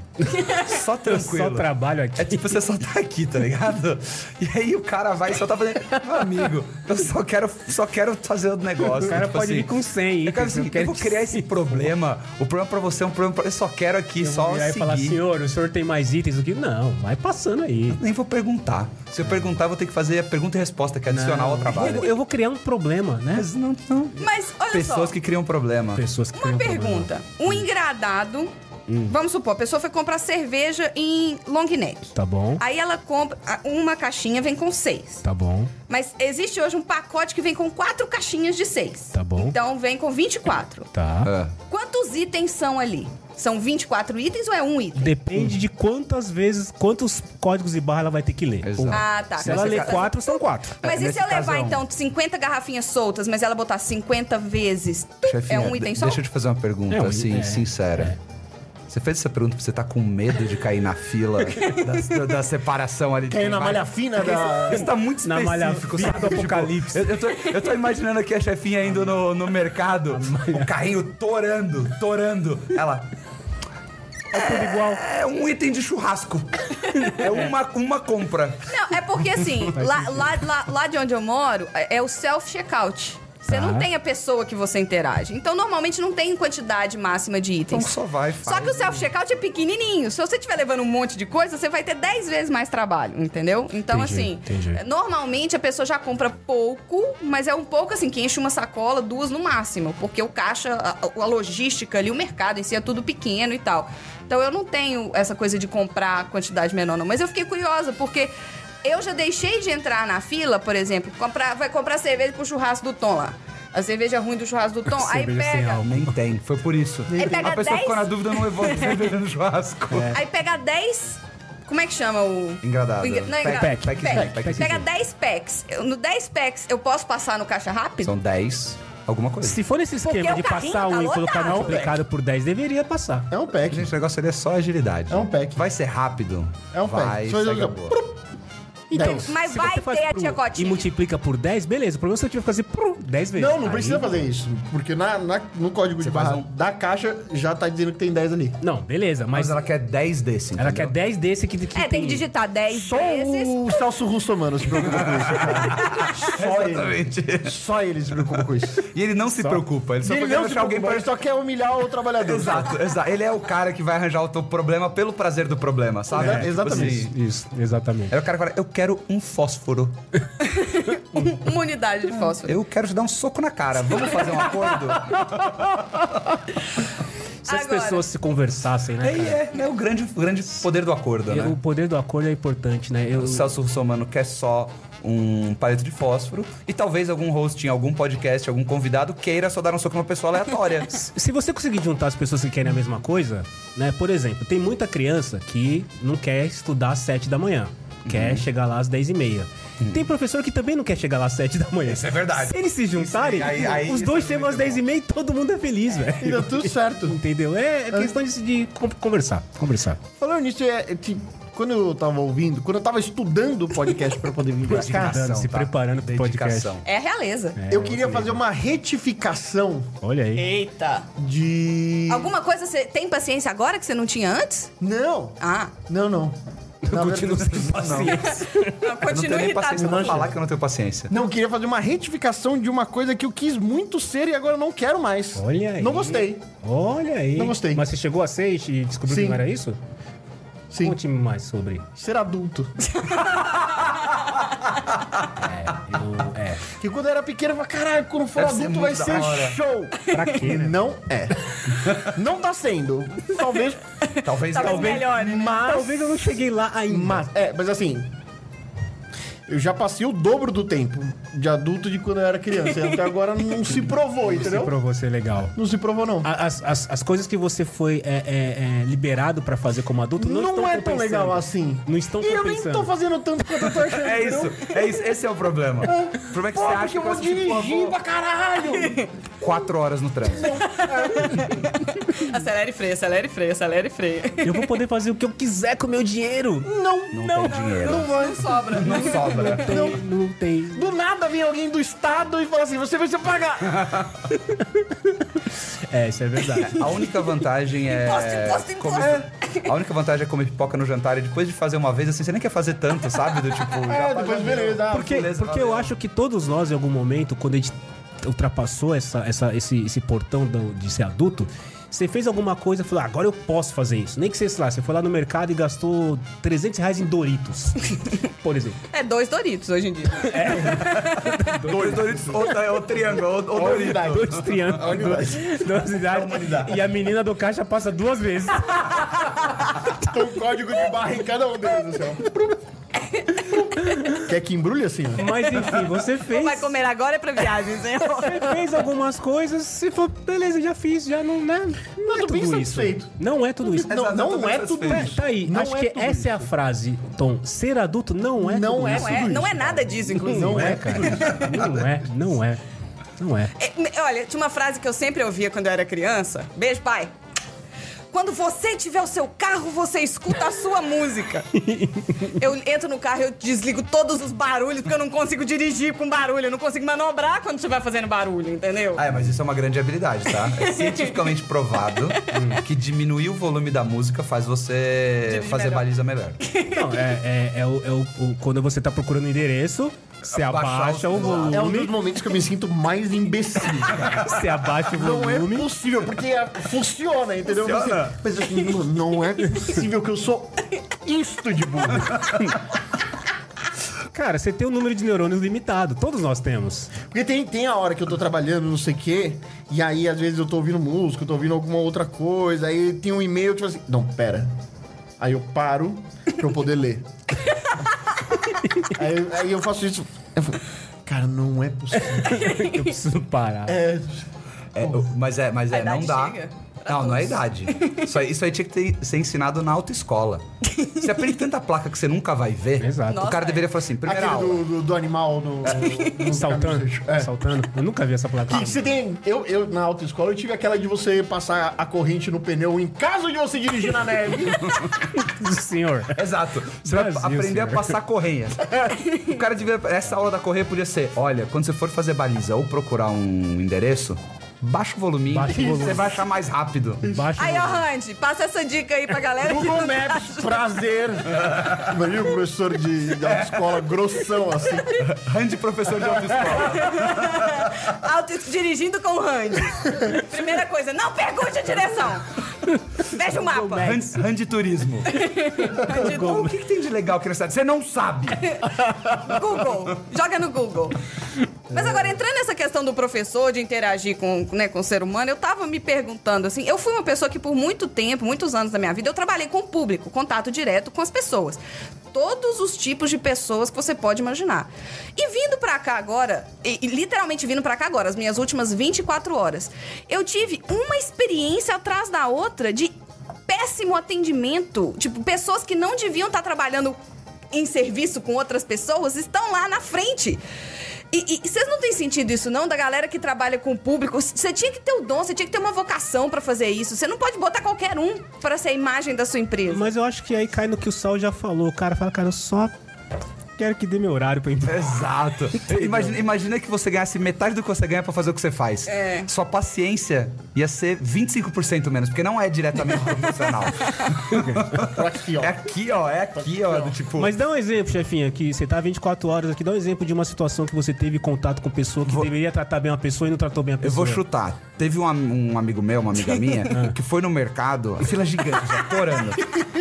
C: só tranquilo.
A: É. Só trabalho aqui.
C: É tipo, você só tá aqui, tá ligado? E aí o cara vai e só tá fazendo. Meu amigo, eu só quero, só quero fazer o negócio.
A: O cara
C: tipo
A: pode
C: assim,
A: vir com 100
C: Eu quero
A: itens,
C: assim,
A: eu
C: eu,
A: quero
C: vou
A: que-
C: criar esse problema. O problema pra você é um problema pra... Eu só quero aqui,
A: Eu
C: só
A: vou virar e
C: seguir.
A: falar, senhor, o senhor tem mais itens do que. Não, vai passando aí.
C: Nem vou perguntar. Se eu perguntar, eu vou ter que fazer a pergunta e resposta, que é adicional ao trabalho.
A: Eu, eu vou criar um problema, né?
C: Mas não, não.
B: Mas olha
C: Pessoas
B: só,
C: que criam problema.
A: Pessoas que
B: uma
A: criam problema. Hum.
B: pergunta. Um engradado, vamos supor, a pessoa foi comprar cerveja em long neck.
A: Tá bom,
B: Aí ela compra ah, uma caixinha, vem com seis.
A: tá bom.
B: Mas existe hoje um pacote que vem com quatro caixinhas de seis.
A: Tá bom.
B: Então vem com 24.
A: Tá.
C: Ah.
B: Quantos itens são ali? São 24 itens ou é um item?
A: Depende de quantas vezes, quantos códigos de barra ela vai ter que ler.
C: Exato.
B: Ah, tá.
A: Se ela
B: Nesse
A: ler
B: caso-
A: quatro, são quatro.
B: Mas
C: É,
B: e se eu
C: nesse caso
B: levar,
C: é um.
B: então, 50 garrafinhas soltas, mas ela botar 50 vezes? tum,
C: Chefinha,
B: é um item
C: de-
B: só?
C: Deixa eu te fazer uma pergunta,
A: É um
C: assim,
A: item, é.
C: sincera. Você fez essa pergunta porque você tá com medo de cair na fila da, da- da separação ali. de
D: Caiu
C: quem
D: na
C: vai?
D: malha fina da.
C: Isso tá muito
A: Na
C: específico,
A: malha fina
C: sabe?
A: do
C: Tipo,
A: apocalipse.
C: eu, eu tô, eu tô imaginando aqui a chefinha indo no, no mercado, o carrinho torando, torando. Ela,
A: É tudo igual.
C: é um item de churrasco. É uma, uma compra.
B: Não, é porque assim, lá, lá, lá, lá de onde eu moro, é é o self-checkout. Você não
A: Tá.
B: tem a pessoa que você interage. Então, normalmente, não tem quantidade máxima de
C: Então
B: itens.
C: só vai, faz.
B: Só que o self-checkout é pequenininho. Se você estiver levando um monte de coisa, você vai ter 10 vezes mais trabalho, entendeu? Então,
A: Entendi,
B: assim,
A: entendi.
B: normalmente a pessoa já compra pouco, mas é um pouco assim, que enche uma sacola, duas no máximo. Porque o caixa, a, a logística ali, o mercado em si é tudo pequeno e tal. Então, eu não tenho essa coisa de comprar quantidade menor, não. Mas eu fiquei curiosa, porque... Eu já deixei de entrar na fila, por exemplo, comprar, vai comprar cerveja pro churrasco do Tom lá. A cerveja ruim do churrasco do Tom, aí
A: Cerveja sem
B: pega.
A: álcool.
C: Nem tem, foi por isso.
B: Aí pega
C: a pessoa
B: 10?
C: ficou na dúvida, não levou cerveja no churrasco.
B: Aí pega 10. Como é que chama o.
C: Engradado.
B: O engra- Não, é
C: Pack,
B: engradado.
C: pack,
B: Pack.
C: packzinho, packzinho.
B: Pega 10 packs. Eu- No 10 packs eu posso passar no caixa rápido?
C: São 10, alguma coisa.
A: Se for nesse
B: Porque
A: esquema
B: o
A: de
B: carrinho
A: passar
B: tá
A: um e colocar
B: lotado,
A: multiplicado por 10, deveria passar.
H: É um pack.
C: Gente, o negócio ali é só agilidade.
D: É um pack.
C: Vai ser rápido.
D: É um pack.
C: Vai,
D: Só
C: segue
D: joga-
C: a boa.
D: Então,
B: Mas
A: Se
B: vai
A: você faz
B: ter a
A: pro-
B: tia
A: E
B: Cotinha.
A: multiplica por 10, beleza. O problema é se eu tiver que fazer por 10 vezes.
D: não, não
A: Aí-
D: precisa fazer isso. Porque na, na- no código de
C: faz um-
D: barra da caixa já tá dizendo que tem 10 ali.
A: Não, beleza,
C: Mas
A: mas
C: ela quer 10 desse,
A: ela quer
C: entendeu?
A: 10 desse que, que
B: É, tem que digitar 10
D: Só
B: vezes.
D: o Celso Russomano se preocupa com isso, cara. Só ele.
C: Exatamente.
D: Só ele se preocupa com isso.
C: E ele não se preocupa, ele só
D: ele
C: quer
D: não se
C: deixar
D: preocupa,
C: alguém para
D: ele só quer humilhar o trabalhador.
C: Exato, exato. Ele é o cara que vai arranjar o teu problema pelo prazer do problema, sabe?
D: É,
C: Tipo
D: exatamente.
C: assim,
A: Isso, exatamente.
C: é o cara que fala, eu quero um fósforo.
B: Uma unidade de fósforo.
C: Eu quero te dar um soco na cara. Vamos fazer um acordo?
A: Se as
B: Agora.
A: pessoas se conversassem, né,
C: é,
A: cara?
C: é, é o grande, o grande poder do acordo, né?
A: O poder do acordo é importante, né? Eu,
C: O Celso Russomano quer só um palito de fósforo e talvez algum host em algum podcast, algum convidado queira só dar um soco numa pessoa aleatória.
A: se você conseguir juntar as pessoas que querem a mesma coisa, né? Por exemplo, tem muita criança que não quer estudar às 7 da manhã. Quer
C: Uhum.
A: chegar lá às 10 e meia. Tem professor que também não quer chegar lá às 7 da manhã. Isso
C: é verdade.
A: Se eles se juntarem,
C: Isso, aí- aí
A: os
C: isso
A: dois
C: é
A: chegam
C: muito
A: às 10 e meia e todo mundo é feliz,
D: E
A: velho.
D: deu tudo certo.
A: Entendeu? É, é questão de, se- de con- conversar. Conversar.
D: Falando nisso, é, é, tipo, quando eu tava ouvindo, quando eu tava estudando o podcast pra poder vir pra cá,
A: Dedicação, se preparando pro podcast.
C: tá. Dedicação.
B: É a realeza.
D: eu queria fazer uma retificação
A: Olha aí.
E: Eita!
C: É.
D: de.
B: Alguma coisa você tem paciência agora que você não tinha antes?
D: Não!
B: Ah,
D: Não, não.
C: Então
D: Na
C: Continuo
D: verdade-
C: sem paciência.
B: não,
C: Eu não tenho
B: continua
C: nem
B: irritado.
C: paciência pra falar que eu não tenho paciência.
D: Não, eu queria fazer uma retificação de uma coisa que eu quis muito ser e agora eu não quero mais.
A: Olha aí.
D: Não gostei.
A: Olha aí.
D: Não gostei.
A: Mas você chegou a 6 e descobriu
D: Sim.
A: que não era isso?
D: Sim.
A: Conte-me mais sobre.
D: Ser adulto.
A: Eu- é.
D: Que quando eu era pequeno, eu falava, caralho, quando for
C: Deve ser
D: adulto
C: muito
D: vai
C: da
D: ser
C: hora."
D: show.
A: Pra quê, né?
D: Não é. Não tá sendo. Talvez.
B: Talvez
C: Talvez, talvez
B: melhore, né?
D: Mas.
A: Talvez eu não cheguei lá ainda.
D: Mas, é, mas assim. Eu já passei o dobro do tempo de adulto de quando eu era criança. E até agora não se provou,
A: Isso
D: entendeu?
A: pra você é legal.
D: Não se provou, não.
A: A- As, as, as coisas que você foi é, é, é, liberado pra fazer como adulto não,
D: não
A: estão
D: é tão
A: compensando.
D: legal assim.
A: Não estão
D: E eu nem
A: compensando.
D: tô fazendo tanto quanto eu tô achando.
C: É isso,
D: entendeu?
C: é isso, esse é o problema. O problema é que
D: Pô,
C: você
D: porque
C: acha que
D: eu vou
C: você
D: dirigir
C: ficou
D: pra caralho.
C: quatro horas no trânsito.
B: Acelera e freia, acelera e freia, acelera e freia.
A: Eu vou poder fazer o que eu quiser com o meu dinheiro.
D: Não,
C: Não tem dinheiro.
D: não vai.
B: Sobra.
C: Não sobra. Então,
A: Não
D: Bárbara.
A: tem, não tem.
D: Do nada vem alguém do Estado e fala assim: você vai se pagar.
A: É, isso é verdade.
C: A única vantagem é.
B: Imposto, imposto, imposto.
C: É. A única vantagem é comer pipoca no jantar e depois de fazer uma vez assim, você nem quer fazer tanto, sabe? Do tipo. já
D: É, depois
C: faz-
D: beleza.
A: Porque,
C: Ah, Beleza,
A: porque eu
C: valeu.
A: acho que todos nós, em algum momento, quando a gente ultrapassou essa, essa, esse, esse portão do- de ser adulto, você fez alguma coisa e falou, "Ah, agora eu posso fazer isso. Nem que você, sei lá, você foi lá no mercado e gastou 300 reais em Doritos, por exemplo.
B: É dois Doritos hoje em dia.
C: Dois Doritos, ou, ou triângulo, ou, ou
D: é
C: Doritos.
A: Dois triângulos, duas- duas unidades. E a menina do caixa passa duas vezes.
D: Tem um código de barra em cada um deles, assim, ó. Quer que embrulhe assim? ó?
A: Mas enfim, você fez.
B: Vai comer agora é pra viagem, senhor.
A: Você fez algumas coisas, você falou, beleza, já fiz, já não, né? Não é
D: tô bem
A: tudo isso.
D: satisfeito.
A: Não é tudo isso.
D: Não, não é tudo
A: Tá,
D: isso.
A: tá aí,
D: Não
A: acho
D: é
A: que
D: tudo
A: essa é a frase, Tom. Ser adulto não é
D: Não
A: tudo
D: é
A: isso.
B: Não é, não é nada disso, inclusive.
A: Não é, cara. Não é, não é. Não é.
B: É, me- Olha, tinha uma frase que eu sempre ouvia quando eu era criança. Beijo, pai. Quando você tiver o seu carro, você escuta a sua música. Eu entro no carro e eu desligo todos os barulhos, porque eu não consigo dirigir com barulho. Eu não consigo manobrar quando estiver fazendo barulho, entendeu?
C: Ah, é, mas isso é uma grande habilidade, tá? É cientificamente provado que diminuir o volume da música faz você
B: Dirige
C: fazer
B: melhor.
C: baliza melhor.
A: Não, é, é, é o, é o- o- quando você tá procurando endereço, você
C: Abaixar
A: abaixa
C: o
A: o
C: celular.
D: É um dos
A: volume,
D: momentos que eu me sinto mais imbecil. cara.
A: você abaixa o
D: Não é
A: volume.
D: possível, porque é- funciona, entendeu?
A: Funciona.
D: Você- Mas assim, não, não é possível que eu sou isto de burro.
A: Cara, você tem um número de neurônios limitado. Todos nós temos.
D: Porque tem, tem a hora que eu tô trabalhando, não sei o quê, e aí às vezes eu tô ouvindo música, eu tô ouvindo alguma outra coisa, aí tem um e-mail, tipo assim, não, pera. Aí eu paro pra eu poder ler. aí, aí eu faço isso. Eu falo, cara, não é possível.
A: Eu preciso parar.
D: É,
C: É, o- mas é, mas é, não
B: idade
C: dá.
B: chega
C: Não, não é a idade. Isso aí, isso aí tinha que ter- ser ensinado na autoescola. Você aprende tanta placa que você nunca vai ver.
A: Exato.
C: o cara
B: Nossa,
C: deveria falar assim, primeira
D: aquele
C: aula.
D: do, do, do animal no. no
A: Saltando,
D: caminho do- É.
A: saltando. Eu nunca vi essa placa.
D: Que que você tem? Eu, eu, na autoescola, eu tive aquela de você passar a corrente no pneu em caso de você dirigir na neve. tá
A: Senhor.
C: Exato. Você
A: Brasil,
C: vai aprender
A: senhor.
C: a passar correia. o cara devia. Essa aula da correia podia ser: olha, quando você for fazer baliza ou procurar um endereço, baixa o voluminho.
A: Baixa o volume.
C: Você vai achar mais rápido.
A: Baixa o
B: Aí, ó,
A: volume.
B: Randy, passa essa dica aí pra galera. que não-
D: Google Maps, prazer. Imagina o professor de, de autoescola grossão, assim.
C: Randy, professor de autoescola.
B: Auto, dirigindo com o Randy. Primeira coisa, não pergunte a direção. Veja o mapa.
C: Randy, Randy Turismo.
B: Randy,
C: Então, o que, que tem de legal aqui na cidade? Você não sabe.
B: Google, joga no Google. Mas agora, entrando nessa questão do professor, de interagir com, né, com o ser humano, eu tava me perguntando, assim, eu fui uma pessoa que por muito tempo, muitos anos da minha vida, eu trabalhei com o público, contato direto com as pessoas. Todos os tipos de pessoas que você pode imaginar. E vindo pra cá agora, e, e literalmente vindo pra cá agora, as minhas últimas 24 horas, eu tive uma experiência atrás da outra de péssimo atendimento. Tipo, pessoas que não deviam estar trabalhando em serviço com outras pessoas estão lá na frente. E e vocês não têm sentido isso, não? Da galera que trabalha com o público. Você tinha que ter o dom, você tinha que ter uma vocação pra fazer isso. Você não pode botar qualquer um pra ser a imagem da sua empresa.
A: Mas eu acho que aí cai no que o Sal já falou. O cara fala, cara, eu só quero que dê meu horário pra
C: É,
A: entrar.
C: Exato. Imagina, imagina que você ganhasse metade do que você ganha pra fazer o que você faz.
B: É.
C: Sua paciência ia ser 25% menos, porque não é diretamente proporcional.
D: Pra aqui, ó.
C: É aqui, ó. É aqui, ó. Do tipo.
A: Mas dá um exemplo, chefinha, que você tá 24 horas aqui. Dá um exemplo de uma situação que você teve contato com pessoa que
C: Vou-
A: deveria tratar bem uma pessoa e não tratou bem a
C: Eu
A: pessoa.
C: vou chutar. Teve um, am- um amigo meu, uma amiga minha, que foi no mercado, a fila gigante, já torando.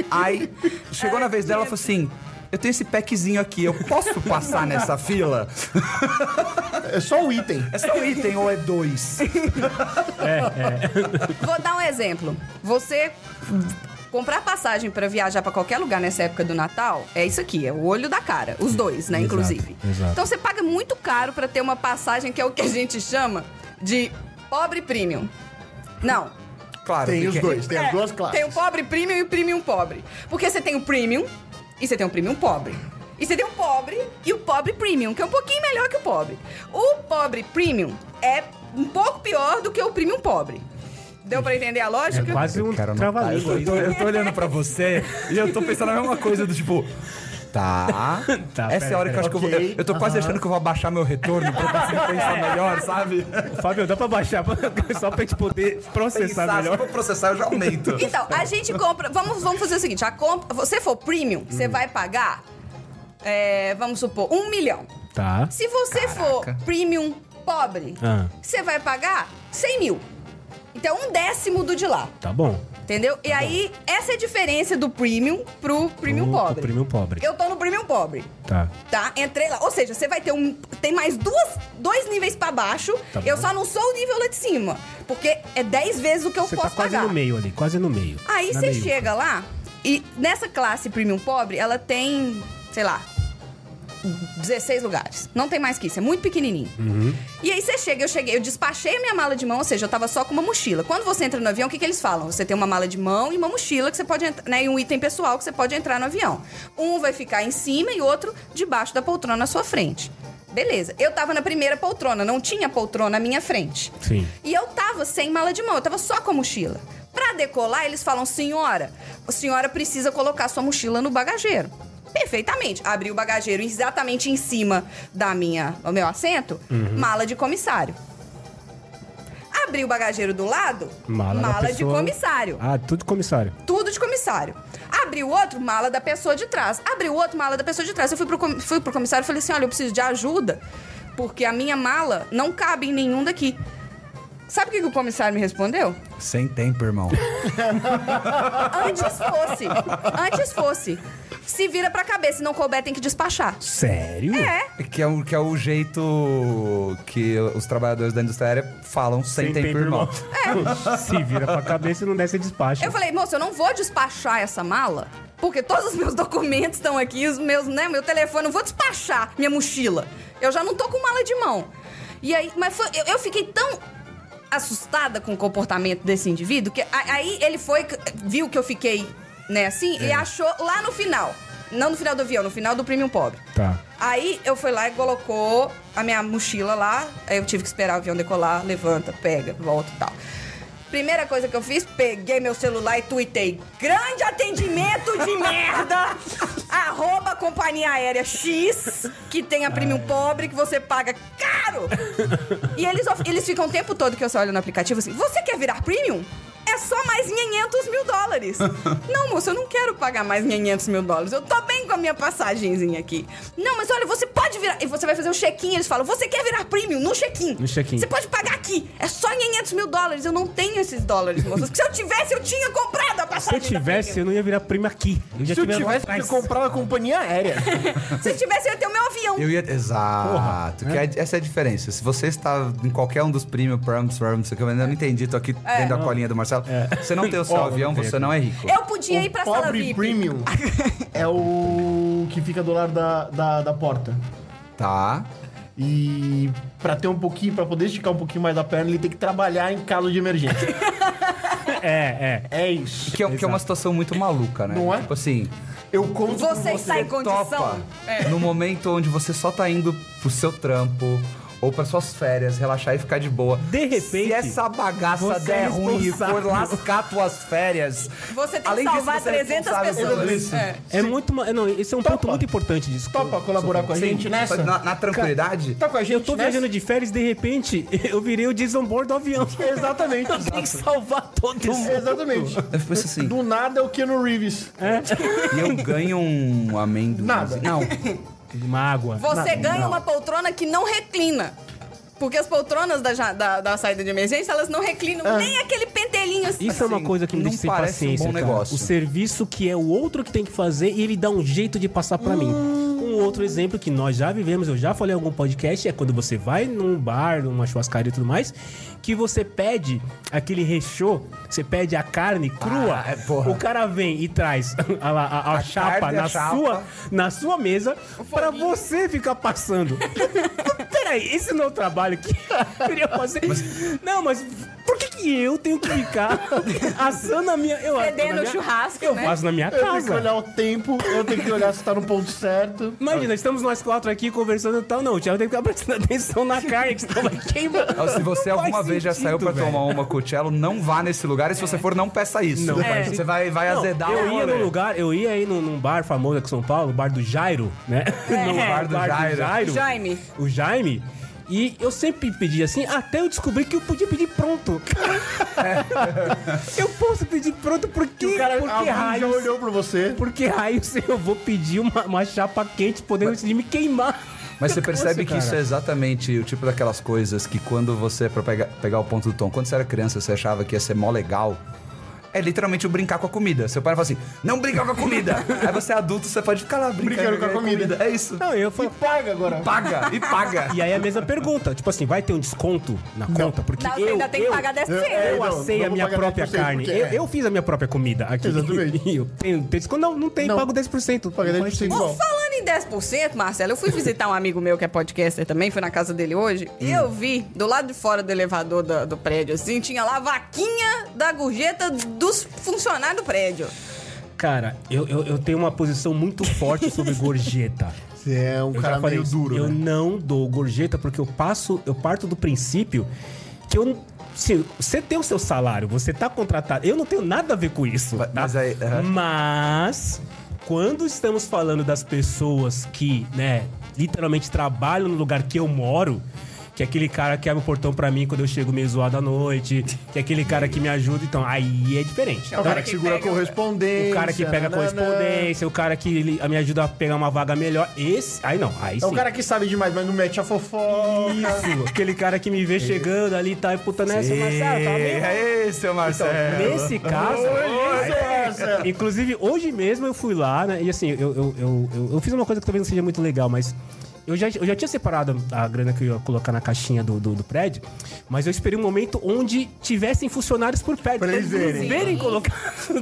C: Aí chegou na vez dela e falou assim: Eu tenho esse packzinho aqui, eu posso passar nessa fila?
D: É só o item.
C: É só um item ou é dois?
B: Vou dar um exemplo. Você comprar passagem pra viajar pra qualquer lugar nessa época do Natal é isso aqui, é o olho da cara, os dois, né,
A: Exato,
B: inclusive.
A: exato.
B: Então você paga muito caro pra ter uma passagem que é o que a gente chama de pobre premium. Não,
C: Claro.
D: Tem os
C: porque-
D: dois, tem
B: É,
D: as duas classes.
B: Tem o pobre premium e o premium pobre. Porque você tem o premium e você tem o premium pobre. E você tem o pobre e o pobre premium, que é um pouquinho melhor que o pobre. O pobre premium é um pouco pior do que o premium pobre. Deu pra entender a
A: É
B: lógica?
A: quase um
C: Cara, não tá.
A: trava-língua. né?
C: eu, tô, eu tô olhando pra você e eu tô pensando a mesma coisa do tipo. Tá.
A: Tá,
C: Essa é
A: pera,
C: a hora que eu acho que eu vou.
D: Ok,
C: Eu, eu tô quase achando que eu vou abaixar meu retorno pra eu conseguir pensar melhor, sabe?
A: Fábio, dá pra baixar pra- só pra gente poder processar
C: Pensar, se eu
A: melhor.
C: for processar, eu já aumento.
B: Então, a gente compra. Vamos, vamos fazer o seguinte: a compra, você for premium,
A: Hum.
B: você vai pagar, é, vamos supor, um milhão.
A: Tá.
B: Se você
C: Caraca.
B: for premium pobre,
A: Ah.
B: você vai pagar 100 mil. Então, um décimo do de lá,
A: Tá bom.
B: entendeu? e aí, essa é a diferença do premium pro premium
A: O-
B: pobre.
A: O prêmio pobre.
B: Eu tô no premium pobre,
A: Tá.
B: tá? Entrei lá. Ou seja, você vai ter um. Tem mais duas, dois níveis pra baixo.
A: Tá bom.
B: eu só não sou o nível lá de cima. Porque é 10 vezes o que eu
A: Você tá
B: posso
A: quase
B: pagar.
A: no meio ali, quase no meio.
B: Aí
A: Na
B: você
A: meiuca.
B: chega lá e nessa classe premium pobre, ela tem, sei lá, 16 lugares. Não tem mais que isso, é muito pequenininho.
A: Uhum.
B: E aí você chega, eu cheguei, eu despachei a minha mala de mão, ou seja, eu tava só com uma mochila. Quando você entra no avião, o que, que eles falam? Você tem uma mala de mão e uma mochila que você pode entrar, né, e um item pessoal que você pode entrar no avião. Um vai ficar em cima e o outro debaixo da poltrona à sua frente. Beleza. Eu tava na primeira poltrona, não tinha poltrona à minha frente.
A: Sim.
B: E eu tava sem mala de mão, eu tava só com a mochila. Pra decolar, eles falam: senhora, a senhora precisa colocar sua mochila no bagageiro. Perfeitamente. Abri o bagageiro exatamente em cima da minha, do meu assento,
A: Uhum.
B: mala de comissário. Abri o bagageiro do lado,
A: Mala, da
B: de
A: pessoa-
B: comissário.
A: Ah, tudo comissário.
B: Tudo de comissário. Abri o outro, mala da pessoa de trás. Abri o outro, mala da pessoa de trás. Eu fui pro, com- fui pro comissário e falei assim: olha, eu preciso de ajuda, porque a minha mala não cabe em nenhum daqui. Sabe o que, que o comissário me respondeu?
C: Sem tempo, irmão.
B: Antes fosse. Antes fosse. Se vira pra cabeça, se não couber, tem que despachar.
A: Sério? É.
C: Que é, o, que é o jeito que os trabalhadores da indústria aérea falam sem, tempo, irmão.
A: Se vira pra cabeça e não desce despacho.
B: Eu falei, moço, eu não vou despachar essa mala, porque todos os meus documentos estão aqui, os meus, né, meu telefone, eu vou despachar minha mochila. Eu já não tô com mala de mão. E aí, mas foi- eu, eu fiquei tão assustada com o comportamento desse indivíduo que a- aí ele foi, viu que eu fiquei, né, assim, e achou lá no final. Não no final do avião, no final do Premium Pobre.
A: Tá.
B: Aí eu fui lá e colocou a minha mochila lá. Aí eu tive que esperar o avião decolar, levanta, pega, volta e tal. Primeira coisa que eu fiz, peguei meu celular e tuitei. Grande atendimento de merda! Arroba companhia aérea X, que tem a premium pobre, que você paga caro! E eles, of- eles ficam o tempo todo que você olha no aplicativo assim, você quer virar premium? É só mais 500 mil dólares. não, moço, eu não quero pagar mais 500 mil dólares. Eu tô bem com a minha passagenzinha aqui. Não, mas olha, você pode virar... E você vai fazer o check-in, eles falam, você quer virar premium? No check-in.
A: No check-in.
B: Você pode pagar aqui. É só 500 mil dólares. Eu não tenho esses dólares, moço. Porque se eu tivesse, eu tinha comprado a
A: Se
B: passagem
A: eu tivesse,
B: da
A: eu não ia virar prima aqui. Eu já
D: Se eu
A: lá
D: tivesse que
A: atrás.
D: comprar a companhia aérea.
B: premium. Se eu tivesse, eu ia ter o meu avião.
C: Eu ia. Exato. que é- essa é a diferença. Se você está em qualquer um dos prêmios, prams, prams, não sei o que, eu ainda não entendi, tô aqui dentro da colinha do Marcelo. Você não tem o seu
A: Ó,
C: avião,
A: não tem
C: você não é rico.
B: Eu podia ir
D: o
B: pra sala
D: pobre
B: VIP.
D: premium é o que fica do lado da, da, da porta.
C: Tá.
D: E pra ter um pouquinho, pra poder esticar um pouquinho mais a perna, ele tem que trabalhar em caso de emergência.
A: É, é.
D: É
C: E
D: isso.
C: Que é, que é uma situação muito maluca, né?
D: Não é?
C: Tipo assim,
D: Eu conto com
B: Você está em condição? É.
C: topa no momento onde você só tá indo pro seu trampo ou para suas férias, relaxar e ficar de boa.
A: De repente,
C: se essa bagaça
A: você é
C: der ruim e for
A: responsável.
C: lascar tuas férias,
B: Você tem que
C: além
B: salvar
C: disso, você
B: 300
C: é responsável
B: pessoas.
C: pelo-
B: É.
A: É muito. ma- Não, esse é um
D: Topa.
A: ponto muito importante disso.
D: Topa colaborar com a
C: Sim,
D: gente nessa?
C: Na, na tranquilidade?
D: Tá com a gente
A: Eu tô viajando de férias de repente eu virei o Jason Bourne do avião.
D: Exatamente.
A: Tem que salvar todo mundo.
D: Exatamente.
C: Eu fico pensando assim,
D: Do nada é o Keanu Reeves.
A: É
C: E eu ganho um amêndoa.
D: Nada.
C: Não,
A: Uma água.
B: Você ganha uma poltrona que não reclina. Porque as poltronas da, ja- da, da saída de emergência, elas não reclinam nem aquele pentelinho assim.
A: Ah. Isso é uma
C: Assim,
A: coisa que me
C: não
A: deixa sem
C: parece
A: paciência.
C: um bom
A: cara.
C: negócio.
A: O serviço que é o outro que tem que fazer e ele dá um jeito de passar pra mim. Um outro exemplo que nós já vivemos, eu já falei em algum podcast, é quando você vai num bar, numa churrascaria e tudo mais, que você pede aquele rechô, você pede a carne crua,
C: é, porra.
A: o cara vem e traz a, a- a- a
C: A
A: chapa,
C: carne, a
A: na,
C: chapa.
A: Sua, na sua mesa pra você ficar passando. Peraí, esse não é o trabalho que eu queria fazer. Não, mas Por que, que eu tenho que ficar assando a minha. Eu,
B: Fedendo
A: na minha-
B: churrasco,
A: é Eu
B: né?
A: faço na minha
D: Eu tenho que
A: casa.
D: olhar o tempo, eu tenho que olhar se tá no ponto certo.
A: Imagina, estamos nós quatro aqui conversando e tal. Não, o Thiago tem que ficar prestando atenção na carne que estava queimando.
C: Ah, Se você
A: Não faz
C: alguma vez já
A: sentido,
C: saiu pra
A: velho. É.
C: tomar uma com o Cello, não vá nesse lugar e se você for, não peça isso. É.
A: Não faz
C: Você
A: sentido.
C: vai, vai
A: Não,
C: azedar o
A: eu ia
C: rolê.
A: num lugar, eu ia aí num, num bar famoso aqui em São Paulo, o bar do Jairo, né?
B: É.
A: Não, o
C: É, Bar do Jairo.
A: É.
B: Jaime.
A: O Jaime. E eu sempre pedi assim, até eu descobri que eu podia pedir pronto. eu posso pedir pronto porque,
D: O cara
A: por que
D: alguém já
A: raios?
D: olhou pra você.
A: Por que raios eu vou pedir uma, uma chapa quente podendo antes de me queimar?
C: Mas você
A: Eu canso,
C: percebe que
A: cara.
C: isso é exatamente o tipo daquelas coisas que quando você, pra pegar, pegar o ponto do tom, quando você era criança, você achava que ia ser mó legal. É literalmente o brincar com a comida. Seu pai fala assim, não brincar com a comida. Aí você é adulto, você pode ficar lá brincando,
D: Brincando com a comida.
C: É isso.
A: Não, eu fui.
D: E paga agora.
C: Paga, e paga.
A: E aí a mesma pergunta, tipo assim, vai ter um desconto na conta? Porque
B: Não,
A: eu,
B: você ainda tem que
A: eu-
B: pagar 10
D: eu- é,
A: Eu
D: não,
A: assei
D: não
A: a
D: vou
A: minha
D: pagar
A: própria
D: 10%
A: carne.
D: porque
A: Eu,
D: é.
A: eu fiz a minha própria comida aqui.
D: Exatamente.
A: eu tenho, tem desconto? Não, não tem,
D: Não.
A: pago 10%.
D: é, Paga 10%
B: Ô,
D: igual.
B: falando em 10%, Marcelo, eu fui visitar um amigo meu que é podcaster também, fui na casa dele hoje, e eu vi, do lado de fora do elevador da- do, prédio, assim, tinha lá a vaquinha da gorjeta dos funcionários do prédio.
A: Cara, eu, eu, eu tenho uma posição muito forte sobre gorjeta.
D: Você é um
A: Eu
D: cara
A: já falei
D: meio
A: isso,
D: duro,
A: Eu
D: né?
A: não dou gorjeta porque eu passo, eu parto do princípio que eu se você tem o seu salário, você tá contratado. Eu não tenho nada a ver com isso.
C: Mas-
A: tá?
C: mas aí,
D: é.
C: aham.
A: Mas, quando estamos falando das pessoas que, né, literalmente trabalham no lugar que eu moro, que é aquele cara que abre o portão pra mim quando eu chego meio zoado à noite, que é aquele cara que me ajuda, então aí é diferente.
D: É o
A: Então,
D: cara que segura a correspondência. né,
A: o cara que pega a
D: nananã.
A: correspondência, o cara que ele- me ajuda a pegar uma vaga melhor. Esse. Aí não, aí
D: É
A: sim.
D: o cara que sabe demais, mas não mete a fofoca.
A: Isso, aquele cara que me vê chegando ali e tá e puta nessa, Marcelo, tá
C: E
A: meio...
C: aí, seu Marcelo.
A: Nesse caso.
D: É. Oi, Marcelo.
A: Inclusive, hoje mesmo eu fui lá, né? E assim, eu, eu, eu, eu, eu fiz uma coisa que talvez não seja muito legal, mas. Eu já, eu já tinha separado a grana que eu ia colocar na caixinha do, do, do prédio, mas eu esperei um momento onde tivessem funcionários por perto.
D: Pra eles verem.
A: verem colocar.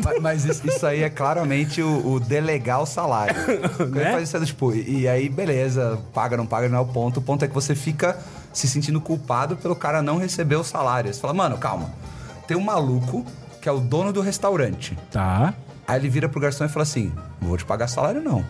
C: Ma- Mas isso, isso aí é claramente o, o delegar o salário. Quando
A: Né?
C: ele faz isso, é do tipo, e, e aí beleza, paga, não paga, não é o ponto. O ponto é que você fica se sentindo culpado pelo cara não receber o salário. Você fala, mano, calma. Tem um maluco que é o dono do restaurante.
A: Tá.
C: Aí ele vira pro garçom e fala assim: não vou te pagar salário, não.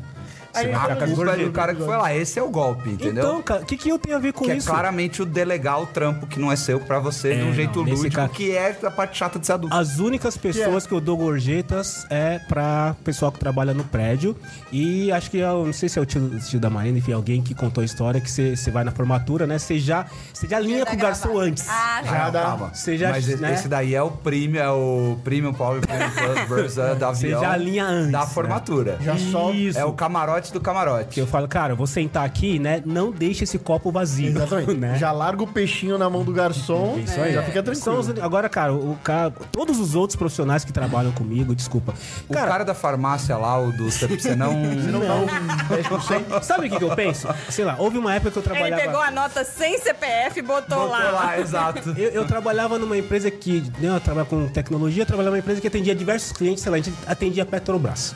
D: Aí ele
C: a
D: fala isso,
C: culpa é do
D: né?
C: cara que foi lá. Esse é o golpe, entendeu?
A: Então, cara, o que, que eu tenho a ver com
C: que é
A: isso?
C: claramente o delegar o trampo que não é seu pra você de
A: É,
C: um jeito
A: não, nesse
C: lúdico,
A: caso-
C: que é a parte chata de ser adulto.
A: As únicas pessoas que, eu dou gorjetas é pra pessoal que trabalha no prédio. E acho que, eu não sei se é o tio, tio da Marina, enfim, alguém que contou a história que você você vai na formatura, né? Você já, você já alinha
B: da
A: com o garçom
B: gravata.
A: antes.
B: Ah,
C: Ah,
D: Já dá.
C: calma.
A: Você já-
C: Mas esse-
A: né?
C: esse daí é o premium, é o premium Power Premium Plus Burst da da
A: Você
C: avião.
A: já alinha antes,
C: Da
A: né?
C: formatura.
D: Já solta.
A: Isso.
C: É o camarote do
A: Que
C: camarote.
A: eu falo, cara, eu vou sentar aqui, né? Não deixe esse copo vazio.
D: Exatamente.
A: Né?
D: Já larga o peixinho na mão do garçom.
A: Isso aí.
D: Já fica tranquilo.
A: São os- agora, cara, o cara, todos os outros profissionais que trabalham comigo, desculpa.
C: O cara, da farmácia lá, o do você você não.
D: Não dá um 10%.
A: sabe o que, que eu penso? Sei lá, houve uma época que eu
B: Ele
A: trabalhava.
B: pegou a nota sem CPF e botou,
C: Botou
B: lá.
C: lá, exato.
A: Eu, eu trabalhava numa empresa que. Né, eu trabalhava com tecnologia, eu trabalhava numa empresa que atendia diversos clientes, sei lá, a gente atendia a Petrobras.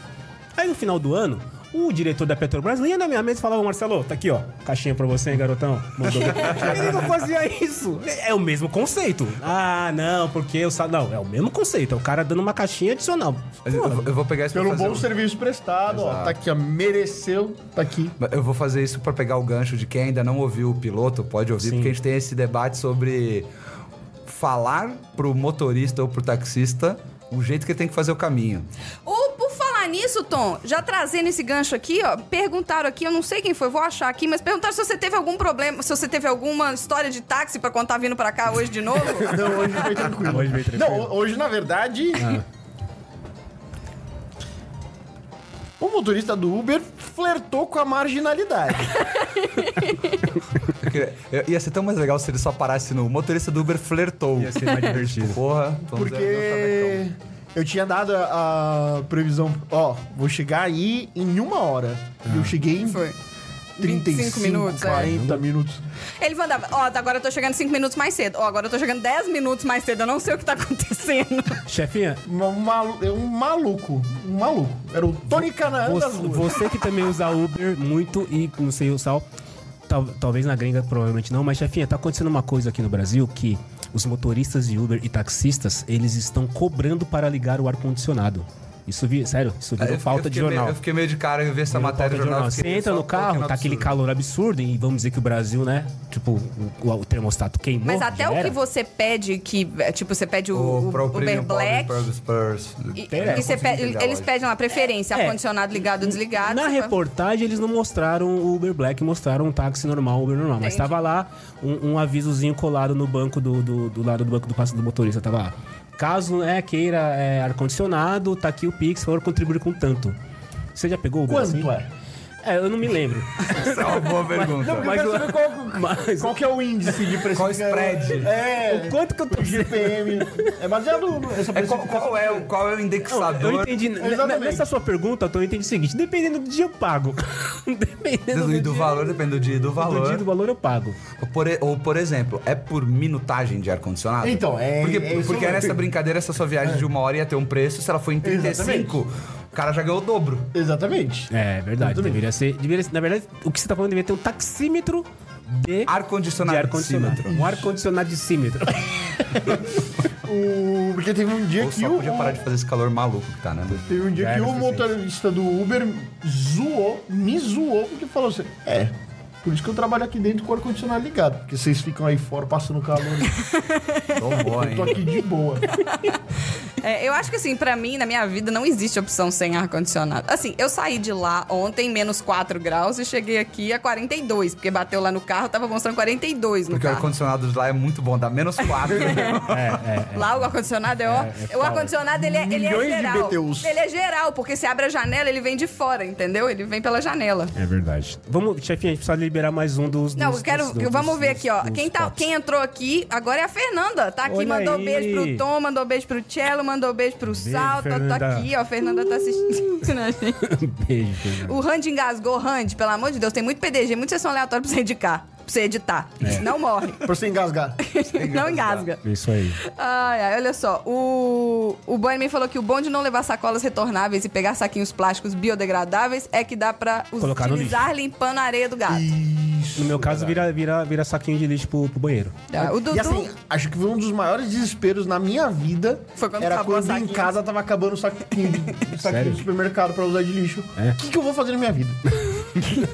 A: Aí no final do ano, o diretor da Petrobras ia na minha mesa e falava, Marcelo, tá aqui, ó, caixinha pra você, hein, garotão? Mandou. Ele não fazia isso. É o mesmo conceito. Ah, não, porque eu sa- Não, é o mesmo conceito. É o cara dando uma caixinha adicional.
C: Mas Eu, eu vou pegar isso pra
D: Pelo
C: fazer um-
D: bom serviço prestado, ó. Tá aqui, ó. Mereceu, tá aqui.
C: Eu vou fazer isso pra pegar o gancho de quem ainda não ouviu o piloto, pode ouvir, porque a gente tem esse debate sobre falar pro motorista ou pro taxista o jeito que ele tem que fazer o caminho.
B: Ou por falar nisso, Tom, já trazendo esse gancho aqui, ó, perguntaram aqui, eu não sei quem foi, vou achar aqui, mas perguntaram se você teve algum problema, se você teve alguma história de táxi pra contar vindo pra cá hoje de novo.
D: Não, hoje foi tranquilo.
A: Hoje foi tranquilo. Ah.
D: Não, ho- hoje, na verdade. O motorista do Uber flertou com a marginalidade.
A: é,
C: Eu queria- eu- ia ser tão mais legal se ele só parasse no. O motorista do Uber flertou. Tipo,
A: Ia ser mais divertido.
C: Porra, vamos ver,
D: porque eu tinha dado a, a previsão. Ó, vou chegar aí em uma hora.
A: Ah.
D: E eu cheguei em
B: Foi.
D: 35
B: 25 minutos,
D: minutos,
B: é.
D: 40 minutos.
B: Ele mandava, ó, agora eu tô chegando 5 minutos mais cedo, ó, agora eu tô chegando 10 minutos mais cedo, eu não sei o que tá acontecendo.
A: Chefinha,
D: Um, malu- um maluco. Um maluco. Era o Tony Canaã das
A: Você,
D: ruas.
A: você que também usa Uber muito e não sei o sal, tal- talvez na gringa provavelmente não, mas chefinha, tá acontecendo uma coisa aqui no Brasil que os motoristas de Uber e taxistas, eles estão cobrando para ligar o ar-condicionado. Isso, vi, sério, isso
C: Aí É, eu
A: virou
C: fiquei-
A: falta
C: eu
A: de
C: fiquei meio-
A: jornal.
C: eu fiquei meio de cara em ver essa
A: Virou
C: matéria
A: pauta
C: no jornal.
A: Você
C: fiquei
A: entra
C: só
A: no carro,
C: colocando
A: tá aquele
C: absurdo.
A: calor absurdo, e vamos dizer que o Brasil, né? Tipo, o, o termostato queimou.
B: Mas até o
A: gera.
B: que você pede, que é, tipo, você pede o,
C: O,
B: o
C: pro
B: Uber
C: Premium Pobre
B: Black.
C: Purpose Purse.
B: E,
A: Tem,
B: e
A: né?
B: você
C: Consegui
B: pede-
C: pegar
B: eles
C: hoje.
B: pedem lá preferência,
A: É.
B: ar-condicionado ligado ou desligado. tipo,
A: Na
B: você fala-
A: reportagem eles não mostraram o Uber Black, mostraram um táxi normal, Uber normal. Mas tava lá um, um avisozinho colado no banco do, do, do lado do banco do passo do motorista. Tava lá. Caso né, queira é, ar-condicionado, tá aqui o Pix, por favor, contribuir com tanto. Você já pegou o Uber?
D: Quanto
A: assim?
D: é?
A: É, eu não me lembro.
C: Essa é uma boa pergunta.
D: Mas eu quero saber qual,
A: Mas
D: qual que é o índice de preço.
C: Qual spread?
D: É,
A: quanto que eu tô.
D: o GPM. É baseado nessa
C: É, qual,
D: precificação.
C: qual é, o- qual é o indexador?
A: Eu entendi. n- n-
D: Exatamente.
A: Nessa sua pergunta, eu tô entendendo o seguinte: dependendo do dia eu pago. dependendo
C: Do, do
A: dia-
C: valor, depende do dia e do
A: do dia
C: valor.
A: e do valor eu pago.
C: Ou por, e- ou, por exemplo, é por minutagem de ar-condicionado?
D: Então, é-
C: Porque,
D: é isso
C: porque
D: mesmo.
C: nessa brincadeira, essa sua viagem de uma hora ia ter um preço, se ela for em 35, o cara já ganhou o dobro.
D: Exatamente.
A: É verdade.
D: Exatamente.
A: Deveria ser, deveria ser- Na verdade, o que você tá falando deveria ter um taxímetro de, de
C: Ar-condicionado.
A: ar-condicionado.
C: decímetro.
A: Um ar-condicionado de címetro.
D: O- Porque teve um dia
C: Ou
D: que
C: só
D: o.
C: podia parar de fazer esse calor maluco que tá, né?
D: Teve um dia
A: Já
D: que
A: era
D: o
A: suficiente.
D: motorista do Uber zoou, me zoou, porque falou assim: é, por isso que eu trabalho aqui dentro com o ar-condicionado ligado, porque vocês ficam aí fora passando calor,
C: Tomou,
D: eu tô
C: um hein?
D: aqui de boa.
B: É, eu acho que assim, pra mim, na minha vida, não existe opção sem ar-condicionado. Assim, eu saí de lá ontem, menos 4 graus, e cheguei aqui a 42, porque bateu lá no carro, tava mostrando 42 no
D: Tá.
C: Porque o
B: carro.
C: ar-condicionado de lá é muito bom, dá menos 4.
B: Lá o ar-condicionado é ó. o ar-condicionado ele é, ele é
H: Milhões de
B: geral.
H: BTUs.
B: Ele é geral, porque se abre a janela, ele vem de fora, entendeu? Ele vem pela janela.
A: É verdade. Vamos, chefinha, a gente precisa liberar mais um dos.
B: Não,
A: dos-
B: eu quero.
A: dos- dos-
B: vamos ver
A: dos-
B: aqui, ó.
A: dos
B: Quem, tá,
A: tops.
B: quem entrou aqui agora é a Fernanda. Tá aqui,
A: Olha
B: mandou
A: aí.
B: beijo pro Tom, mandou beijo pro Cello, mandou beijo pro Sal. Tá,
A: Fernanda.
B: tá aqui, ó. A Fernanda tá assistindo a gente.
A: Beijo, Fernando.
B: O Randy engasgou, Randy, pelo amor de Deus, tem muito PDG, muita sessão aleatória pra você indicar, pra você editar.
A: É.
B: Não morre.
D: pra você engasgar.
B: não engasga.
A: Isso aí.
B: Ai, ai, olha só. O, o Bunnyman falou que o bom de não levar sacolas retornáveis e pegar saquinhos plásticos biodegradáveis é que dá pra us-
A: Colocar no
B: utilizar limpando a areia do gato.
A: No meu caso, vira, vira, vira saquinho de lixo pro, pro banheiro.
B: Tá, O Dudu.
D: E assim, acho que foi um dos maiores desesperos na minha vida.
B: Foi quando
D: era
B: acabou
D: quando
B: o saquinho.
D: em casa tava acabando o saquinho, o saquinho
A: Sério?
D: do supermercado pra usar de lixo. O
A: É.
D: que, que eu vou fazer na minha vida?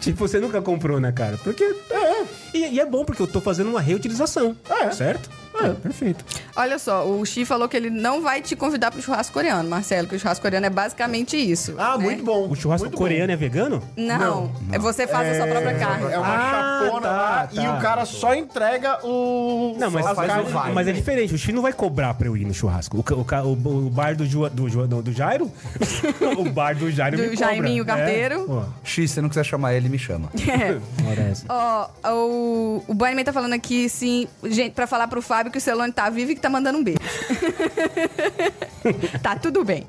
A: Tipo, você nunca comprou, né, cara? Porque. É. E, e é bom, porque eu tô fazendo uma reutilização.
D: É.
A: Certo? É, perfeito.
B: Olha só, o Xi falou que ele não vai te convidar pro churrasco coreano, Marcelo, que o churrasco coreano é basicamente isso.
D: Ah,
B: né?
D: muito bom.
A: O churrasco
D: muito bom.
A: coreano é vegano?
B: Não, é você faz a sua própria carne.
D: É uma
A: Ah,
D: chapona
A: tá,
D: lá e
A: tá.
D: o cara só entrega o.
A: Não, mas,
D: as
A: faz-
D: carnes.
C: vai.
A: mas é diferente. O Xi não vai cobrar pra eu ir no churrasco. O, ca- o ca- o- o bar do, Ju, do, Ju- não, do Jairo? o bar do Jairo
B: Do
A: me cobra.
B: Jaiminho Carteiro.
A: É. Pô,
C: X, se você não quiser chamar ele, me chama.
A: hora é essa.
B: Ó, o, o Bunnyman tá falando aqui, sim, gente, pra falar pro Fábio que o Celone tá vivo e que tá mandando um beijo. tá tudo bem.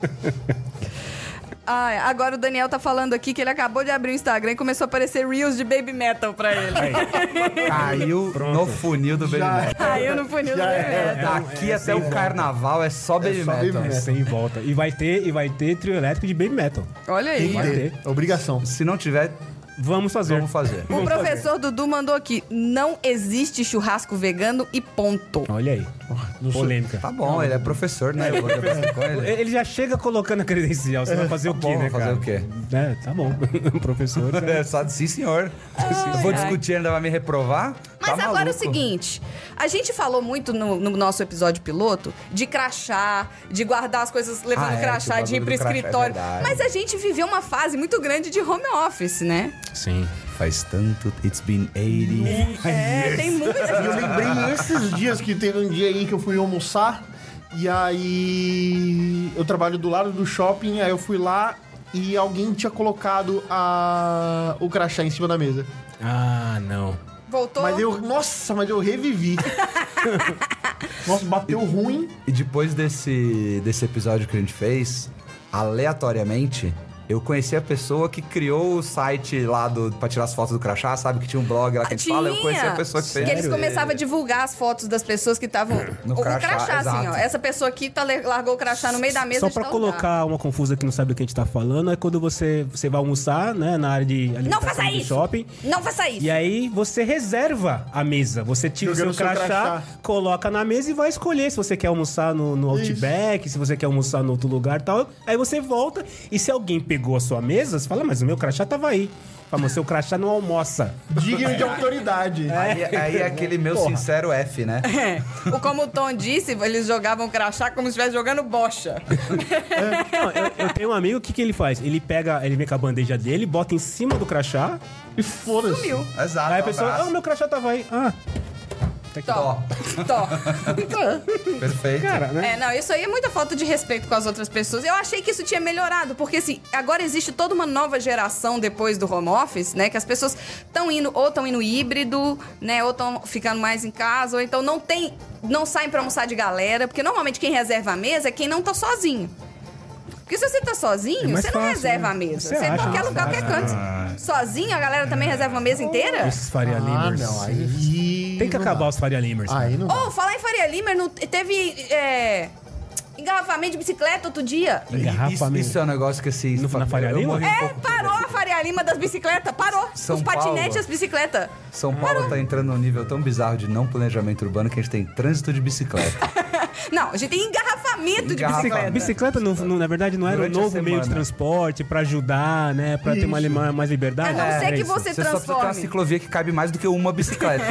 B: Ai, agora o Daniel tá falando aqui que ele acabou de abrir o Instagram e começou a aparecer Reels de Baby Metal pra ele.
C: Caiu no funil do Baby Metal.
B: Caiu no funil do Baby
D: É
B: Metal.
D: um
C: Daqui até o carnaval é só Baby
D: só Baby
C: Metal.
A: É
D: Metal.
A: sem volta. E vai ter, e vai ter trio elétrico de baby metal.
B: Olha aí.
A: Vai ter.
D: Obrigação.
C: Se não tiver,
A: Vamos fazer.
C: vamos fazer.
B: O professor Dudu mandou aqui, não existe churrasco vegano e ponto.
A: Olha aí. Polêmica.
C: Tá bom, ele é professor, né? Eu vou conversar com ele.
A: Ele já chega colocando a credencial. Você vai fazer o
C: Tá
A: quê,
C: bom,
A: né,
C: fazer
A: cara?
C: o quê?
A: É, tá bom. Professor.
C: É, só sim, senhor. Eu vou discutir, ainda vai me reprovar?
B: Mas
C: Tá
B: agora é o
C: maluco.
B: seguinte, a gente falou muito no, no nosso episódio piloto de crachá, de guardar as coisas levando
C: Ah, é,
B: crachá,
C: que o
B: de ir pro
C: bagulho do crachá, é
B: escritório.
C: verdade.
B: Mas a gente viveu uma fase muito grande de home office, né?
A: Sim.
C: Faz tanto. It's been 80.
B: É, tem muita
D: Eu
B: gente.
D: lembrei esses dias que teve um dia aí que eu fui almoçar e aí eu trabalho do lado do shopping, aí eu fui lá e alguém tinha colocado a, o crachá em cima da mesa.
A: Ah, não.
B: Voltou.
D: Mas eu, nossa, mas eu revivi. nossa, bateu ruim.
C: E depois desse, desse episódio que a gente fez, aleatoriamente, Eu conheci a pessoa que criou o site lá do, pra tirar as fotos do crachá, sabe? Que tinha um blog lá que a gente fala. Eu conheci a pessoa que fez.
B: Que eles começavam a divulgar as fotos das pessoas que estavam
C: No
B: com
C: crachá,
B: assim, ó.
C: exato.
B: Essa pessoa aqui tá, le- largou o crachá no meio da mesa
A: Só
B: de
A: pra
B: tal
A: colocar uma confusa que não sabe do que a gente tá falando, é quando você, você vai almoçar, né, na área de
B: Não
A: alimentação
B: faça
A: do
B: isso!
A: shopping.
B: lugar. Não faça isso!
A: E aí você reserva a mesa. Você tira
D: Jogando
A: o seu
D: seu
A: crachá,
D: crachá.
A: coloca na mesa e vai escolher se você quer almoçar no, no Outback, se você quer almoçar no outro lugar e tal. Aí você volta e se alguém pegou a sua mesa, você fala, mas o meu crachá tava aí. Fala, mas seu crachá não almoça.
D: Digno de autoridade.
C: Aí, aí é aquele meu sincero F, né?
B: O, como o Tom disse, eles jogavam crachá como se estivesse jogando bocha.
A: Não, eu, eu tenho um amigo, o que, que ele faz? Ele pega, ele vem com a bandeja dele, bota em cima do crachá,
D: E foda-se.
C: Exato.
A: aí a
D: tá,
A: pessoa, ah, tá
C: abraço.
A: o meu crachá tava aí. Ah,
C: Tó.
B: Tó.
C: Perfeito.
A: cara, né?
B: É, não, isso aí é muita falta de respeito com as outras pessoas. Eu achei que isso tinha melhorado, porque assim, agora existe toda uma nova geração depois do home office, né? Que as pessoas estão indo, ou estão indo híbrido, né? Ou estão ficando mais em casa, ou então não tem. não saem pra almoçar de galera, porque normalmente quem reserva a mesa é quem não tá sozinho. Porque se você tá sozinho,
A: mais
B: você não
A: fácil,
B: reserva
A: né?
B: a mesa.
A: Você
B: Você, tá
A: acha,
B: qualquer
A: né?
B: lugar, qualquer canto. Sozinho, a galera também reserva uma mesa inteira?
A: Esses Faria
D: Ah,
A: Limers.
D: não. Aí.
A: Tem que
D: não
A: acabar
D: dá.
A: os Faria Limers.
D: Aí não. dá.
B: Ou falar em Faria Lima, não- teve é, engarrafamento de bicicleta outro dia.
C: Isso,
A: Engarrafamento.
C: isso é um negócio que assim.
A: No- na Faria
C: eu
A: Lima?
C: morri um
B: É,
C: pouco.
B: parou a Faria Lima das bicicletas, parou.
C: São
B: Os patinetes
C: Paulo.
B: e as bicicletas.
C: São Paulo tá entrando num nível tão bizarro de não planejamento urbano que a gente tem trânsito de bicicleta.
B: Não, a gente tem engarrafamento de
A: Bicicleta,
B: bicicleta.
C: Engarrafamento.
A: bicicleta não- não- na verdade, não era o
C: Ah, tá. Durante a
A: novo meio de
C: semana.
A: transporte pra ajudar, né? Pra ter mais, lima- mais liberdade.
B: A não
A: É,
B: ser que
A: isso.
B: você
C: Você só precisa ter uma
B: transforme.
C: ciclovia que cabe mais do que uma bicicleta.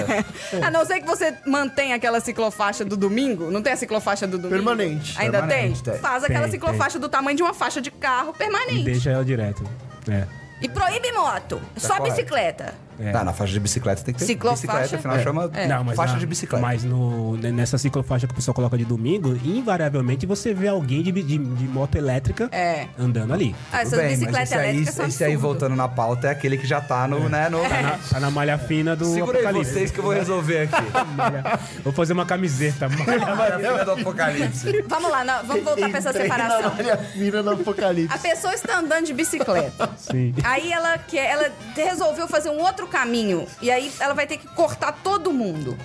B: A não ser que você mantenha aquela ciclofaixa do domingo. Não tem a ciclofaixa do domingo?
D: Permanente.
B: Ainda
C: Permanente,
B: tem?
C: tem.
B: Faz aquela
A: tá. Tem,
B: ciclofaixa do tamanho de uma faixa de carro
A: E
B: permanente.
A: deixa ela direto. É.
B: E proíbe moto. só
C: Tá correto.
B: bicicleta.
A: É.
C: Tá, na faixa de bicicleta tem que ter
B: Ciclofaixa.
C: bicicleta, afinal chama
B: É.
C: faixa
A: na-
C: de bicicleta.
A: Mas no, né, nessa ciclofaixa que o pessoal coloca de domingo, invariavelmente você vê alguém de, bi- de- de moto elétrica
B: É.
A: andando ali.
B: Ah,
C: Tudo
B: essas
C: bem, mas
B: bicicletas
C: esse aí,
B: elétricas são É.
C: esse aí
B: absurdo.
C: voltando na pauta é aquele que já tá no, né, no...
A: Tá na, tá na malha fina do
C: Segura aí
A: apocalipse.
C: vocês que eu vou resolver aqui.
A: Vou fazer uma camiseta. malha-
C: Filha do apocalipse.
B: Vamos lá, não, vamos voltar pra essa
D: Entrei
B: separação.
D: Na área fina é do
B: A
D: apocalipse.
B: pessoa está andando de bicicleta.
A: Sim.
B: Aí ela quer, ela resolveu fazer um outro caminho e aí ela vai ter que cortar todo mundo.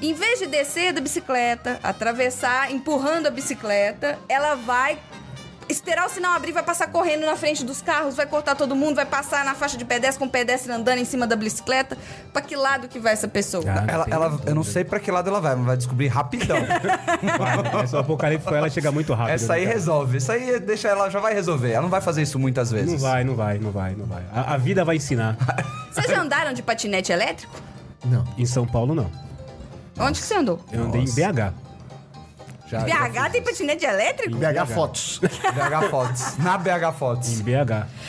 B: Em vez de descer da bicicleta, atravessar, empurrando a bicicleta, ela vai esperar o sinal abrir, vai passar correndo na frente dos carros, vai cortar todo mundo, vai passar na faixa de pedestre com o pedestre andando em cima da bicicleta. Pra que lado que vai essa pessoa?
A: Ah,
C: Ela,
A: tem
C: ela-
A: dúvida.
C: eu não sei pra que lado ela vai, mas vai descobrir rapidão.
A: Vai, Essa apocalipse pra ela chega muito rápido.
C: Essa aí
A: né, cara?
C: resolve. Essa aí deixa ela, já vai resolver. Ela não vai fazer isso muitas vezes.
A: Não vai, não vai, não vai, não vai. A, a vida vai ensinar.
B: Vocês já andaram de patinete elétrico?
D: Não.
A: Em São Paulo, não.
B: Onde que você andou?
A: Eu andei
C: Nossa.
A: em BH.
C: Já, já
B: BH tem patinete elétrico?
D: BH Fotos.
C: BH Fotos. Na BH
A: Em
C: Fotos.
A: BH.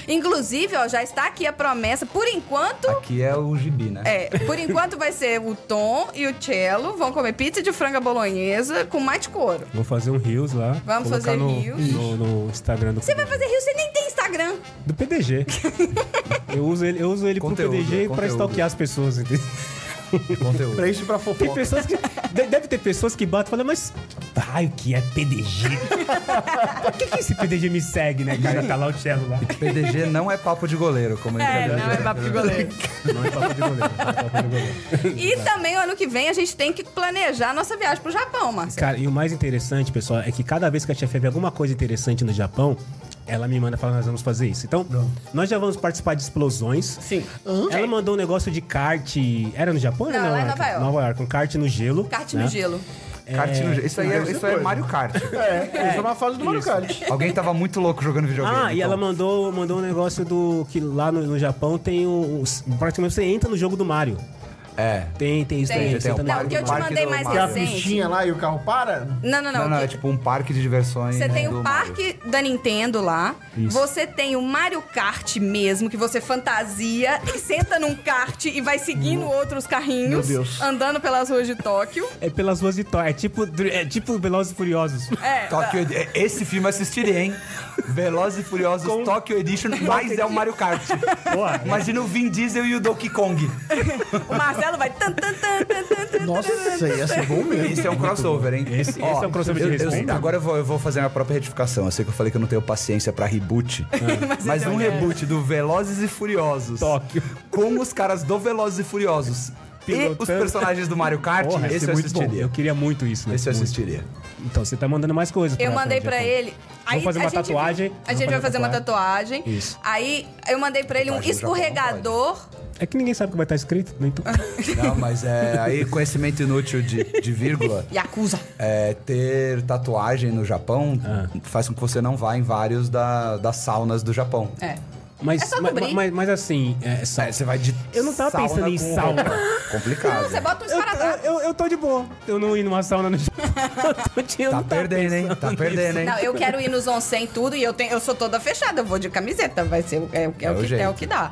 B: Inclusive, ó, já está aqui a promessa. Por enquanto,
C: Aqui é o gibi, né?
B: É, por enquanto vai ser o Tom e o Cello vão comer pizza de franga bolonhesa com mate couro.
A: Vou fazer um Rios lá.
B: Vamos
A: colocar
B: fazer
A: no,
B: reels.
A: No, no Instagram do
B: Você vai fazer rio, você nem tem Instagram.
A: Do PDG. eu uso ele, eu uso ele
C: Conteúdo,
A: pro PDG e pra
C: conteúdo.
A: stalkear as pessoas, entendeu?
C: Conteúdo.
D: Pra isso e pra
A: Tem
D: fofoca.
A: pessoas que. de- Deve ter pessoas que batem e falam, mas. Ai, o que é PDG? Por que, que esse PDG me segue, né, cara? Tá lá o cello lá.
C: PDG não é papo de goleiro, como
B: É,
C: ele tá dizendo.
A: é
B: papo de goleiro.
A: Não é papo de goleiro. não é papo de goleiro.
B: E também, ano que vem, a gente tem que planejar a nossa viagem pro Japão, Marcelo.
A: Cara, e o mais interessante, pessoal, é que cada vez que a chefe vê alguma coisa interessante no Japão, ela me manda falar, nós vamos fazer isso. Então, nós já vamos participar de explosões. Sim. Ela mandou um negócio de kart. Era no Japão ou
B: Não,
A: não?
B: lá em Nova York.
A: Nova York, um kart no gelo.
B: Kart
A: né?
B: no gelo.
C: Kart no- Isso aí é,
D: Deve ser
C: isso aí é
D: coisa.
C: Mario Kart.
D: É, eles estão na fase do Mario Kart.
C: Alguém tava muito louco jogando videogame.
A: Ah, e
C: então.
A: ela mandou, mandou um negócio do que lá no, no Japão tem o, o- Praticamente você entra no jogo do Mario.
C: É.
A: Tem, tem isso
B: Tem.
A: daí. Você
C: Tem,
A: entra no
C: tem
B: Não,
C: Parque
B: o
A: jogo
B: que eu
A: do
B: te
C: Parque
B: mandei
C: do
B: mais
C: Mario.
D: Tem a
B: recente.
D: pistinha lá e o carro para.
B: Não, não, não.
C: Não, não,
B: o
C: é
B: que-
C: tipo um parque de diversões.
B: Você tem
C: do
B: o
C: Mario.
B: parque da Nintendo lá.
A: Isso.
B: Você tem o Mario Kart mesmo, que você fantasia e senta num kart e vai seguindo outros carrinhos.
D: Meu Deus.
B: Andando pelas ruas de Tóquio.
A: É pelas ruas de Tóquio. É tipo, é tipo Velozes e Furiosos.
B: É.
C: Tóquio Ed- Esse filme eu assistiria, hein? Velozes e Furiosos
A: Com-
C: Tokyo Edition, mas é o Mario Kart.
A: Boa.
C: Imagina o Vin Diesel e o Donkey Kong.
B: O Marcelo Marcelo vai tan, tan, tan, tan, tan, tan.
H: Nossa, isso aí ia ser bom mesmo.
C: Esse é um crossover, hein?
A: Esse- esse é um crossover de
C: eu- eu-
A: respeito.
C: Agora eu vou, eu vou fazer minha própria retificação. Eu sei que eu falei que eu não tenho paciência pra reboot. mas um reboot do Velozes e Furiosos.
A: É. Tóquio.
C: Com os caras do Velozes e Furiosos. E
A: Pilotando.
C: os personagens do Mario Kart.
A: Porra, ia
C: esse
A: ser
C: eu
A: muito bom.
C: assistiria.
A: Eu queria muito isso, né?
C: Esse eu
A: Muito.
C: assistiria.
A: Então, você tá mandando mais coisas.
B: Eu mandei pra
A: Japão.
B: ele.
A: Vamos fazer
B: a
A: uma
B: gente-
A: tatuagem.
B: A gente vai fazer uma tatuagem.
A: Isso.
B: Aí eu mandei pra ele um
C: Tatuagem no Japão
B: escorregador.
A: É que ninguém sabe o que vai estar escrito, né? Então,
C: Não, mas é, aí conhecimento inútil de, de vírgula.
B: Yakuza.
C: É, ter tatuagem no Japão faz com que você não vá em vários da- das saunas do Japão.
B: É.
A: mas,
B: É só
A: mas,
B: cobrir.
A: mas- mas assim, é, sal-
C: É, você vai de
A: Eu não tava
C: sauna
A: pensando em
C: com
A: sauna.
C: roupa. Complicado.
B: Você bota um
A: eu,
B: esparadrapo.
A: eu, eu tô de boa. Eu não ir numa sauna no Japão. Eu tô de- eu
C: Tá
A: não tava
C: perdendo, hein?
A: pensando
C: Tá
A: nisso.
C: perdendo, hein?
B: Não, eu quero ir nos onsen e tudo e eu, tenho, eu sou toda fechada, eu vou de camiseta, vai ser o- é, o- é
C: É
B: o,
C: o
B: que, é o
C: jeito.
B: que dá.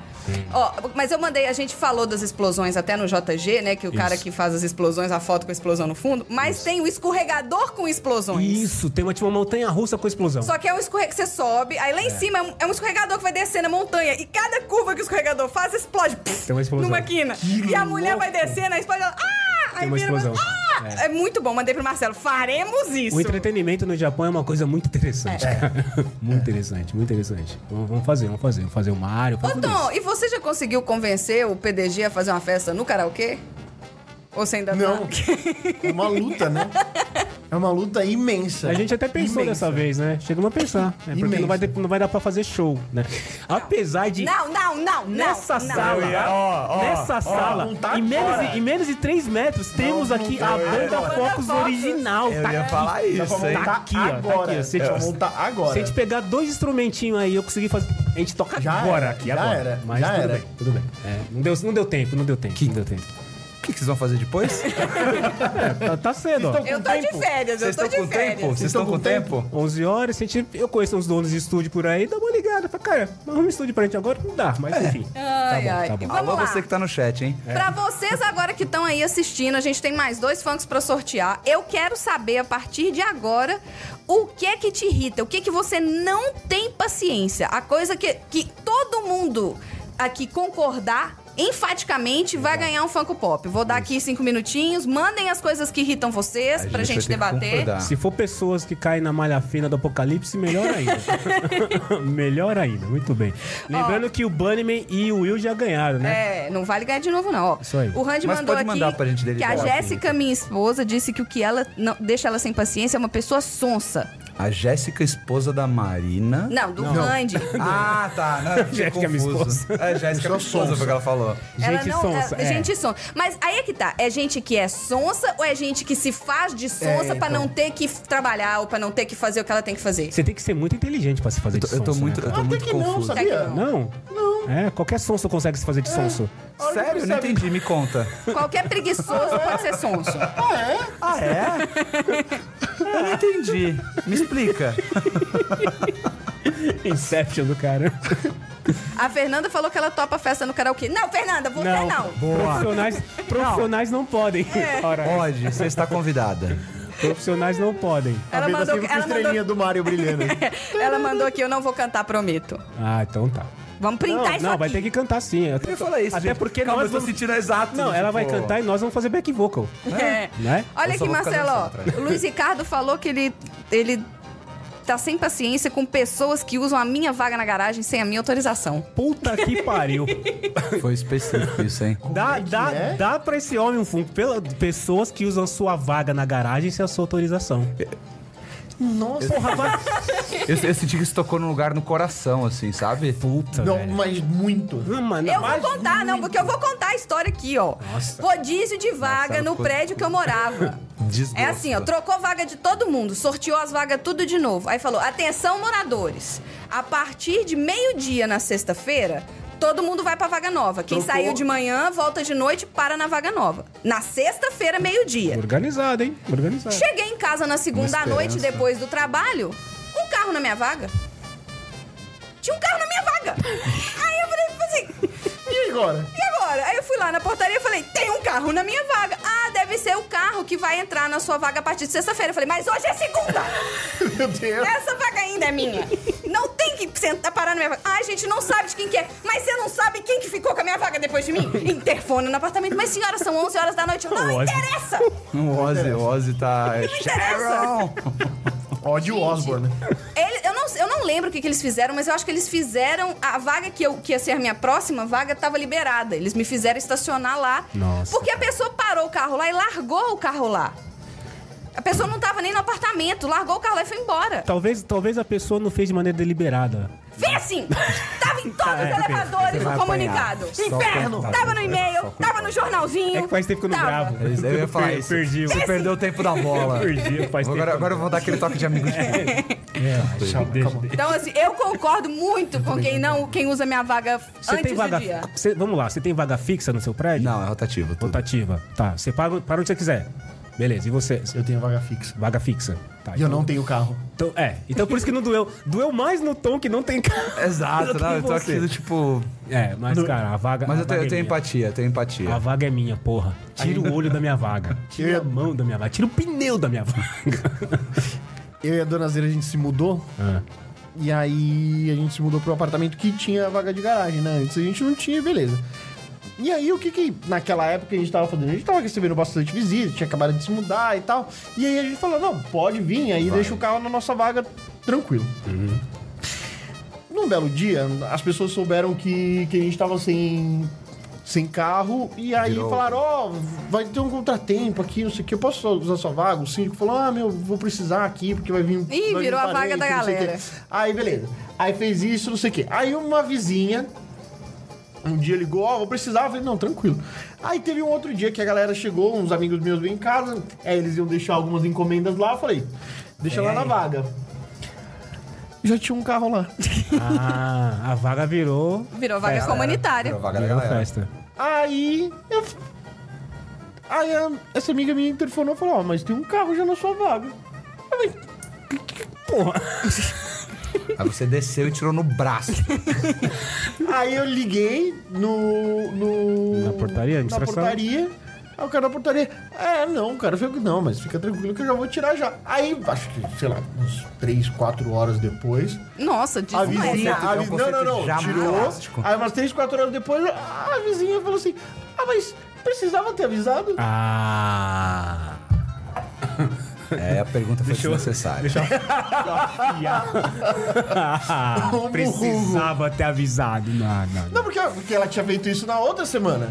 B: Ó, mas eu mandei, a gente falou das explosões até no JG, né, que o cara
A: Isso.
B: que faz as explosões, a foto com a explosão no fundo, mas tem o escorregador com explosões.
A: Isso, tem uma, tipo, uma montanha russa com explosão.
B: Só que é um escorregador que você sobe, aí lá em cima é um, é um escorregador que vai descendo a montanha. E cada curva que o escorregador faz, explode. pff,
A: Tem uma explosão.
B: Numa quina. e a mulher vai descendo, aí explode. ela, Ah! Aí
A: Tem uma
B: vira,
A: explosão.
B: Ah! É. muito bom, mandei pro Marcelo. Faremos isso. É.
A: O entretenimento no Japão é uma coisa muito interessante, cara. Muito interessante, muito interessante. Vamos vamos fazer, vamos fazer. Vamos fazer o Mario. vamos
B: Ô
A: fazer
B: Tom, Então, e você já conseguiu convencer o PDG a fazer uma festa no karaokê? Ou você ainda
D: Não.
B: tá?
D: É uma luta, né? É uma luta imensa.
A: A gente até pensou
D: Imensa.
A: dessa vez, né? Chegamos a pensar. É porque
D: Imenso.
A: não vai, ter- não vai dar pra fazer show, né? Apesar de.
B: Não, não, não, não.
A: Nessa
B: não.
A: sala,
D: ó,
A: nessa sala,
D: não tá
A: em, menos,
D: fora.
A: de- em menos de 3 metros, temos aqui
D: tá
A: a banda Focus original.
C: Eu
A: tá
C: ia
A: aqui.
C: falar
D: Nós
C: isso,
D: vamos
C: hein?
D: montar
A: Tá aqui, ó, tá
D: agora.
A: aqui, ó. Se
D: Nós
A: a gente-
D: vamos montar agora.
A: Se a gente pegar dois instrumentinhos aí, eu consegui fazer. A gente toca
D: Já
A: agora
D: era,
A: aqui,
D: já
A: agora.
D: era,
A: Mas
D: já
A: tudo
D: era.
A: bem, tudo bem. É, não, deu, não deu tempo, não deu tempo. Não deu tempo.
C: O que, que vocês vão fazer depois?
A: Tá, tá cedo, ó.
B: Eu tô de férias, eu
C: Vocês
B: tô
C: estão
B: de
C: com tempo?
B: férias.
C: Vocês estão com tempo?
A: 11 horas, se a gente, eu conheço uns donos de estúdio por aí, dá uma ligada. Fala, cara, arruma um estúdio pra gente agora, não dá, mas
D: É.
A: enfim.
B: Ai, ai.
A: tá bom.
B: E Vamos
C: Alô,
B: lá.
C: você que tá no chat, hein?
B: É. Pra vocês agora que estão aí assistindo, a gente tem mais dois funks pra sortear. Eu quero saber a partir de agora o que é que te irrita, o que é que você não tem paciência. A coisa que, que todo mundo aqui concordar enfaticamente vai ganhar um Funko Pop. Vou dar aqui cinco minutinhos, mandem as coisas que irritam vocês pra gente
C: vai ter que
B: debater.
C: concordar.
A: Se for pessoas que caem na malha fina do apocalipse, melhor ainda. melhor ainda, muito bem. Lembrando que o Bunnyman e o Will já ganharam, né?
B: É, não vale ganhar de novo, não. Ó,
A: Isso aí.
B: O Randy
C: Mas
B: mandou
C: pode
B: aqui
C: mandar pra gente assim,
B: que
C: deletar
B: a
C: lá,
B: Jéssica, minha esposa, disse que o que ela não, deixa ela sem paciência é uma pessoa sonsa.
C: A Jéssica, esposa da Marina.
B: Não, do Randy.
C: Ah, tá. Não, eu fiquei
A: Jéssica, minha
C: confuso. É, Jéssica, minha esposa, foi o que ela falou.
B: Ela
A: Gente
B: não,
A: sonsa,
B: é,
A: é.
B: Gente sonsa. Mas aí é que tá. É gente que é sonsa ou é gente que se faz de sonsa pra não ter que f- trabalhar ou pra não ter que fazer o que ela tem que fazer?
A: Você tem que ser muito inteligente pra se fazer
C: Eu tô,
A: de
C: eu tô
A: sonso,
C: muito,
A: né?
C: eu tô muito
D: que não,
C: confuso.
D: sabia?
B: Tá que
A: Não? Não. É, qualquer sonso consegue se
B: É.
A: fazer de sonso.
C: Sério? Eu não entendi, me conta.
B: Qualquer preguiçoso pode ser sonso.
C: Ah, é? Eu não entendi. Me explica.
A: Inception do cara.
B: A Fernanda falou que ela topa festa no karaokê. Não, Fernanda, você não. É.
A: Profissionais, profissionais não, podem. Ora,
C: Pode, você está convidada.
A: profissionais não podem.
D: A
B: Ela
D: vida
B: mandou,
D: sempre com
B: ela,
D: estrelinha
B: mandou,
D: do Mario brilhando.
B: ela mandou aqui, eu não vou cantar, prometo.
A: Ah, então tá. Não,
B: Vamos printar isso
A: não
B: aqui.
A: vai ter que cantar sim. Eu
C: Eu
A: até-
C: ia falar isso,
A: Até
C: gente.
A: porque
C: Calma,
A: nós
C: eu tô
A: vamos-
C: sentindo exato.
A: Não, ela vai
C: tipo,
A: cantar e nós vamos fazer back vocal.
B: É.
A: Né?
B: Olha
C: Eu só
B: aqui,
C: vou ficar
B: Marcelo, ó.
C: dançando atrás.
B: O Luiz Ricardo falou que ele, ele tá sem paciência com pessoas que usam a minha vaga na garagem sem a minha autorização.
A: Puta que pariu.
C: Foi específico isso, hein?
A: Dá,
D: é que
A: dá,
D: é?
A: dá pra esse homem um funko. Pela, pessoas que usam sua vaga na garagem sem a sua autorização.
D: Nossa,
A: Porra, vai.
C: Eu, eu senti que isso tocou num lugar no coração, assim, sabe?
A: Puta,
D: não,
A: velho.
D: mas muito.
A: Não, mano.
B: Eu
A: mas-
B: vou contar, não, porque eu vou contar a história aqui, ó.
A: Nossa.
B: Rodízio de vaga
C: Marcelo
B: no
C: ficou-
B: prédio que eu morava.
C: Desgosto.
B: É assim, ó, trocou vaga de todo mundo, sorteou as vagas tudo de novo. Aí falou: atenção, moradores. A partir de meio-dia na sexta-feira, todo mundo vai pra vaga nova. Quem
D: Trocou.
B: saiu de manhã, volta de noite, para na vaga nova. Na sexta-feira, meio-dia.
A: Organizado, hein? Organizado.
B: Cheguei em casa na segunda à noite,
C: esperança.
B: depois do trabalho, um carro na minha vaga. Tinha um carro na minha vaga. Aí eu falei tipo assim,
D: e agora?
B: E agora? Aí eu fui lá na portaria e falei, tem um carro na minha vaga. Ah, deve ser o carro que vai entrar na sua vaga a partir de sexta-feira. Eu falei, mas hoje é segunda!
D: Meu Deus.
B: Essa vaga ainda é minha. Não tem que sentar, parar na minha vaga. Ah, gente, não sabe de quem que é. Mas você não sabe quem que ficou com a minha vaga depois de mim? Interfone no apartamento. Mas senhora, são 11 horas da noite. Eu, Não
A: Lógico.
B: interessa!
C: O Ozzy, o Ozzy tá.
B: interessa. É
D: Ódio Osborne.
B: Ele- eu, não, eu não lembro o que, que eles fizeram, mas eu acho que eles fizeram. A vaga que, eu, que ia ser a minha próxima vaga tava liberada. Eles me fizeram estacionar lá.
A: Nossa,
B: Porque a pessoa parou o carro lá e largou o carro lá. A pessoa não tava nem no apartamento, largou o carro lá e foi embora.
A: Talvez, talvez a pessoa não fez de maneira deliberada.
B: Vem assim! Tava em todos
A: É,
B: os elevadores do
C: vai
B: comunicado.
C: apanhar. Só
B: Inferno!
C: coitado.
B: Tava no
C: Só
B: e-mail,
C: coitado.
B: tava no jornalzinho.
A: É que faz tempo que eu não
B: tava.
A: gravo.
C: Eu ia falar
A: Per-
C: isso.
A: Perdi,
C: Você perdeu o tempo da bola.
A: perdi, faz tempo.
C: Agora, agora eu vou dar aquele toque de amigo de
A: É. Deixa, deixa.
B: Então, assim, eu concordo muito com quem não, quem usa minha vaga
A: Você
B: antes
A: tem
B: do
A: vaga.
B: dia.
A: você- vamos lá, você tem vaga fixa no seu prédio?
C: Não, é rotativo. tudo.
A: Rotativa. Tá, você para, para onde você quiser. Beleza, e você?
D: Eu tenho vaga fixa.
A: Vaga fixa. Tá,
D: E eu
A: então-
D: não tenho carro.
A: Então, é, então por isso que não doeu. Doeu mais no tom que não tem cara.
C: Exato, não, eu tô aqui do tipo.
A: É, mas cara, a vaga.
C: Mas
A: a
C: eu tenho,
A: vaga
C: eu tenho
A: é minha.
C: empatia, eu tenho empatia.
A: A vaga é minha, porra. Tira o olho da minha vaga. Tira a mão da minha vaga. Tira o pneu da minha vaga.
D: Eu e a dona Zeira, a gente se mudou.
A: Ah.
D: E aí a gente se mudou pro apartamento que tinha vaga de garagem, né? Antes a gente não tinha, beleza. E aí o que que naquela época a gente tava fazendo? A gente tava recebendo bastante visita, tinha acabado de se mudar e tal. E aí a gente falou, não, pode vir, aí deixa o carro na nossa vaga tranquilo. Num belo dia, as pessoas souberam que, que a gente tava sem, sem carro e aí
C: Virou.
D: falaram, ó, vai ter um contratempo aqui, não sei o que, eu posso usar sua vaga? O síndico falou, ah, meu, vou precisar aqui porque vai vir... vai vir
B: virou a vaga da
D: parente, não sei o quê."
B: galera.
D: Aí, beleza. Aí fez isso, não sei o quê. Aí uma vizinha. Um dia ligou, ó, vou precisar. Eu falei, não, tranquilo. Aí teve um outro dia que a galera chegou, uns amigos meus vêm em casa, aí eles iam deixar algumas encomendas lá. Eu falei, deixa
B: É.
D: lá na vaga. Já tinha um carro lá.
A: Ah, a vaga virou.
B: Virou vaga
C: Era a
B: comunitária.
C: vaga é. da
A: É, Virou
C: galera.
A: festa.
D: Aí eu. f- Aí a- essa amiga minha interfonou e falou: Ó, mas tem um carro já na sua vaga. Eu falei,
A: Porra.
C: Aí você desceu e tirou no braço.
D: Aí eu liguei no. no
A: Na portaria,
D: Na
A: administração?
D: portaria. Aí o cara da portaria. É, não, cara. Eu falei, não, mas fica tranquilo que eu já vou tirar já. Aí, acho que, sei lá, uns 3, 4 horas depois.
B: Nossa, disso
D: A
B: não é.
D: vizinha.
C: conceito-
D: a
C: é um
D: vi- Não,
C: conceito
D: não, não.
C: já
D: Tirou.
C: malástico.
D: Aí, umas 3, 4 horas depois, a vizinha falou assim: Ah, mas precisava ter avisado.
A: Ah.
C: É, a pergunta foi desnecessária.
D: Como
A: Precisava ter avisado. Não, não.
D: Não, porque, porque ela tinha feito isso na outra semana.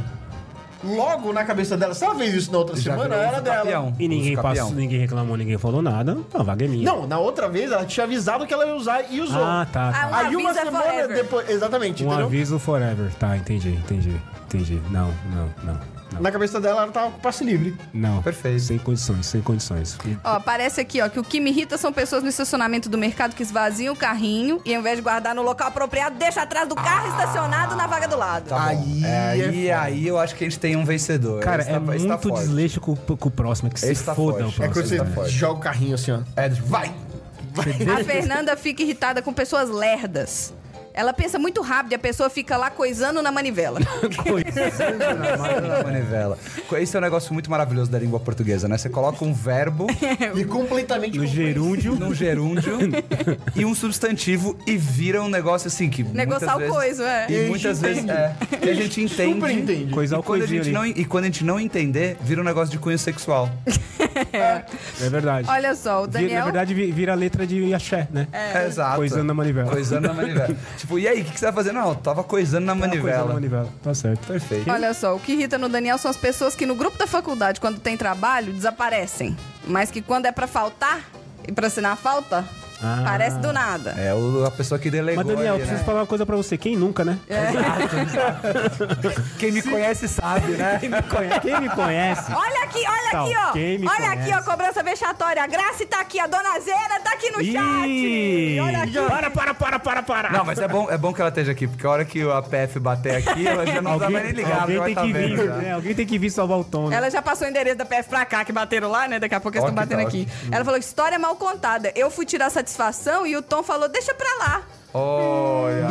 D: Logo na cabeça dela. Se ela fez isso na outra
C: Já
D: semana,
C: virou um
D: era
C: uso
D: dela.
C: capião,
A: E ninguém,
C: uso
A: passou,
C: capião.
A: ninguém reclamou, ninguém falou nada. Não, a vaga é minha.
D: Não, na outra vez ela tinha avisado que ela ia usar e usou.
A: Ah, tá. tá.
B: Ah, Um
D: Aí uma
B: aviso é
D: semana
B: forever.
D: depois. Exatamente,
A: Um
D: entendeu?
A: aviso forever. Tá, entendi, entendi, entendi. Não, não, não. Não.
D: Na cabeça dela, ela tava com passe livre.
A: não.
C: Perfeito.
A: Sem condições, sem condições.
B: Ó, aparece aqui, ó, que o que me irrita são pessoas no estacionamento do mercado que esvaziam o carrinho e ao invés de guardar no local apropriado, deixa atrás do
A: Ah,
B: carro estacionado na vaga do lado.
C: Tá bom.
D: Aí
C: É,
D: é
C: aí, aí eu acho que a gente tem um vencedor.
A: Cara, é
C: Esse tá- esse tá
A: muito
C: forte.
A: desleixo com, com o próximo. É que se
C: Esse tá
A: foda o
C: forte.
D: É
A: próximo.
D: quando você
C: tá forte.
D: joga o carrinho assim, ó.
C: É, vai!
B: A Fernanda fica irritada com pessoas lerdas. Ela pensa muito rápido e a pessoa fica lá coisando na manivela.
C: Na mão da manivela. Esse é um negócio muito maravilhoso da língua portuguesa, né? Você coloca um verbo
D: E completamente.
A: No
D: com-
A: gerúndio.
C: num gerúndio e um substantivo e vira um negócio assim que.
B: Negociar o
C: muitas vezes,
B: coiso, é.
C: E,
D: E a gente
C: muitas vezes.
D: entende.
C: É, e a gente entende.
D: Super entende.
A: Coisar
C: E
A: o
C: quando, a
A: coisinho
C: gente
A: ali.
C: não, e quando a gente não entender, vira um negócio de cunho sexual.
A: É verdade.
B: Olha só, o
A: Vira-
B: Daniel.
A: na verdade, vi- vira a letra de axé, né?
C: É. Exato.
A: Coisando na manivela.
C: Coisando na manivela. tipo, e aí, o que, que você vai fazer? Não, eu tava coisando na
A: Coisa
C: manivela.
A: na manivela. Tá certo.
C: Perfeito.
B: Olha só, o que irrita no Daniel são as pessoas que no grupo da faculdade, quando tem trabalho, desaparecem. Mas que quando é pra faltar e pra assinar a falta,
A: Ah.
B: aparece do nada.
C: É o- a pessoa que delegou.
A: Mas, Daniel,
C: ali,
A: preciso
C: né?
A: falar uma coisa pra você. Quem nunca, né?
B: É.
C: Quem me conhece sabe, né?
A: Quem me conhece, quem me conhece
B: Olha aqui, olha
A: Tá,
B: aqui, ó.
A: quem me
B: Olha
A: conhece?
B: aqui, ó, cobrança vexatória. A Grace tá aqui, a dona Zena tá aqui no
A: Ih!
B: chat. Olha aqui.
A: Para, para, para, para, para.
C: Não, mas é bom, é bom que ela esteja aqui, porque a hora que a PF bater aqui, ela já não vai nem ligar,
A: alguém tem
C: porque ela tá
A: que
C: vendo.
A: vir,
C: já.
A: né? Alguém tem que vir salvar o Tom. né?
B: Ela já passou o endereço da PF pra cá, que bateram lá, né? Daqui a pouco eles
C: Ó
B: estão
C: que
B: batendo
C: tal,
A: Hum.
B: aqui. Ela falou, história mal
D: Hum.
B: contada. Eu fui tirar satisfação e o Tom falou, deixa pra lá.
C: Olha.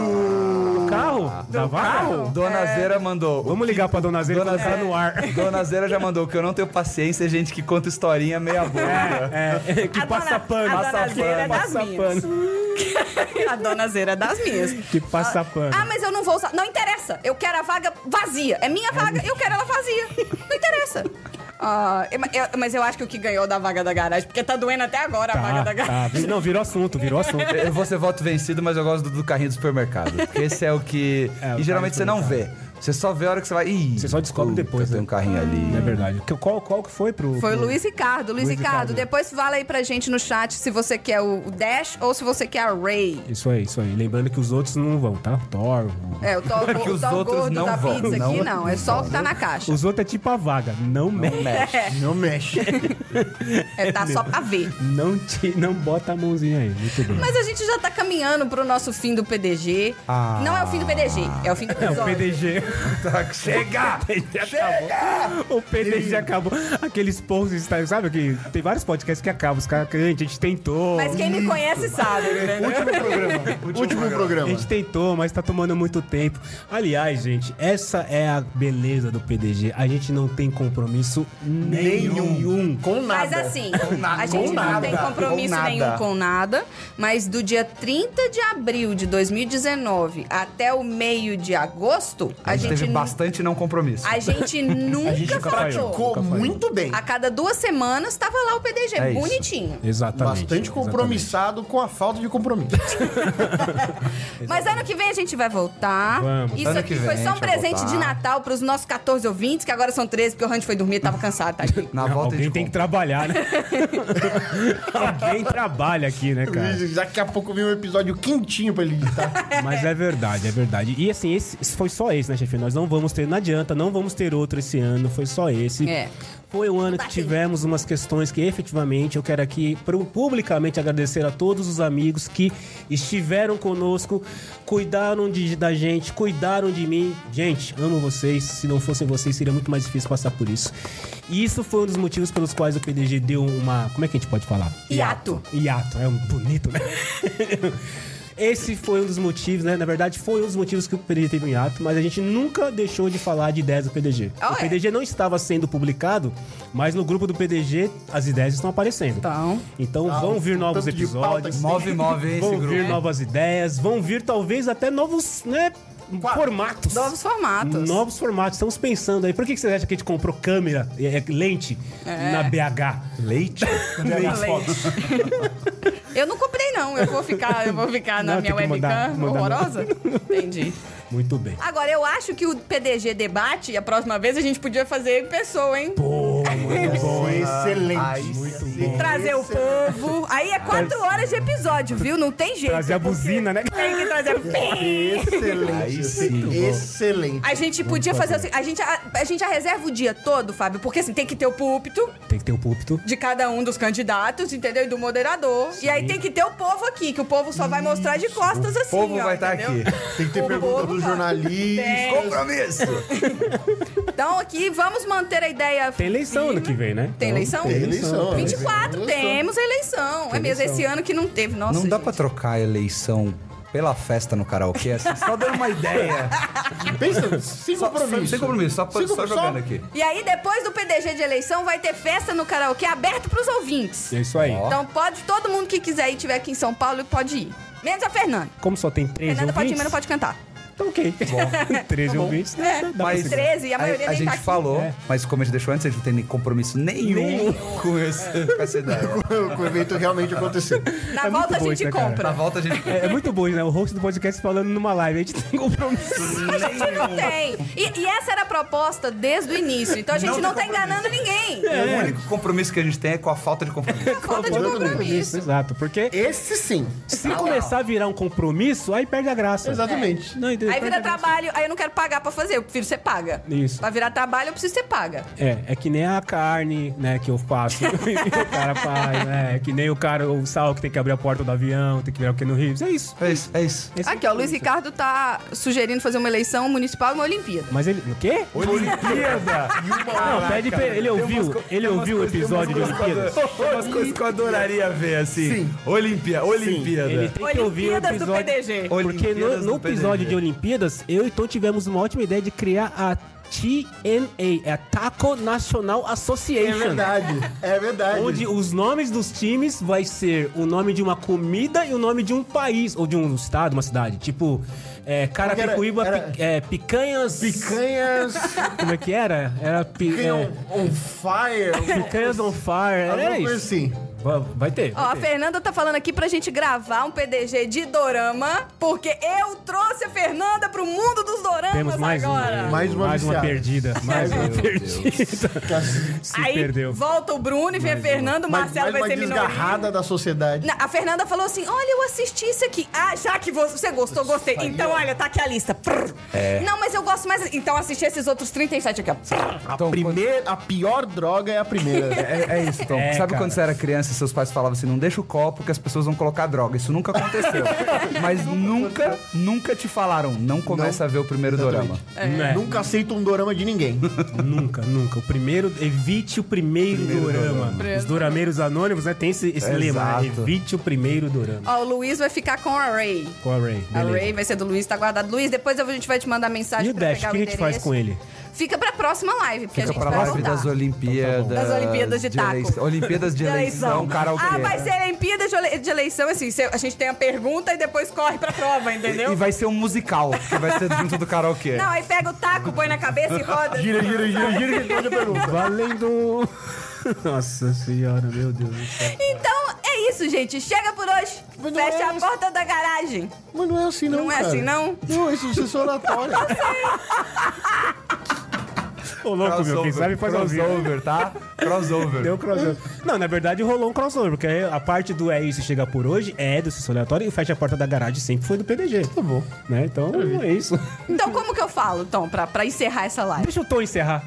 A: carro? Da carro?
C: Dona
D: É.
C: Zera mandou. o
A: Vamos ligar pra Dona Zera
C: Dona
A: quando tá
C: Zé-
A: no ar.
C: Dona Zera já mandou que eu não tenho paciência, é gente que conta historinha meia boca.
A: É, é, que
B: A
A: passa
B: dona-
A: pano.
B: a
A: Passa
B: dona Zera
A: pano.
B: das
A: Passa
B: minhas.
A: pano.
B: A dona Zera das minhas.
A: Que passa pano.
B: Ah, mas eu não vou usar. Não interessa. Eu quero a vaga vazia. É minha vaga, eu quero ela vazia. Não interessa. Ah, eu- eu- mas eu acho que o que ganhou da vaga da garagem, porque tá doendo até agora a vaga da
A: Tá,
B: garagem.
A: tá. Vi- Não, virou assunto, virou assunto.
C: Eu vou ser voto vencido, mas eu gosto do, do carrinho do supermercado. Porque esse é o que.
A: É, o
C: e geralmente você
A: carrinho
C: não
A: do
C: vê. Você só vê a hora que você vai. Ih,
A: Você só descobre
C: puta,
A: depois,
C: Tem
A: né?
C: um carrinho ali.
A: É verdade. Que- Qual, qual que foi pro.
B: Foi o
A: pro-
B: Luiz Ricardo. Luiz,
A: Luiz
B: Ricardo,
A: Ricardo.
B: depois fala aí pra gente no chat se você quer o Dash ou se você quer a Ray.
A: Isso aí, isso aí. Lembrando que os outros não vão, tá? Thor. o-
B: É, o tal
C: É que os outros
B: gordo
C: não
B: da
C: vão,
B: pizza aqui
C: não.
B: não. É só o que tá na caixa.
A: Os outros é tipo a vaga. Não, mexe.
D: Não mexe.
B: É, tá só pra ver.
A: Não, te, não bota a mãozinha aí. Muito bem.
B: Mas a gente já tá caminhando pro nosso fim do PDG.
C: Ah.
B: Não é o fim do PDG, é o fim do
A: É, o
B: episódio.
A: PDG.
C: Tá, chega!
A: acabou. O PDG acabou. Aqueles posts, sabe? Que tem vários podcasts que acabam. Os caras, gente, a gente tentou.
B: Mas quem me conhece sabe, né?
D: Último programa. Último,
A: A
D: programa.
A: gente tentou, mas tá tomando muito tempo. Aliás, gente, essa é a beleza do PDG. A gente não tem compromisso nenhum.
D: Um, Com nada.
B: Mas assim,
C: nada,
B: a gente não
C: com nada,
B: tem compromisso
C: com nada.
B: nenhum com nada, mas do dia 30 de abril de 2019 até o meio de agosto, a,
C: A gente
B: gente,
C: Então teve
B: nu-
C: bastante não compromisso.
B: a gente nunca faltou.
D: Ficou muito bem.
B: A cada duas semanas tava lá o PDG,
C: É isso.
B: bonitinho.
A: Exatamente.
D: Bastante compromissado com a falta de compromisso.
B: Mas ano que vem a gente vai voltar.
A: Vamos.
B: Isso
C: Ano
B: aqui
C: que
B: foi
C: vem
B: só
C: a
B: um
C: gente vai
B: presente
C: voltar.
B: de Natal pros nossos 14 ouvintes, que agora são 13, porque o Randy foi dormir, tava cansado, tá?
C: Na
A: Não,
C: volta a
A: alguém
C: gente
A: tem que
C: compra.
A: trabalhar, né? alguém trabalha aqui, né, cara?
D: Daqui a pouco vem um episódio quentinho pra ele editar.
A: Mas é verdade, é verdade. E assim, esse, esse foi só esse, né, chefe? Nós não vamos ter, não adianta, não vamos ter outro esse ano, foi só esse.
B: É.
A: Foi um ano que tivemos umas questões que efetivamente eu quero aqui pro- publicamente agradecer a todos os amigos que estiveram conosco, cuidaram de- da gente, cuidaram de mim. Gente, amo vocês. Se não fossem vocês, seria muito mais difícil passar por isso. E isso foi um dos motivos pelos quais o PDG deu uma. Como é que a gente pode falar?
B: Hiato.
A: Hiato, é um bonito, né? Esse foi um dos motivos, né? Na verdade, foi um dos motivos que o PDG teve um hiato, mas a gente nunca deixou de falar de ideias do PDG.
B: Ah,
A: o
B: é?
A: PDG não estava sendo publicado, mas no grupo do PDG as ideias estão aparecendo.
B: Então.
A: Então vão vir novos
D: Ah, um tanto de pauta
A: episódios,
D: que
C: Move, move, hein, esse
A: vão
C: grupo.
D: né?
A: vir novas ideias, vão vir talvez até novos, né? Formatos.
B: Novos formatos.
A: Novos formatos. Estamos pensando aí. Por que que vocês acham que a gente comprou câmera, é, é, lente na BH?
C: Leite?
B: Eu não comprei, não. Eu vou ficar, eu vou ficar na
A: Não,
B: minha
A: tem que
B: webcam
A: mandar- mandar
B: horrorosa. Entendi.
A: Muito bem.
B: Agora, eu acho que o PDG debate, a próxima vez, a gente podia fazer em pessoa, hein?
A: Pô, muito bom, hein?
D: Excelente.
C: muito
B: Trazer o povo. Aí é quatro horas de episódio, viu? Não tem jeito.
A: Trazer a buzina, né?
B: Tem que trazer.
D: Excelente.
C: Aí sim.
D: Excelente.
B: A gente podia fazer assim. A gente, a, a gente já reserva o dia todo, Fábio, porque assim, tem que ter o púlpito
A: Tem que ter o púlpito.
B: de cada um dos candidatos, entendeu? E do moderador. E aí tem que ter o povo aqui, que o povo só vai mostrar de costas assim.
C: povo
B: ó,
C: vai estar
B: entendeu?
C: aqui.
D: Tem que ter
B: O
D: pergunta
B: povo
D: dos
B: vai.
D: jornalistas.
C: Compromisso!
B: Então aqui vamos manter a ideia.
A: Tem eleição ano que vem, né? Então,
B: Tem eleição?
D: Tem eleição.
B: 24 temos eleição. É mesmo, esse ano que não teve. Nossa,
C: Não dá
B: gente.
C: pra trocar a eleição pela festa no karaokê, assim, só dando uma ideia.
D: Pensa, sem
C: Só-
D: compromisso.
C: Sem compromisso, só,
D: Sem
C: só
D: compro-
C: jogando aqui.
B: E aí depois do PDG de eleição vai ter festa no karaokê aberto pros ouvintes.
A: É isso aí.
C: Ó.
B: Então pode, todo mundo que quiser ir, tiver aqui em São Paulo, pode ir. Menos a Fernanda.
A: Como só tem três
B: Fernanda pode ir,
A: ouvintes,
B: mas não pode É. cantar.
A: então ok. 13 ouvintes, né? Dá pra
C: Mas
A: você-
B: 13, a maioria
C: a,
B: nem
C: gente
B: tá aqui.
C: falou,
A: É.
C: mas como a gente deixou antes, a gente não tem nem compromisso nenhum, Com, esse, com essa ideia.
D: Com o evento realmente acontecendo.
B: Na
A: É muito
B: volta a
A: bom
B: gente
A: isso, né, cara?
C: Na
B: compra.
C: volta a gente.
A: É, é muito bom, né? O host do podcast falando numa live. A gente tem compromisso.
B: A gente não tem. E, e essa era a proposta desde o início. Então a gente não, tá enganando ninguém.
C: O único compromisso que a gente tem é com a falta de compromisso.
B: Falta de compromisso.
A: Exato, porque
D: Esse sim.
A: se começar a virar um compromisso, aí perde a graça.
D: Exatamente.
A: Não, entendeu?
B: Aí vira
A: Perde a graça.
B: trabalho, aí eu não quero pagar pra fazer, eu prefiro você paga.
A: Isso.
B: Pra virar trabalho, eu preciso que você paga.
A: É, é que nem a carne, né, que eu faço e o cara faz, né? É que nem o cara, o sal que tem que abrir a porta do avião, tem que virar o que no Rio. É isso.
C: É isso, é isso.
A: Esse
B: Aqui, ó, o Luiz Ricardo tá sugerindo fazer uma eleição municipal e uma Olimpíada.
A: Mas ele. O quê? Olimpíada! Não, pede pra ele. Ele ouviu, ele ouviu o episódio de Olimpíadas.
C: Umas coisas que eu adoraria ver, assim. Olimpíada, Olimpíada.
A: Ele tem que ouvir o
B: Olimpíadas do
A: episódio.
B: PDG.
A: Porque no,
C: Olimpíadas
A: no
C: do PDG.
A: episódio de Olimpíadas, eu e Tom tivemos uma ótima ideia de criar a TNA, é a Taco National
D: É
A: Association.
D: verdade, é verdade.
A: Onde os nomes dos times vai ser o nome de uma comida e o nome de um país, ou de um estado, uma cidade. Tipo, é, Carapicuíba,
D: Era-
A: pi- é, picanhas...
D: Picanhas
A: Como é que era? Era pi-
D: Picanha
A: é,
D: on, on fire. um,
A: Picanhas on Fire,
D: Alguma
A: era
D: coisa
A: isso.
D: assim.
A: Va- Vai ter.
B: Ó,
A: vai
B: a
A: ter.
B: Fernanda tá falando aqui pra gente gravar um PDG de dorama, porque eu trouxe a Fernanda pro mundo dos doramas
A: Temos mais um.
B: agora.
A: uma,
D: Mais uma
A: mais uma
D: viciada.
A: perdida. Mais uma
C: Meu Deus.
A: perdida. Se
B: Aí
A: perdeu.
B: volta o Bruno e vem a Fernanda, o
D: Mas
B: Marcelo
D: mais
B: vai
D: uma
B: ser minoria.
D: desgarrada da sociedade.
B: Na- A Fernanda falou assim: Olha, eu assisti isso aqui. Ah, já que você gostou, gostei. Então, olha, tá aqui a lista. Prrr.
A: É.
B: Não, mas eu gosto mais. Então, assisti esses outros 37 aqui. ó. Prrr.
D: A,
C: Então,
D: primeira, a pior droga é a primeira.
C: É, é isso, Tom.
A: É,
C: Sabe
A: cara.
C: quando você era criança e seus pais falavam assim, não deixa o copo que as pessoas vão colocar droga. Isso nunca aconteceu. Mas nunca, nunca te falaram, não começa a ver o primeiro dorama.
B: É.
A: Né?
D: Nunca aceito um dorama de ninguém.
A: Nunca, nunca. O primeiro, evite o primeiro, dorama. Os dorameiros anônimos, né? Tem esse, esse lema, né?
C: Exato.
A: Evite o primeiro dorama.
B: Ó, o Luiz vai ficar com a Ray.
A: Com a Ray,
B: A
A: beleza.
B: Ray vai ser do Luiz, tá guardado. Luiz, depois eu- a gente vai te mandar mensagem
A: E o
B: pra
A: Dash, o
B: pegar
A: que a
B: o
A: gente faz
B: endereço.
A: com ele?
B: Fica pra próxima live, porque
C: Fica
B: a gente
C: pra
B: vai
C: live
B: voltar.
C: das Olimpíadas.
B: Das Olimpíadas de taco.
C: elei- Olimpíadas de
B: De
C: eleição, karaokê.
B: Ah, vai ser Olimpíada de ele- de eleição, assim. cê- A gente tem a pergunta e depois corre pra prova, entendeu?
C: E vai ser um musical, que vai ser junto do karaokê.
B: Não, aí pega o taco, põe na cabeça e roda.
D: Gira, gira, gira, gira, que pode pergunta.
A: Valendo! Nossa senhora, meu Deus do céu.
B: Então é isso, gente. Chega por hoje.
D: Mas não
B: Fecha
D: é
B: a
D: isso.
B: porta da garagem.
D: Mas não é assim, não.
B: Não é
D: cara.
B: assim, não?
D: Não, isso é sucesso oratório.
A: Ô,
B: é
A: louco, meu, quem
C: Crossover,
A: sabe faz ao vivo.
C: Crossover, tá? Crossover.
A: Deu crossover. Não, na verdade rolou um crossover, porque a parte do É Isso Chega Por Hoje é do Sessão Aleatório e o Fecha a Porta da Garagem sempre foi do PDG. Tá bom. Né? Então, é isso.
B: Então como que eu falo, Tom, pra, pra encerrar essa live?
A: Deixa o Tom encerrar.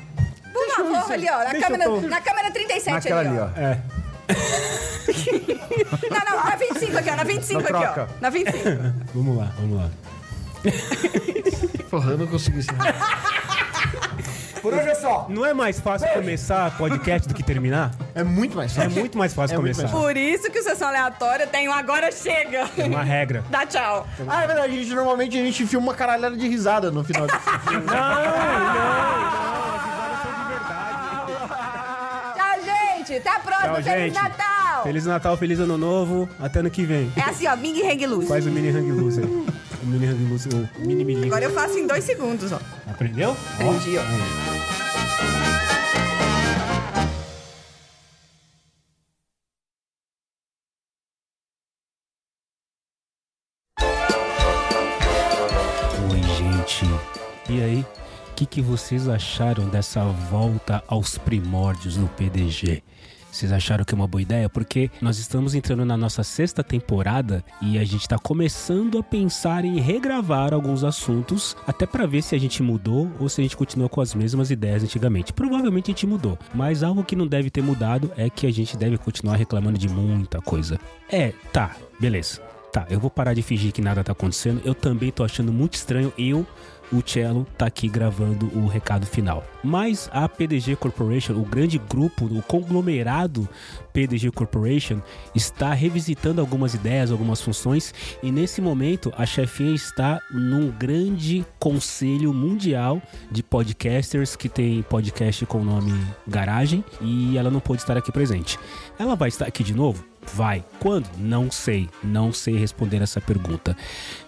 B: Por favor, ali, ó. Na
A: deixa eu
B: câmera,
A: pôr.
B: na câmera 37
C: Naquela ali, ó.
A: É.
B: Não, não, na 25 aqui, ó. Na 25
C: Não
B: aqui, ó.
C: troca.
B: Na 25.
A: Vamos lá, vamos lá.
H: Porra, eu não consegui encerrar.
C: Por hoje é só.
A: Não é mais fácil começar podcast do que terminar?
D: É muito mais
A: É
D: fácil.
A: muito mais fácil
D: É muito
A: começar.
B: Por isso que o Sessão Aleatória tem um Agora Chega.
A: É uma regra.
B: Dá tchau.
D: Ah, é verdade. A gente, normalmente a gente filma uma caralhada de risada no final disso.
B: Tchau, gente. Até a próxima.
A: Tchau,
B: Feliz
A: gente.
B: Natal.
A: Feliz Natal, feliz Ano Novo. Até ano que vem.
B: É assim, ó. Ming Hang Luz.
A: Faz o mini hang loose aí. O mini hang loose, o mini mini.
B: Agora eu faço em dois segundos, ó.
A: Aprendeu?
B: Aprendi, ó.
A: Oi, gente. E aí, o que, que vocês acharam dessa volta aos primórdios no PDG? Vocês acharam que é uma boa ideia? Porque nós estamos entrando na nossa sexta temporada e a gente está começando a pensar em regravar alguns assuntos, até para ver se a gente mudou ou se a gente continua com as mesmas ideias antigamente. Provavelmente a gente mudou, mas algo que não deve ter mudado é que a gente deve continuar reclamando de muita coisa. É, tá, beleza. Tá, eu vou parar de fingir que nada tá acontecendo. Eu também tô achando muito estranho eu, o Cello, tá aqui gravando o recado final. Mas a PDG Corporation, o grande grupo, o conglomerado PDG Corporation, está revisitando algumas ideias, algumas funções. E nesse momento, a chefinha está num grande conselho mundial de podcasters que tem podcast com o nome Garagem. E ela não pôde estar aqui presente. Ela vai estar aqui de novo? Vai. Quando? Não sei. Não sei responder essa pergunta.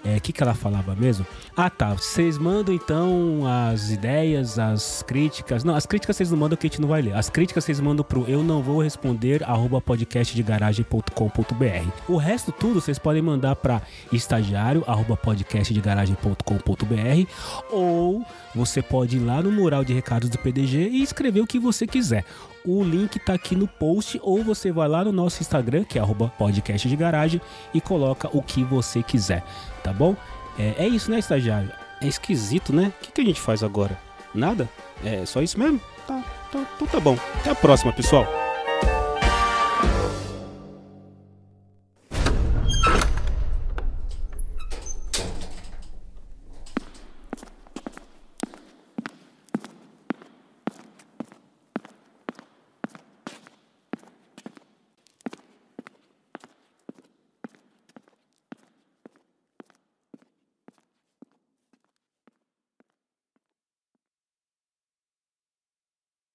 A: É, O que, que ela falava mesmo? Ah, tá. Vocês mandam então as ideias, as críticas. Não, as críticas vocês não mandam que a gente não vai ler. As críticas vocês mandam pro eu não vou responder arroba podcastdegaragem.com.br. O resto tudo vocês podem mandar para estagiário arroba podcastdegaragem.com.br ou você pode ir lá no mural de recados do PDG e escrever o que você quiser. O link tá aqui no post ou você vai lá no nosso Instagram, que é arroba podcast de garagem, e coloca o que você quiser, tá bom? É, é isso, né, estagiário? É esquisito, né? O que, que a gente faz agora? Nada? É só isso mesmo? Tá, tá, então tá bom. Até a próxima, pessoal.